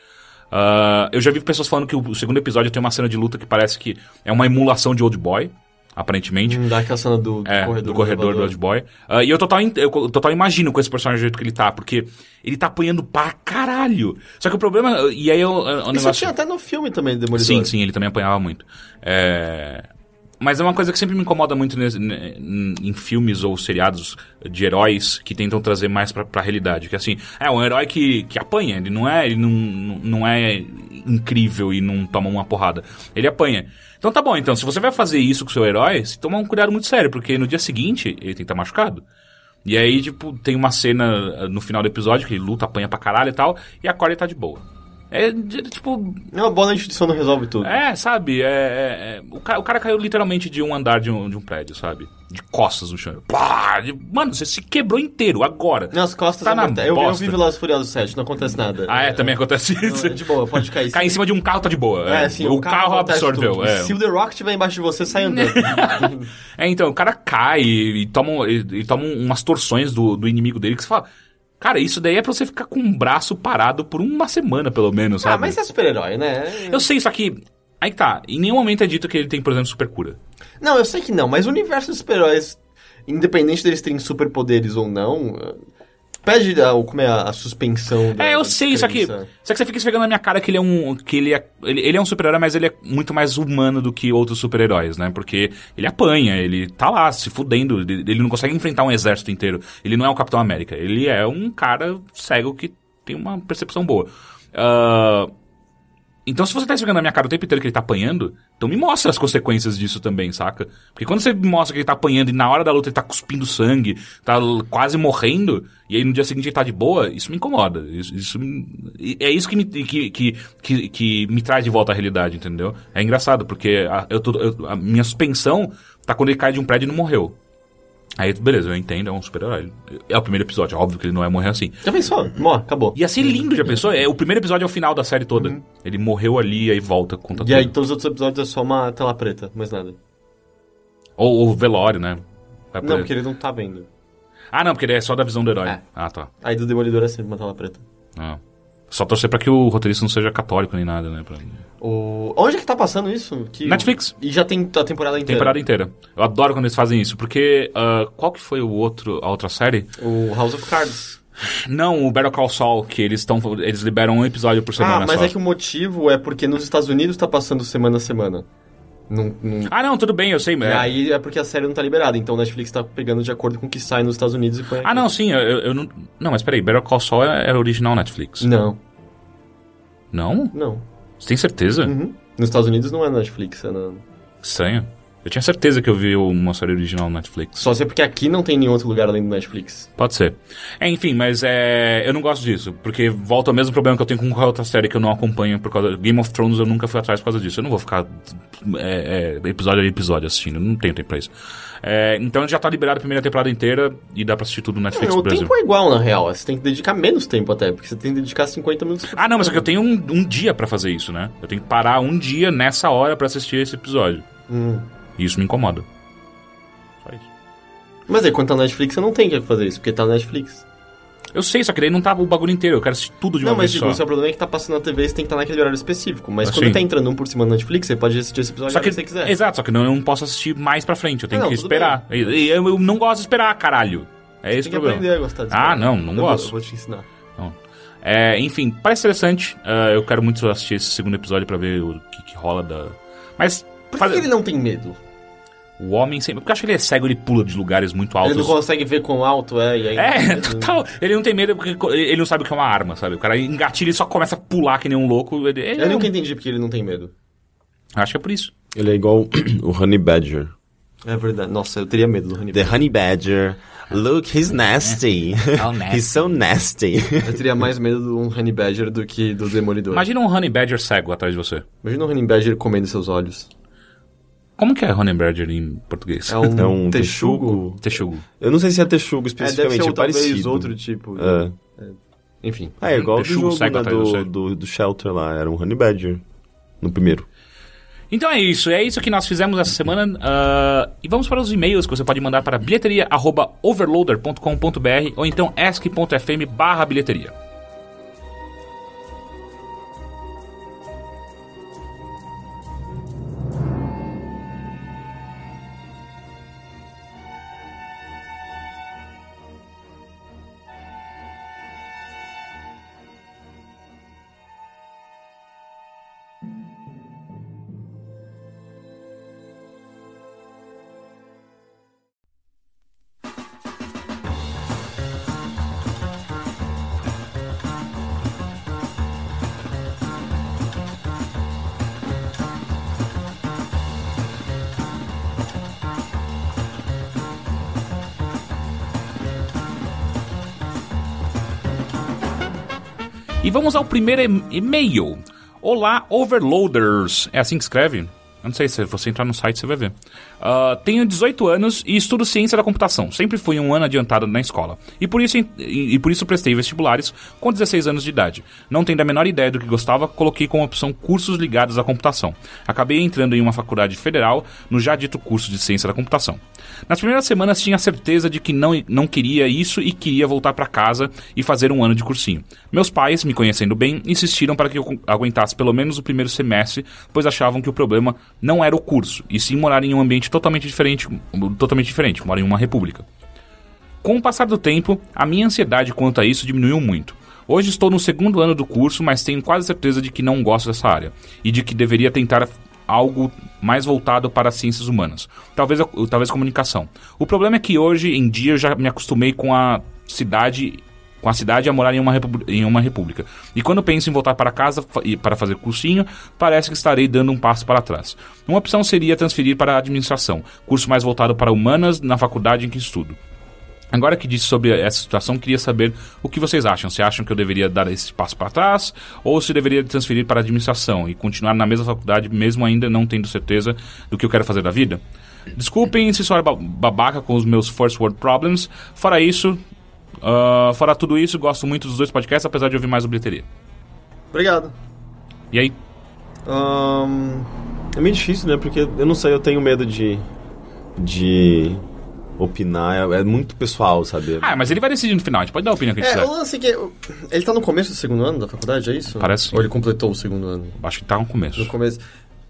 Ah, eu já vi pessoas falando que o segundo episódio tem uma cena de luta que parece que é uma emulação de Old Boy, aparentemente. Hum, Dá aquela cena do, do É, corredor. do corredor do elevador. Old Boy. Ah, e eu total, in- eu co- total imagino com esse personagem do jeito que ele tá, porque ele tá apanhando pra caralho. Só que o problema. E aí eu, é, o Isso é negócio. tinha até no filme também, Demolidor. Sim, sim, ele também apanhava muito. É, Mas é uma coisa que sempre me incomoda muito nes- ne- em- em filmes ou seriados de heróis que tentam trazer mais pra, pra realidade. Que assim, é um herói que, que apanha, ele não é, ele não, não é incrível e não toma uma porrada. Ele apanha. Então tá bom, então, se você vai fazer isso com o seu herói, se toma um cuidado muito sério, porque no dia seguinte ele tem que estar machucado. E eh, aí, tipo, tem uma cena ah, no final do episódio que ele luta, apanha pra caralho e tal, e a Corey tá de boa. É, de- tipo, É uma bola de instituição não resolve tudo. É, sabe? É, é- é. o, ca- o cara caiu literalmente de um andar de um, de um prédio, sabe? De costas no chão. Pá! De- Mano, você se quebrou inteiro agora. Nas costas Tá é na morta- eu, eu bosta. vi Velozes e Furiosos 7, não acontece nada. Ah, é, também acontece isso. É de boa, pode [LAUGHS] cair. Cai em cima de um carro, tá de boa. É, assim, o, carro, acontece absorveu. tudo. É. Se o The Rock estiver embaixo de você, [LAUGHS] sai andando. Ah, É, então, o cara cai e toma, um- e, e toma umas torções do, do inimigo dele que você fala. Cara, isso daí é pra você ficar com o braço parado por uma semana, pelo menos, sabe? ah, mas é super-herói, né? Eu sei, só que. Aí que tá. Em nenhum momento é dito que ele tem, por exemplo, super cura. Não, eu sei que não, mas o universo dos super-heróis, independente deles terem superpoderes ou não, eh, pede a, como é, a, a suspensão da É, eu da sei, só que, crença. só que você fica esfregando na minha cara que ele é um. Que ele, é, ele, ele é um super-herói, mas ele é muito mais humano do que outros super-heróis, né? Porque ele apanha, ele tá lá se fudendo, ele, ele não consegue enfrentar um exército inteiro. Ele não é o Capitão América, ele é um cara cego que tem uma percepção boa. Ah, então, se você tá esfregando na minha cara o tempo inteiro que ele tá apanhando, então me mostra as consequências disso também, saca? Porque quando você me mostra que ele tá apanhando e na hora da luta ele tá cuspindo sangue, tá l- quase morrendo, e aí no dia seguinte ele tá de boa, isso me incomoda. Isso, isso me- e- é isso que me, que, que, que, que me traz de volta à realidade, entendeu? É engraçado, porque a, eu tô- eu- a minha suspensão tá quando ele cai de um prédio e não morreu. Aí, beleza, eu entendo, é um super-herói. É o primeiro episódio, óbvio que ele não vai morrer assim. Já pensou? Mó, acabou. Ia ser lindo, já pensou? É, o primeiro episódio é o final da série toda. Ele morreu ali, aí volta, conta Uhum. E aí tudo. todos os outros episódios é só uma tela preta, mais nada. Ou o velório, né? Vai pra- Não, porque ele não tá vendo. Ah, não, porque ele é só da visão do herói. É. Ah, tá. Aí do Demolidor é sempre uma tela preta. Ah. Só torcer pra que o roteirista não seja católico nem nada, né? Pra... O... Onde é que tá passando isso? Que... Netflix. E já tem a temporada inteira. Temporada inteira. Eu adoro quando eles fazem isso, porque... ah, qual que foi o outro, a outra série? O House of Cards. Não, o Battle Call Saul, que eles estão... Eles liberam um episódio por Ah, semana mas só. é que o motivo é porque nos Estados Unidos tá passando semana a semana. Não, não... Ah, não, tudo bem, eu sei, mas... E aí é porque a série não tá liberada, então o Netflix tá pegando de acordo com o que sai nos Estados Unidos e põe. Ah, aqui. não, sim, eu, eu- eu não... Não, mas peraí, Battle Call Saul é, é original Netflix. Não, Não? não. Você tem certeza? Uhum. Nos Estados Unidos não é Netflix, é na... Estranho. Eu tinha certeza que eu vi uma série original no Netflix. Só se é porque aqui não tem nenhum outro lugar além do Netflix. Pode ser. É, enfim, mas é, eu não gosto disso, porque volta ao mesmo problema que eu tenho com qualquer outra série que eu não acompanho por causa. Game of Thrones eu nunca fui atrás por causa disso. Eu não vou ficar é, é, episódio a episódio assistindo, eu não tenho tempo pra isso. É, então já tá liberado a primeira temporada inteira e dá pra assistir tudo no Netflix Não, o Brasil. tempo é igual, na real. Você tem que dedicar menos tempo até, porque você tem que dedicar 50 minutos por Ah, não, mas é que eu tenho um, um dia pra fazer isso, né? Eu tenho que parar um dia nessa hora pra assistir esse episódio. Hum. E isso me incomoda. Só isso. Mas aí, quando tá na Netflix, você não tem que fazer isso, porque tá na Netflix. Eu sei, só que daí não tá o bagulho inteiro, eu quero assistir tudo de uma não, mas vez digo, só. o seu problema é que tá passando na TV, você tem que estar naquele horário específico. Mas Ah, quando sim. tá entrando um por cima na Netflix, você pode assistir esse episódio Só a hora que, que você quiser. Exato, só que não, eu não posso assistir mais pra frente, eu tenho Não, que tudo esperar. E- e Eu, eu não gosto de esperar, caralho. É esse tem o que problema. aprender a gostar disso. Ah, não, não eu vou- gosto. eu vou te ensinar. É, enfim, parece interessante. ah, eu quero muito assistir esse segundo episódio pra ver o que, que rola da. Mas. Por que, faz- que ele não tem medo? O homem sempre. Porque eu acho que ele é cego, ele pula de lugares muito Ele não altos. consegue ver quão alto é e aí... [LAUGHS] É, total. Ele não tem medo porque co- ele não sabe o que é uma arma, sabe? O cara engatilha e só começa a pular que nem um louco. Ele, ele Eu não- [LAUGHS] nunca entendi porque ele não tem medo. Acho que é por isso. Ele é igual [CLEARS THROAT] o Honey Badger. É verdade. Nossa, eu teria medo do Honey The Honey Badger. Look, he's É, nasty. How [LAUGHS] é. Tá um nasty. he's so nasty. Eu teria mais medo do um Honey Badger do que do Demolidor. Imagina um Honey Badger cego atrás de você. Imagina um Honey Badger comendo seus olhos. Como que é Honey Badger em português? É um, É um texugo. [LAUGHS] Texugo. Eu não sei se é texugo É, deve especificamente, ser é, um, talvez parecido. outro tipo. É. Enfim. Ah, Hum, é igual o do Texugo jogo, cego né, atrás de você. do, do, do Shelter lá, era um Honey Badger. No primeiro. Então é isso, é isso que nós fizemos essa semana. ah, e vamos para os e-mails que você pode mandar para bilheteria.overloader.com.br ou então ask.fm barra bilheteria. E vamos ao primeiro e- e-mail. Olá, Overloaders. É assim que escreve? Eu não sei, se você entrar no site você vai ver. Ah, tenho 18 anos e estudo ciência da computação. Sempre fui um ano adiantado na escola. E por isso, en- e, e por isso prestei vestibulares com 16 anos de idade. Não tendo a menor ideia do que gostava, coloquei como opção cursos ligados à computação. Acabei entrando em uma faculdade federal no já dito curso de ciência da computação. Nas primeiras semanas tinha certeza de que não, não queria isso e queria voltar para casa e fazer um ano de cursinho. Meus pais, me conhecendo bem, insistiram para que eu cu- aguentasse pelo menos o primeiro semestre, pois achavam que o problema não era o curso, e sim morar em um ambiente totalmente diferente, totalmente diferente, morar em uma república. Com o passar do tempo, a minha ansiedade quanto a isso diminuiu muito. Hoje estou no segundo ano do curso, mas tenho quase certeza de que não gosto dessa área e de que deveria tentar algo mais voltado para as ciências humanas, talvez a- talvez comunicação. O problema é que hoje em dia eu já me acostumei com a cidade com a cidade a morar em uma, repu- em uma república. E quando penso em voltar para casa fa- e para fazer cursinho, parece que estarei dando um passo para trás. Uma opção seria transferir para a administração, curso mais voltado para humanas na faculdade em que estudo. Agora que disse sobre essa situação, queria saber o que vocês acham. Se acham que eu deveria dar esse passo para trás ou se deveria transferir para a administração e continuar na mesma faculdade, mesmo ainda não tendo certeza do que eu quero fazer da vida? Desculpem se sou ba- babaca com os meus first world problems. Fora isso, ah, fora tudo isso, gosto muito dos dois podcasts, apesar de ouvir mais o Bilheteria. Obrigado. E aí? Ahn, É meio difícil, né? Porque eu não sei, eu tenho medo de. de. opinar. É, é muito pessoal, sabe? Ah, mas ele vai decidir no final, a gente pode dar a opinião que a gente É, o quiser. lance é que. Ele tá no começo do segundo ano da faculdade, é isso? Parece sim. Ou ele completou o segundo ano? Acho que tá no No começo. começo.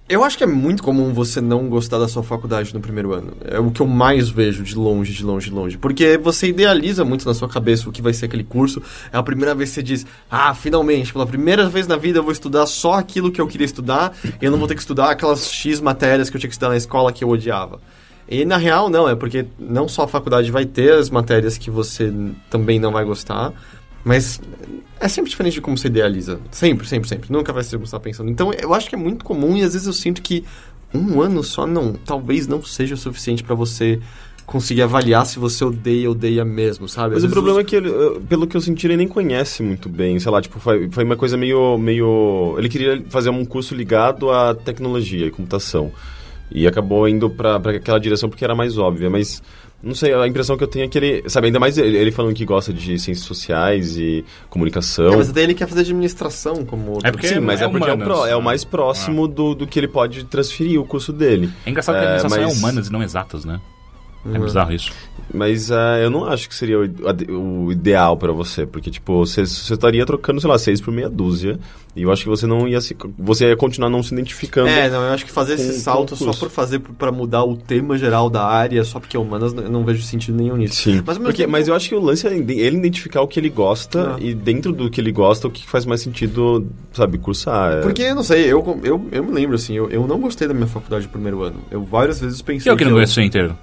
Eu acho que é muito comum você não gostar da sua faculdade no primeiro ano. É o que eu mais vejo de longe, de longe, de longe. Porque você idealiza muito na sua cabeça o que vai ser aquele curso. É a primeira vez que você diz, ah, finalmente, pela primeira vez na vida eu vou estudar só aquilo que eu queria estudar. Eu não vou ter que estudar aquelas X matérias que eu tinha que estudar na escola que eu odiava. E na real, não, é porque não só a faculdade vai ter as matérias que você também não vai gostar, mas é sempre diferente de como você idealiza. Sempre, sempre, sempre. Nunca vai ser como você tá pensando. Então, eu acho que é muito comum e às vezes eu sinto que um ano só não, talvez não seja o suficiente pra você conseguir avaliar se você odeia, odeia mesmo, sabe? Mas o problema é que, ele, eh, pelo que eu senti, ele nem conhece muito bem. Sei lá, tipo, foi, foi uma coisa meio, meio. Ele queria fazer um curso ligado à tecnologia e computação. E acabou indo pra, pra aquela direção porque era mais óbvia. Mas, não sei, a impressão que eu tenho é que ele. Sabe, ainda mais ele, ele falando que gosta de ciências sociais e comunicação. É, mas até ele quer fazer administração como... É porque- Sim, mas é, é porque é o, humanas. pró- é o mais próximo do, do que ele pode transferir o curso dele. É engraçado que a É, administração mas- é humanas e não exatas, né? É bizarro isso. Mas ah, eu não acho que seria o, ide- a de- o ideal pra você, porque, tipo, você você estaria trocando, sei lá, seis por meia dúzia, e eu acho que você não ia se... Você ia continuar não se identificando. É, não, eu acho que fazer esse Com- com salto só curso. por fazer, pra mudar o tema geral da área, só porque é humanas, eu não vejo sentido nenhum nisso. Sim, Mas mas, ao mesmo porque, tempo- mas eu acho que o lance é ide- ele identificar o que ele Ah. gosta e dentro do que ele gosta, o que faz mais sentido, sabe, cursar. é- Porque, eu não sei, eu, eu, eu me lembro, assim, eu, eu não gostei da minha faculdade no primeiro ano. Eu várias vezes E pensei eu que não é eu- conheço inteiro.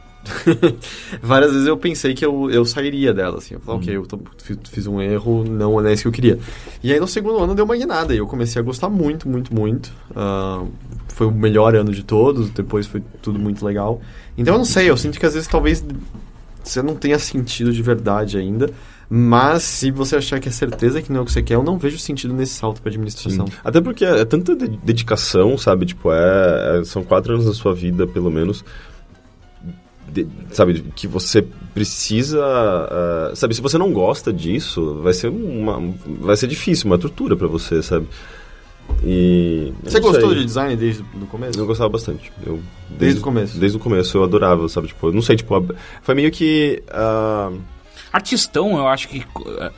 Várias vezes eu pensei que eu, eu sairia dela, assim. Eu falei, ok, Uhum. eu tô- fiz, fiz um erro, não é isso que eu queria. E aí no segundo ano deu uma guinada e eu comecei a gostar muito, muito, muito. Ah, foi o melhor ano de todos, depois foi tudo muito legal. Então eu não sei, eu sinto que às vezes talvez você não tenha sentido de verdade ainda. Mas se você achar que é certeza que não é o que você quer, eu não vejo sentido nesse salto pra administração. Até porque é tanta de- dedicação, sabe? Tipo, é, é- são quatro anos da sua vida, pelo menos. de- sabe, que você precisa. ah, sabe, se você não gosta disso, vai ser uma. Vai ser difícil, uma tortura pra você, sabe? E. eu Você não gostou sei. de design desde o começo? Eu gostava bastante. Eu, desde, Desde o começo. Desde o começo eu adorava, sabe? Tipo, eu não sei, tipo. a- Foi meio que. ah, Artistão, eu acho que. eh,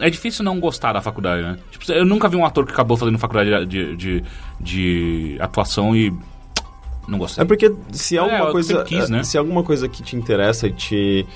É difícil não gostar da faculdade, né? Tipo, eu nunca vi um ator que acabou fazendo faculdade de, de, de atuação e. Não gostei. É porque se há É, alguma eu coisa, sempre quis, né? se há alguma coisa que te interessa e te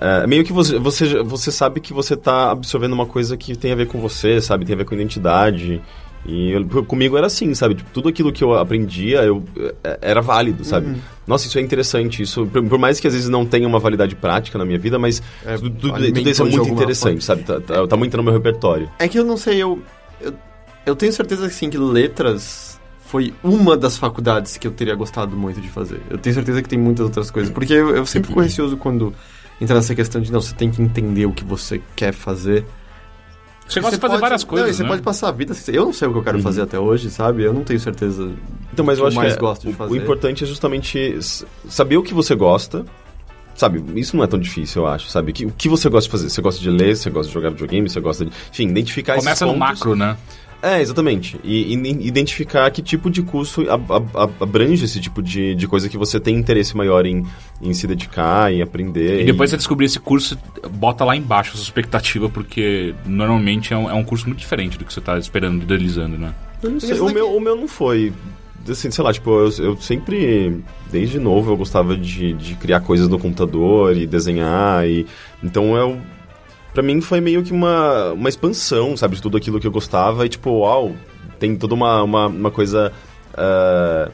é, meio que você, você já- você sabe que você tá absorvendo uma coisa que tem a ver com você, sabe, tem a ver com identidade. E eu- comigo era assim, sabe? Tipo, tudo aquilo que eu aprendia eu, é, era válido, sabe? Uhum. Nossa, isso é interessante. Isso, por, por mais que às vezes não tenha uma validade prática na minha vida, mas É, tudo, tudo- alimentou tudo isso é de muito alguma interessante, sabe? Tá, tá, tá muito no meu repertório. É que eu não sei, eu, eu. eu tenho certeza que sim, que letras foi uma das faculdades que eu teria gostado muito de fazer. Eu tenho certeza que tem muitas outras coisas. Porque eu, eu sempre fico receoso quando entra nessa questão de não, você tem que entender o que você quer fazer. Você gosta de fazer pode- várias coisas, Não, e você né? Uhum. pode passar a vida... sem- Eu não sei o que eu quero fazer até hoje, sabe? Eu não tenho certeza Então, mas que eu acho mais que é- gosto o, de o fazer. importante é justamente s- saber o que você gosta. Sabe, isso não é tão difícil, eu acho, sabe? Que- O que você gosta de fazer? Você gosta de ler, você gosta de jogar videogame, você gosta de... Enfim, identificar esses Começa no pontos. macro, né? É, exatamente. E, e identificar que tipo de curso ab- ab- ab- abrange esse tipo de, de coisa que você tem interesse maior em, em se dedicar, em aprender. E depois você descobrir esse curso, bota lá embaixo a sua expectativa, porque normalmente é um, é um curso muito diferente do que você tá esperando, idealizando, né? Eu não sei, Esse o, daqui- meu, o meu não foi. Assim, sei lá, tipo, eu, eu sempre, desde novo, eu gostava de, de criar coisas no computador e desenhar. E, então eu. Pra mim foi meio que uma, uma expansão, sabe, de tudo aquilo que eu gostava. E tipo, uau, tem toda uma, uma, uma coisa. ah,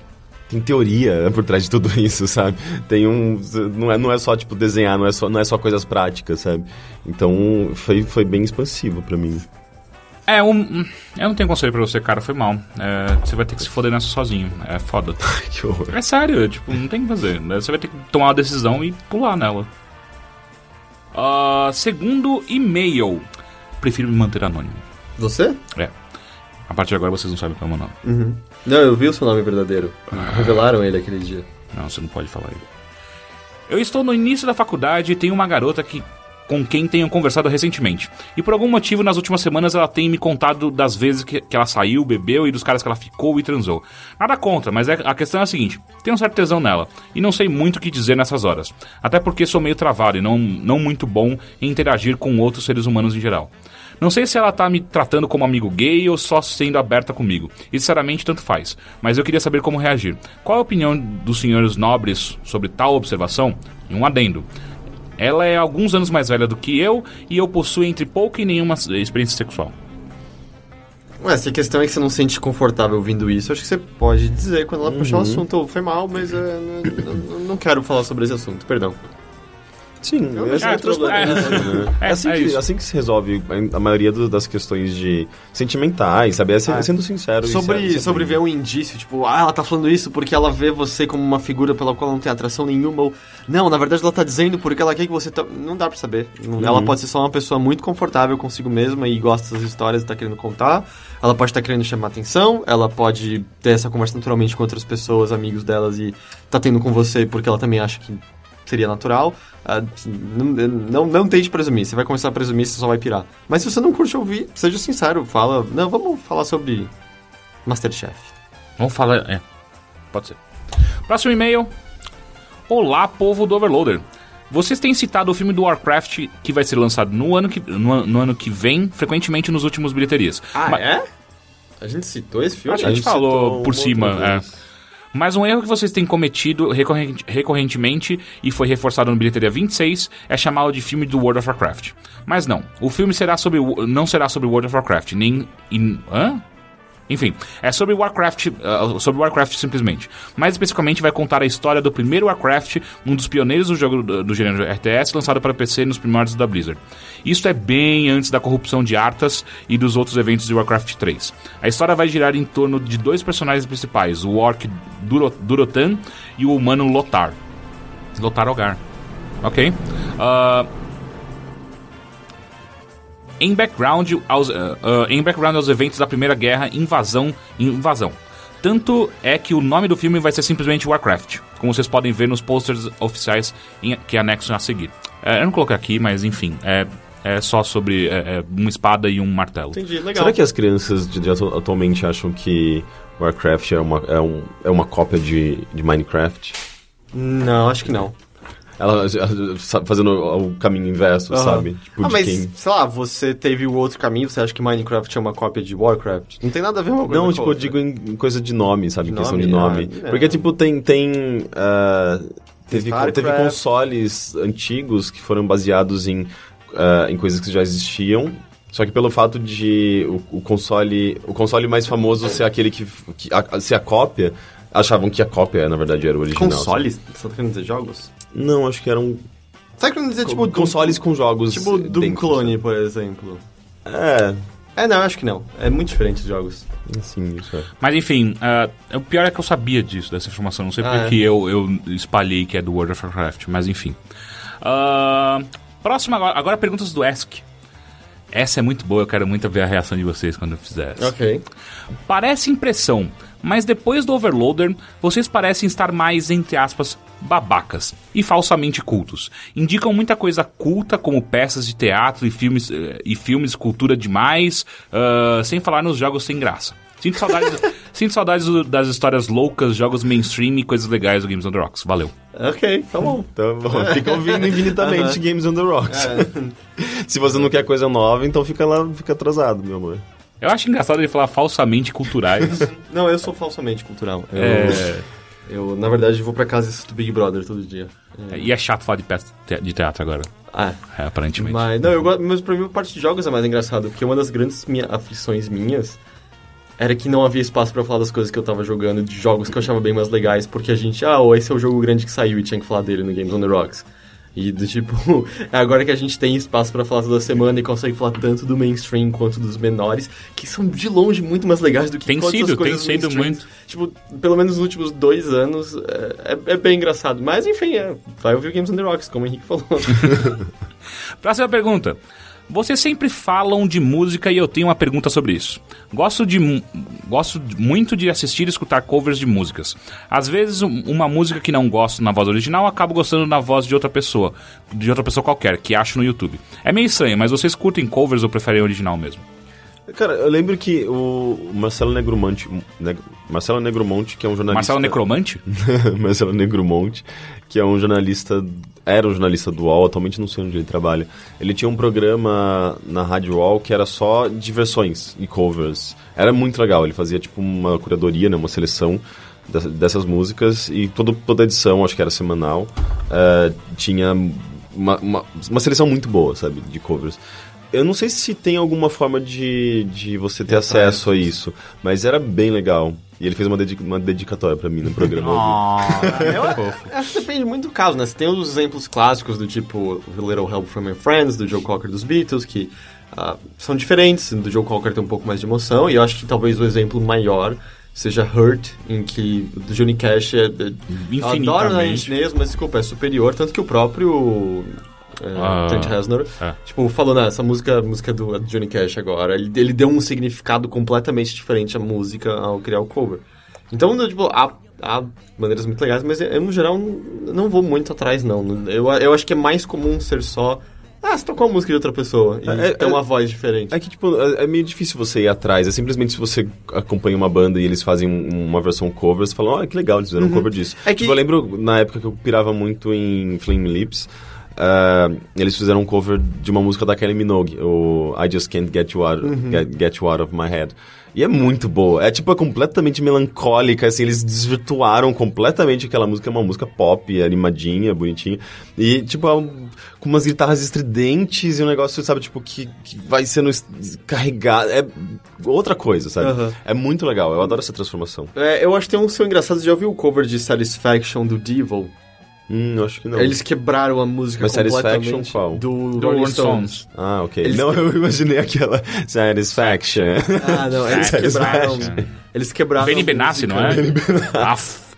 tem teoria [LAUGHS] por trás de tudo isso, sabe? Tem um. Não é, não é só, tipo, desenhar, não é só, não é só coisas práticas, sabe? Então foi, foi bem expansivo pra mim. [LAUGHS] É, um, eu não tenho conselho pra você, cara, foi mal. É, você vai ter que se foder nessa sozinho, é foda. que horror. É sério, tipo, não tem o que fazer. né? Você vai ter que tomar uma decisão e pular nela. Ah, segundo e-mail. Prefiro me manter anônimo. Você? É. A partir de agora vocês não sabem qual é o meu nome. Uhum. Não, eu vi o seu nome verdadeiro. Ah. Revelaram ele aquele dia. Não, você não pode falar isso. Eu estou no início da faculdade e tenho uma garota que com quem tenho conversado recentemente. E por algum motivo, nas últimas semanas, ela tem me contado das vezes que, que ela saiu, bebeu e dos caras que ela ficou e transou. Nada contra, mas é- a questão é a seguinte: tenho um certo tesão nela e não sei muito o que dizer nessas horas. Até porque sou meio travado e não, não muito bom em interagir com outros seres humanos em geral. Não sei se ela tá me tratando como amigo gay ou só sendo aberta comigo. E sinceramente, tanto faz. Mas eu queria saber como reagir. Qual a opinião dos senhores nobres sobre tal observação? E um adendo. Ela é alguns anos mais velha do que eu e eu possuo entre pouca e nenhuma s- experiência sexual. Ué, se a questão é que você não se sente confortável ouvindo isso, acho que você pode dizer quando ela puxar o assunto. "Oh, Foi mal, mas é, n- n- n- não quero falar sobre esse assunto, perdão. Sim, Eu essa acho é, que a transparência, Uhum. né? É, É assim, é que, isso. assim que se resolve a maioria do- das questões de sentimentais, sabe? É, se- Ah. sendo sincero. é e Sobre, sério, sobre ver um indício, tipo, ah, ela tá falando isso porque ela vê você como uma figura pela qual ela não tem atração nenhuma, ou não, na verdade ela tá dizendo porque ela quer que você. to-" Não dá pra saber. Não- Ela pode ser só uma pessoa muito confortável consigo mesma e gosta das histórias e tá querendo contar, ela pode estar querendo chamar atenção, ela pode ter essa conversa naturalmente com outras pessoas, amigos delas, e tá tendo com você porque ela também acha que seria natural. Ah, não, não, não tente presumir. Você vai começar a presumir, você só vai pirar. Mas se você não curte ouvir, seja sincero. Fala, não, vamos falar sobre Masterchef. Vamos falar. É. Pode ser. Próximo e-mail. Olá, povo do Overloader. Vocês têm citado o filme do Warcraft que vai ser lançado no ano que, no, an- no ano que vem, frequentemente nos últimos bilheterias. Ma- é? A gente citou esse filme? Acho que a gente citou um falou por uma cima, outra é. vez. Mas um erro que vocês têm cometido recorrente- recorrentemente e foi reforçado no Bilheteria 26 é chamá-lo de filme do World of Warcraft. Mas não, o filme será sobre, o- não será sobre World of Warcraft, nem... In, hã? Enfim, é sobre Warcraft, ah, sobre Warcraft simplesmente. Mais especificamente vai contar a história do primeiro Warcraft, um dos pioneiros do jogo do, do gênero RTS, lançado para PC nos primórdios da Blizzard. Isso é bem antes da corrupção de Arthas e dos outros eventos de Warcraft 3. A história vai girar em torno de dois personagens principais, o orc Duro- Durotan e o humano Lothar. Lothar Ogar. Ok? Ah, em background aos, ah, ah, em background aos eventos da Primeira Guerra, invasão, invasão. Tanto é que o nome do filme vai ser simplesmente Warcraft, como vocês podem ver nos posters oficiais em- que anexam a seguir. É, eu não coloquei aqui, mas enfim, é, é só sobre é, é, uma espada e um martelo. Entendi, legal. Será que as crianças de, de atu- atualmente acham que Warcraft é uma, é um, é uma cópia de, de Minecraft? Não, acho que não. Elas elas- sa- fazendo o o caminho inverso, Aham. sabe? Tipo, ah, de mas, quem. sei lá, você teve o outro caminho, você acha que Minecraft é uma cópia de Warcraft? Não tem nada a ver uma coisa Não, com a tipo, eu outra. digo em em coisa de nome, sabe? De em questão de nome? nome. Ah, é. Porque, tipo, tem. tem ah, teve, StarCraft. teve consoles antigos que foram baseados em, ah, em coisas que já existiam. Só que pelo fato de o, o console o console mais famoso ser aquele que, que a, a- ser a cópia, achavam que a cópia, na verdade, era o original. Consoles? Você tá querendo dizer jogos? Não, acho que eram Você tá querendo dizer, tipo, Doom- consoles com jogos. Tipo Doom dentro, Clone, por exemplo. sabe? É, É, não, acho que não. É muito diferente os jogos. assim, isso é. Mas enfim, ah, o pior é que eu sabia disso, dessa informação. Não sei Ah, por que eu, eu espalhei que é do World of Warcraft, mas enfim. Ah, próximo agora, agora perguntas do Ask. Essa é muito boa, eu quero muito ver a reação de vocês quando eu fizer essa. Ok. Parece impressão, mas depois do Overloader, vocês parecem estar mais, entre aspas, babacas e falsamente cultos. Indicam muita coisa culta, como peças de teatro e filmes, eh, e filmes cultura demais, ah, sem falar nos jogos sem graça. Sinto saudades, sinto saudades do- das histórias loucas, jogos mainstream e coisas legais do Games on the Rocks. Valeu. Ok, tá bom. Então, [LAUGHS] É. bom, fica ouvindo [LAUGHS] infinitamente Games on the Rocks. [LAUGHS] Se você não quer coisa nova, então fica lá, fica atrasado, meu amor. Eu acho engraçado ele falar falsamente culturais. Não, eu sou falsamente cultural. Eu, É, [LAUGHS] eu na verdade, vou pra casa e assisto Big Brother todo dia. e é chato falar de peça de teatro agora, Ah, é, aparentemente. Mas, não, eu gosto, mas pra mim a parte de jogos é mais engraçado, porque uma das grandes minha, aflições minhas era que não havia espaço pra falar das coisas que eu tava jogando, de jogos que eu achava bem mais legais, porque a gente, ah, ó, esse é o jogo grande que saiu e tinha que falar dele no Games on the Rocks. E do tipo, [LAUGHS] é agora que a gente tem espaço pra falar toda semana e consegue falar tanto do mainstream quanto dos menores, que são de longe muito mais legais do que Tem todas as sido, tem coisas sido mainstream. muito. Tipo, pelo menos nos últimos dois anos, é, é- é bem engraçado. Mas enfim, é, vai ouvir o Games on the Rocks, como o Henrique falou. Próxima pergunta. Vocês sempre falam de música e eu tenho uma pergunta sobre isso. Gosto, de, mu- gosto de- muito de assistir e escutar covers de músicas. Às vezes, um- uma música que não gosto na voz original, acabo gostando na voz de outra pessoa, de outra pessoa qualquer, que acho no YouTube. É meio estranho, mas vocês curtem covers ou preferem o original mesmo? Cara, eu lembro que o Marcelo Negromonte, Neg- Marcelo Negromonte, que é um jornalista... Marcelo [LAUGHS] Necromante? Marcelo Negromonte, que é um jornalista, era um jornalista do UOL, atualmente não sei onde ele trabalha. Ele tinha um programa na Rádio UOL que era só de versões e covers. Era muito legal, ele fazia tipo uma curadoria, né, uma seleção dessa- dessas músicas e todo, toda edição, acho que era semanal, eh, tinha uma, uma, uma seleção muito boa, sabe, de covers. Eu não sei se tem alguma forma de, de você ter acesso a isso, mas era bem legal. E ele fez uma, dedica- uma dedicatória pra mim [LAUGHS] no programa. Ah, Eu Acho que depende muito do caso, né? Você tem os exemplos clássicos do tipo Little Help from My Friends, do Joe Cocker dos Beatles, que ah, são diferentes. Do Joe Cocker tem um pouco mais de emoção, e eu acho que talvez o exemplo maior seja Hurt, em que o do Johnny Cash é. é Infinitamente. adoro né, chinês, mas desculpa, é superior, tanto que o próprio. é, Ah. Trent Reznor, É. tipo, falou, né, essa música, música do do Johnny Cash agora, ele, ele deu um significado completamente diferente à música ao criar o cover. Então, eu, tipo, há, há maneiras muito legais, mas eu, eu, no geral, não não vou muito atrás, não. Eu, eu acho que é mais comum ser só. Ah, você tocou a música de outra pessoa e É, ter é- uma voz diferente. É que, tipo, é é meio difícil você ir atrás. É simplesmente se você acompanha uma banda e eles fazem um- uma versão cover, você fala, ó, que legal, eles fizeram um cover disso. É que- Tipo, eu lembro na época que eu pirava muito em Flame Lips, ah, eles fizeram um cover de uma música da Kylie Minogue, o I Just Can't Get You Out, Get- Get You Out of My Head. E é muito boa. É, tipo, é completamente melancólica, assim, eles desvirtuaram completamente aquela música. É uma música pop, animadinha, bonitinha. E, tipo, é um- com umas guitarras estridentes e um negócio, sabe, tipo, que, que vai sendo es- carregado. É outra coisa, sabe? Aham. É muito legal. Eu adoro essa transformação. É, eu acho que tem um seu engraçado, você já ouviu o cover de Satisfaction do Devil? Hum, eu acho que não. Eles quebraram a música Mas Satisfaction completamente qual? do, Do Rolling Rolling Stones. Stones. Ah, ok. Eles- Não, eu imaginei aquela Satisfaction. Ah, não, [LAUGHS] eles quebraram. Satisfaction. Eles quebraram. Benny a Benassi, não música. é? Ah, f-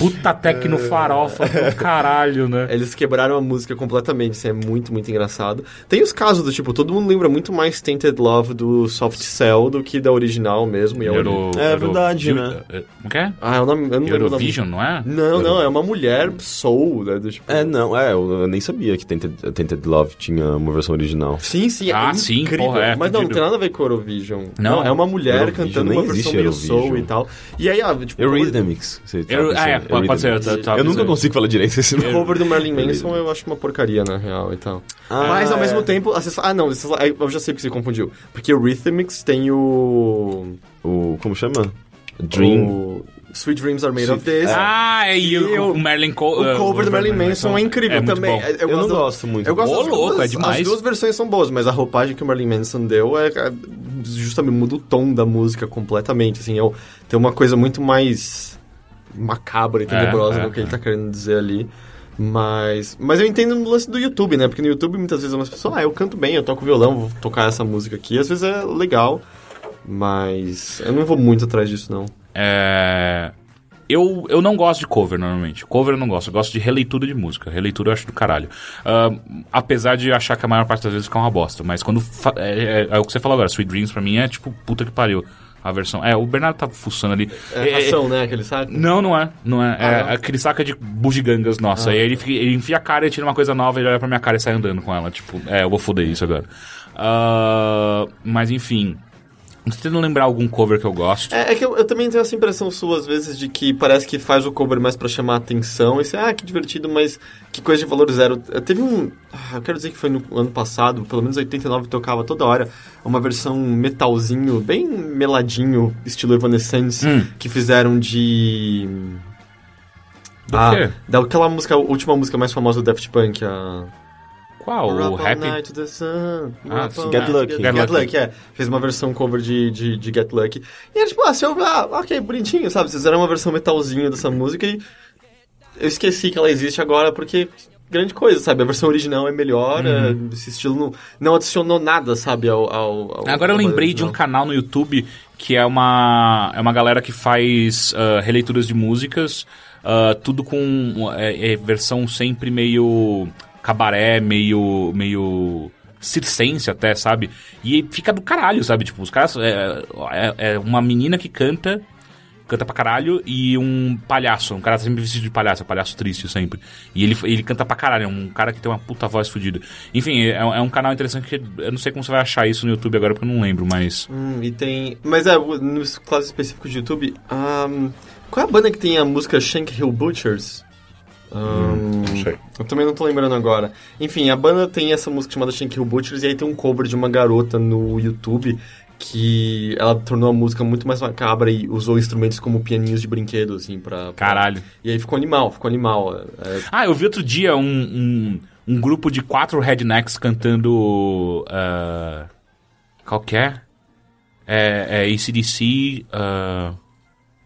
Puta tecno É. farofa do caralho, né? Eles quebraram a música completamente, isso é muito, muito engraçado. Tem os casos do tipo, todo mundo lembra muito mais Tainted Love do Soft Cell do que da original mesmo. E a ori- Euro- É Euro- verdade, Ju- né? eh, Como que é? Ah, eu não, eu não lembro o nome. Eurovision, não é? Não, não, é uma mulher soul, né? Do, tipo, É, não, é, eu eu nem sabia que Tainted, Tainted Love tinha uma versão original. Sim, sim, Ah, é sim, incrível. porra, é, Mas não, não fudido. tem nada a ver com Eurovision. Não. é uma mulher Eurovision, cantando nem uma versão existe meio Eurovision. soul e tal. E aí, ah, tipo, Eurythmics. você tava Euro- ah, é, pensando. pode pode ser. Eurythmics. tá- tá- Eu nunca consigo falar direito esse O nome. cover do Marilyn Beleza. Manson eu acho uma porcaria, na real, e tal. Ah, Mas, ao é. mesmo tempo... acessa- Ah, não, acessa- ah, eu já sei porque você confundiu. Porque o Rhythmics tem o... O, como chama? Dream. o Sweet Dreams Are Made Sim. of This. Ah, é, e E o, o- o Marilyn Co O cover do Marilyn Manson é incrível muito também. bom. É- Eu, não gosto- gosto muito. Eu gosto Ô, das louco, duas, é demais. As duas versões são boas, mas a roupagem que o Marilyn Manson deu é, é- justamente muda o tom da música completamente. Assim, eu, tem uma coisa muito mais macabra e tenebrosa é, do que ele é. tá querendo dizer ali. Mas, mas eu entendo o lance do YouTube, né? Porque no YouTube muitas vezes umas pessoas, ah, eu canto bem, eu toco violão, vou tocar essa música aqui. Às vezes é legal, mas eu não vou muito atrás disso, não. É... Eu, eu não gosto de cover, normalmente. Cover eu não gosto. Eu gosto de releitura de música. Releitura eu acho do caralho. Ah, apesar de achar que a maior parte das vezes fica uma bosta. Mas quando... fa- É, é- é o que você falou agora. Sweet Dreams pra mim é tipo, puta que pariu. A versão... É, o Bernardo tá fuçando ali. É ração, né? Aquele saco. Não, não é. Não é. é não? aquele saca de bugigangas nossa. E aí ele, fica- ele enfia a cara e tira uma coisa nova, ele olha pra minha cara e sai andando com ela. Tipo, é, eu vou foder isso agora. Ah, mas enfim. Tô tentando lembrar algum cover que eu gosto. É, é que eu, eu também tenho essa impressão sua, às vezes, de que parece que faz o cover mais pra chamar a atenção. E você, ah, que divertido, mas que coisa de valor zero. Eh, Teve um. ah, Eu quero dizer que foi no ano passado, pelo menos 89 tocava toda hora, uma versão metalzinho, bem meladinho, estilo Evanescence, Hum. que fizeram de. ah, Do quê? Daquela música, a última música mais famosa do Daft Punk, a. Qual? O Rap Oh, Happy? All Night to the Sun. Ah, Rap sim. All Get Night to Lucky. Get, Get Lucky. é. Fez uma versão cover de, de, de Get Lucky. E era tipo, ah, se eu... Ah, ok, bonitinho, sabe? Vocês fizeram uma versão metalzinha dessa música e... Eu esqueci que ela existe agora porque... Grande coisa, sabe? A versão original é melhor, Uhum. é, esse estilo não, não adicionou nada, sabe, ao... ao- ao- Agora eu ao lembrei de um original. canal no YouTube que é uma, é uma galera que faz ah, releituras de músicas, ah, tudo com é, é versão sempre meio cabaré, meio. meio circense até, sabe? E fica do caralho, sabe? Tipo, os caras. É, é- é uma menina que canta. Canta pra caralho e um palhaço. Um cara sempre vestido de palhaço, é um palhaço triste sempre. E ele, ele canta pra caralho, é um cara que tem uma puta voz fodida. Enfim, é, é um canal interessante que eu não sei como você vai achar isso no YouTube agora, porque eu não lembro, mas. Hum, e tem... Mas é, o- no caso específico de YouTube... ahn, qual é a banda que tem a música Shank Hill Butchers? Ahn, sei. Eu também não tô lembrando agora. Enfim, a banda tem essa música chamada Shank Hill Butchers e aí tem um cover de uma garota no YouTube que ela tornou a música muito mais macabra e usou instrumentos como pianinhos de brinquedo, assim, pra... pra- Caralho. E aí ficou animal, ficou animal. É, é, Ah, eu vi outro dia um, um, um grupo de quatro rednecks cantando. ah, qual que é? É, é ACDC. ah,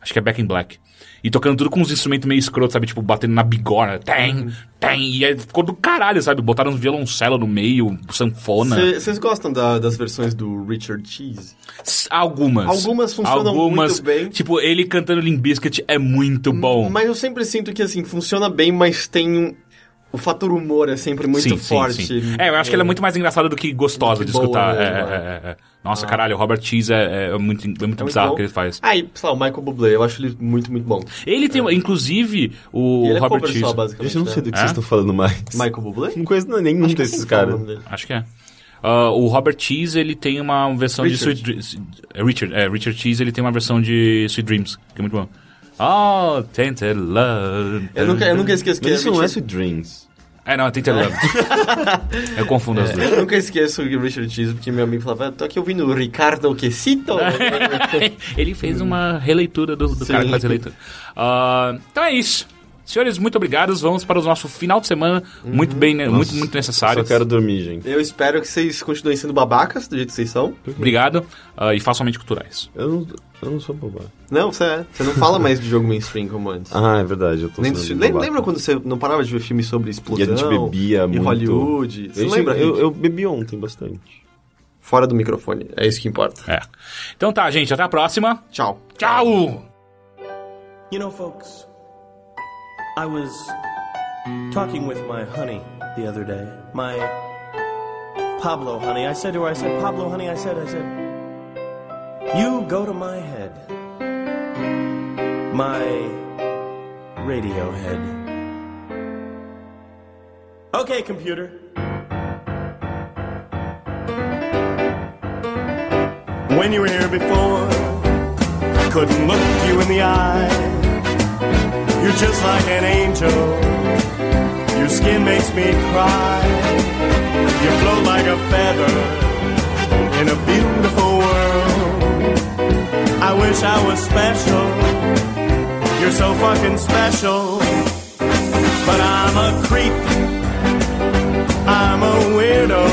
acho que é Back in Black. E tocando tudo com uns instrumentos meio escroto, sabe? Tipo, batendo na bigorna. Uhum. Tem, tem. E aí ficou do caralho, sabe? Botaram um violoncelo no meio, sanfona. Cê- Vocês gostam da- das versões do Richard Cheese? S- Algumas. Algumas funcionam muito bem. Tipo, ele cantando Limp Bizkit é muito bom. Mas eu sempre sinto que, assim, funciona bem, mas tem um... O fator humor é sempre muito Sim, sim, forte. sim. É, eu acho que ela é muito mais engraçada do que gostosa Do que de boa né? escutar. mesmo, É, é, é, é. Nossa, caralho, o Robert Cheese é, é muito, é muito bizarro bom. o que ele faz. Ah, e, sei lá, o Michael Bublé, eu acho ele muito, muito bom. Ele tem, inclusive, É. E o ele é Robert cover Cheese. só, basicamente. Gente, eu não sei né? do que é É? vocês estão falando mais. Michael Bublé? Não conheço nenhum Acho que desses assim fala o caras. nome dele. Acho que é. Ah, o Robert Cheese, ele tem uma versão Richard. de Sweet Dreams. é, Richard, é, Richard Cheese, ele tem uma versão de Sweet Dreams, que é muito bom. Oh, Tainted Love. Eu nunca, eu nunca esqueço que Mas isso não é Richard- Sweet Dreams. É, não, é Tainted [LAUGHS] Love. eu confundo as duas. Eu nunca esqueço o Richard Cheese, porque meu amigo falava, "Ah, tô aqui ouvindo o Ricardo Quesito. [LAUGHS] [LAUGHS] ele fez uma releitura do, do Sim. cara que faz releitura. Ah, então é isso. Senhores, muito obrigados. Vamos para o nosso final de semana. Muito bem, né? muito, muito necessário. Só quero dormir, gente. eu espero que vocês continuem sendo babacas do jeito que vocês são. Obrigado. ah, e façalmente culturais. Eu não, eu não sou bobagem. Não, você, é. Você não fala mais de jogo mainstream como antes. Ah, é verdade, eu tô Nem, sendo lem- babaca. lembra quando você não parava de ver filmes sobre E a explosão? gente bebia e muito. Hollywood. A Você gente- lembra? Eu, Rick? eu bebi ontem bastante. Fora do microfone. É isso que importa. É. Então tá, gente. Até a próxima. Tchau. Tchau! You know, folks, I was talking with my honey the other day, my Pablo honey. I said to her, I said, Pablo honey, I said, I said, you go to my head, my radio head. Okay, computer. When you were here before, I couldn't look you in the eye. You're just like an angel. Your skin makes me cry. You float like a feather in a beautiful world. I wish I was special. You're so fucking special. But I'm a creep. I'm a weirdo.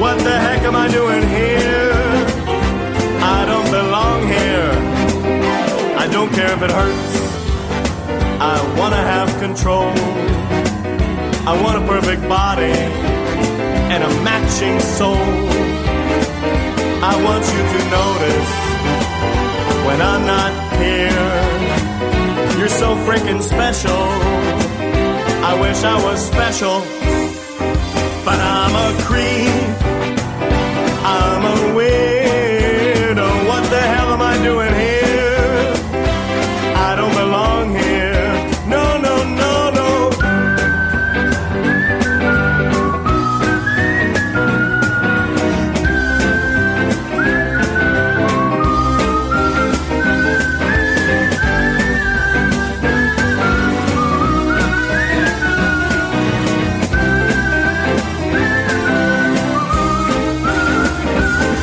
What the heck am I doing here? I don't belong here. I don't care if it hurts. I wanna have control. I want a perfect body and a matching soul. I want you to notice when I'm not here. You're so freaking special. I wish I was special, but I'm a creep. I'm a weirdo. What the hell am I doing here? I don't belong here. No, no, no, no.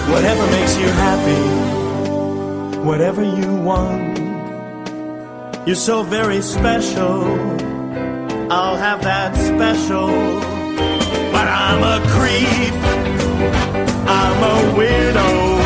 Whatever makes you happy, whatever you want, you're so very special. I'll have that special. But I'm a creep, I'm a weirdo.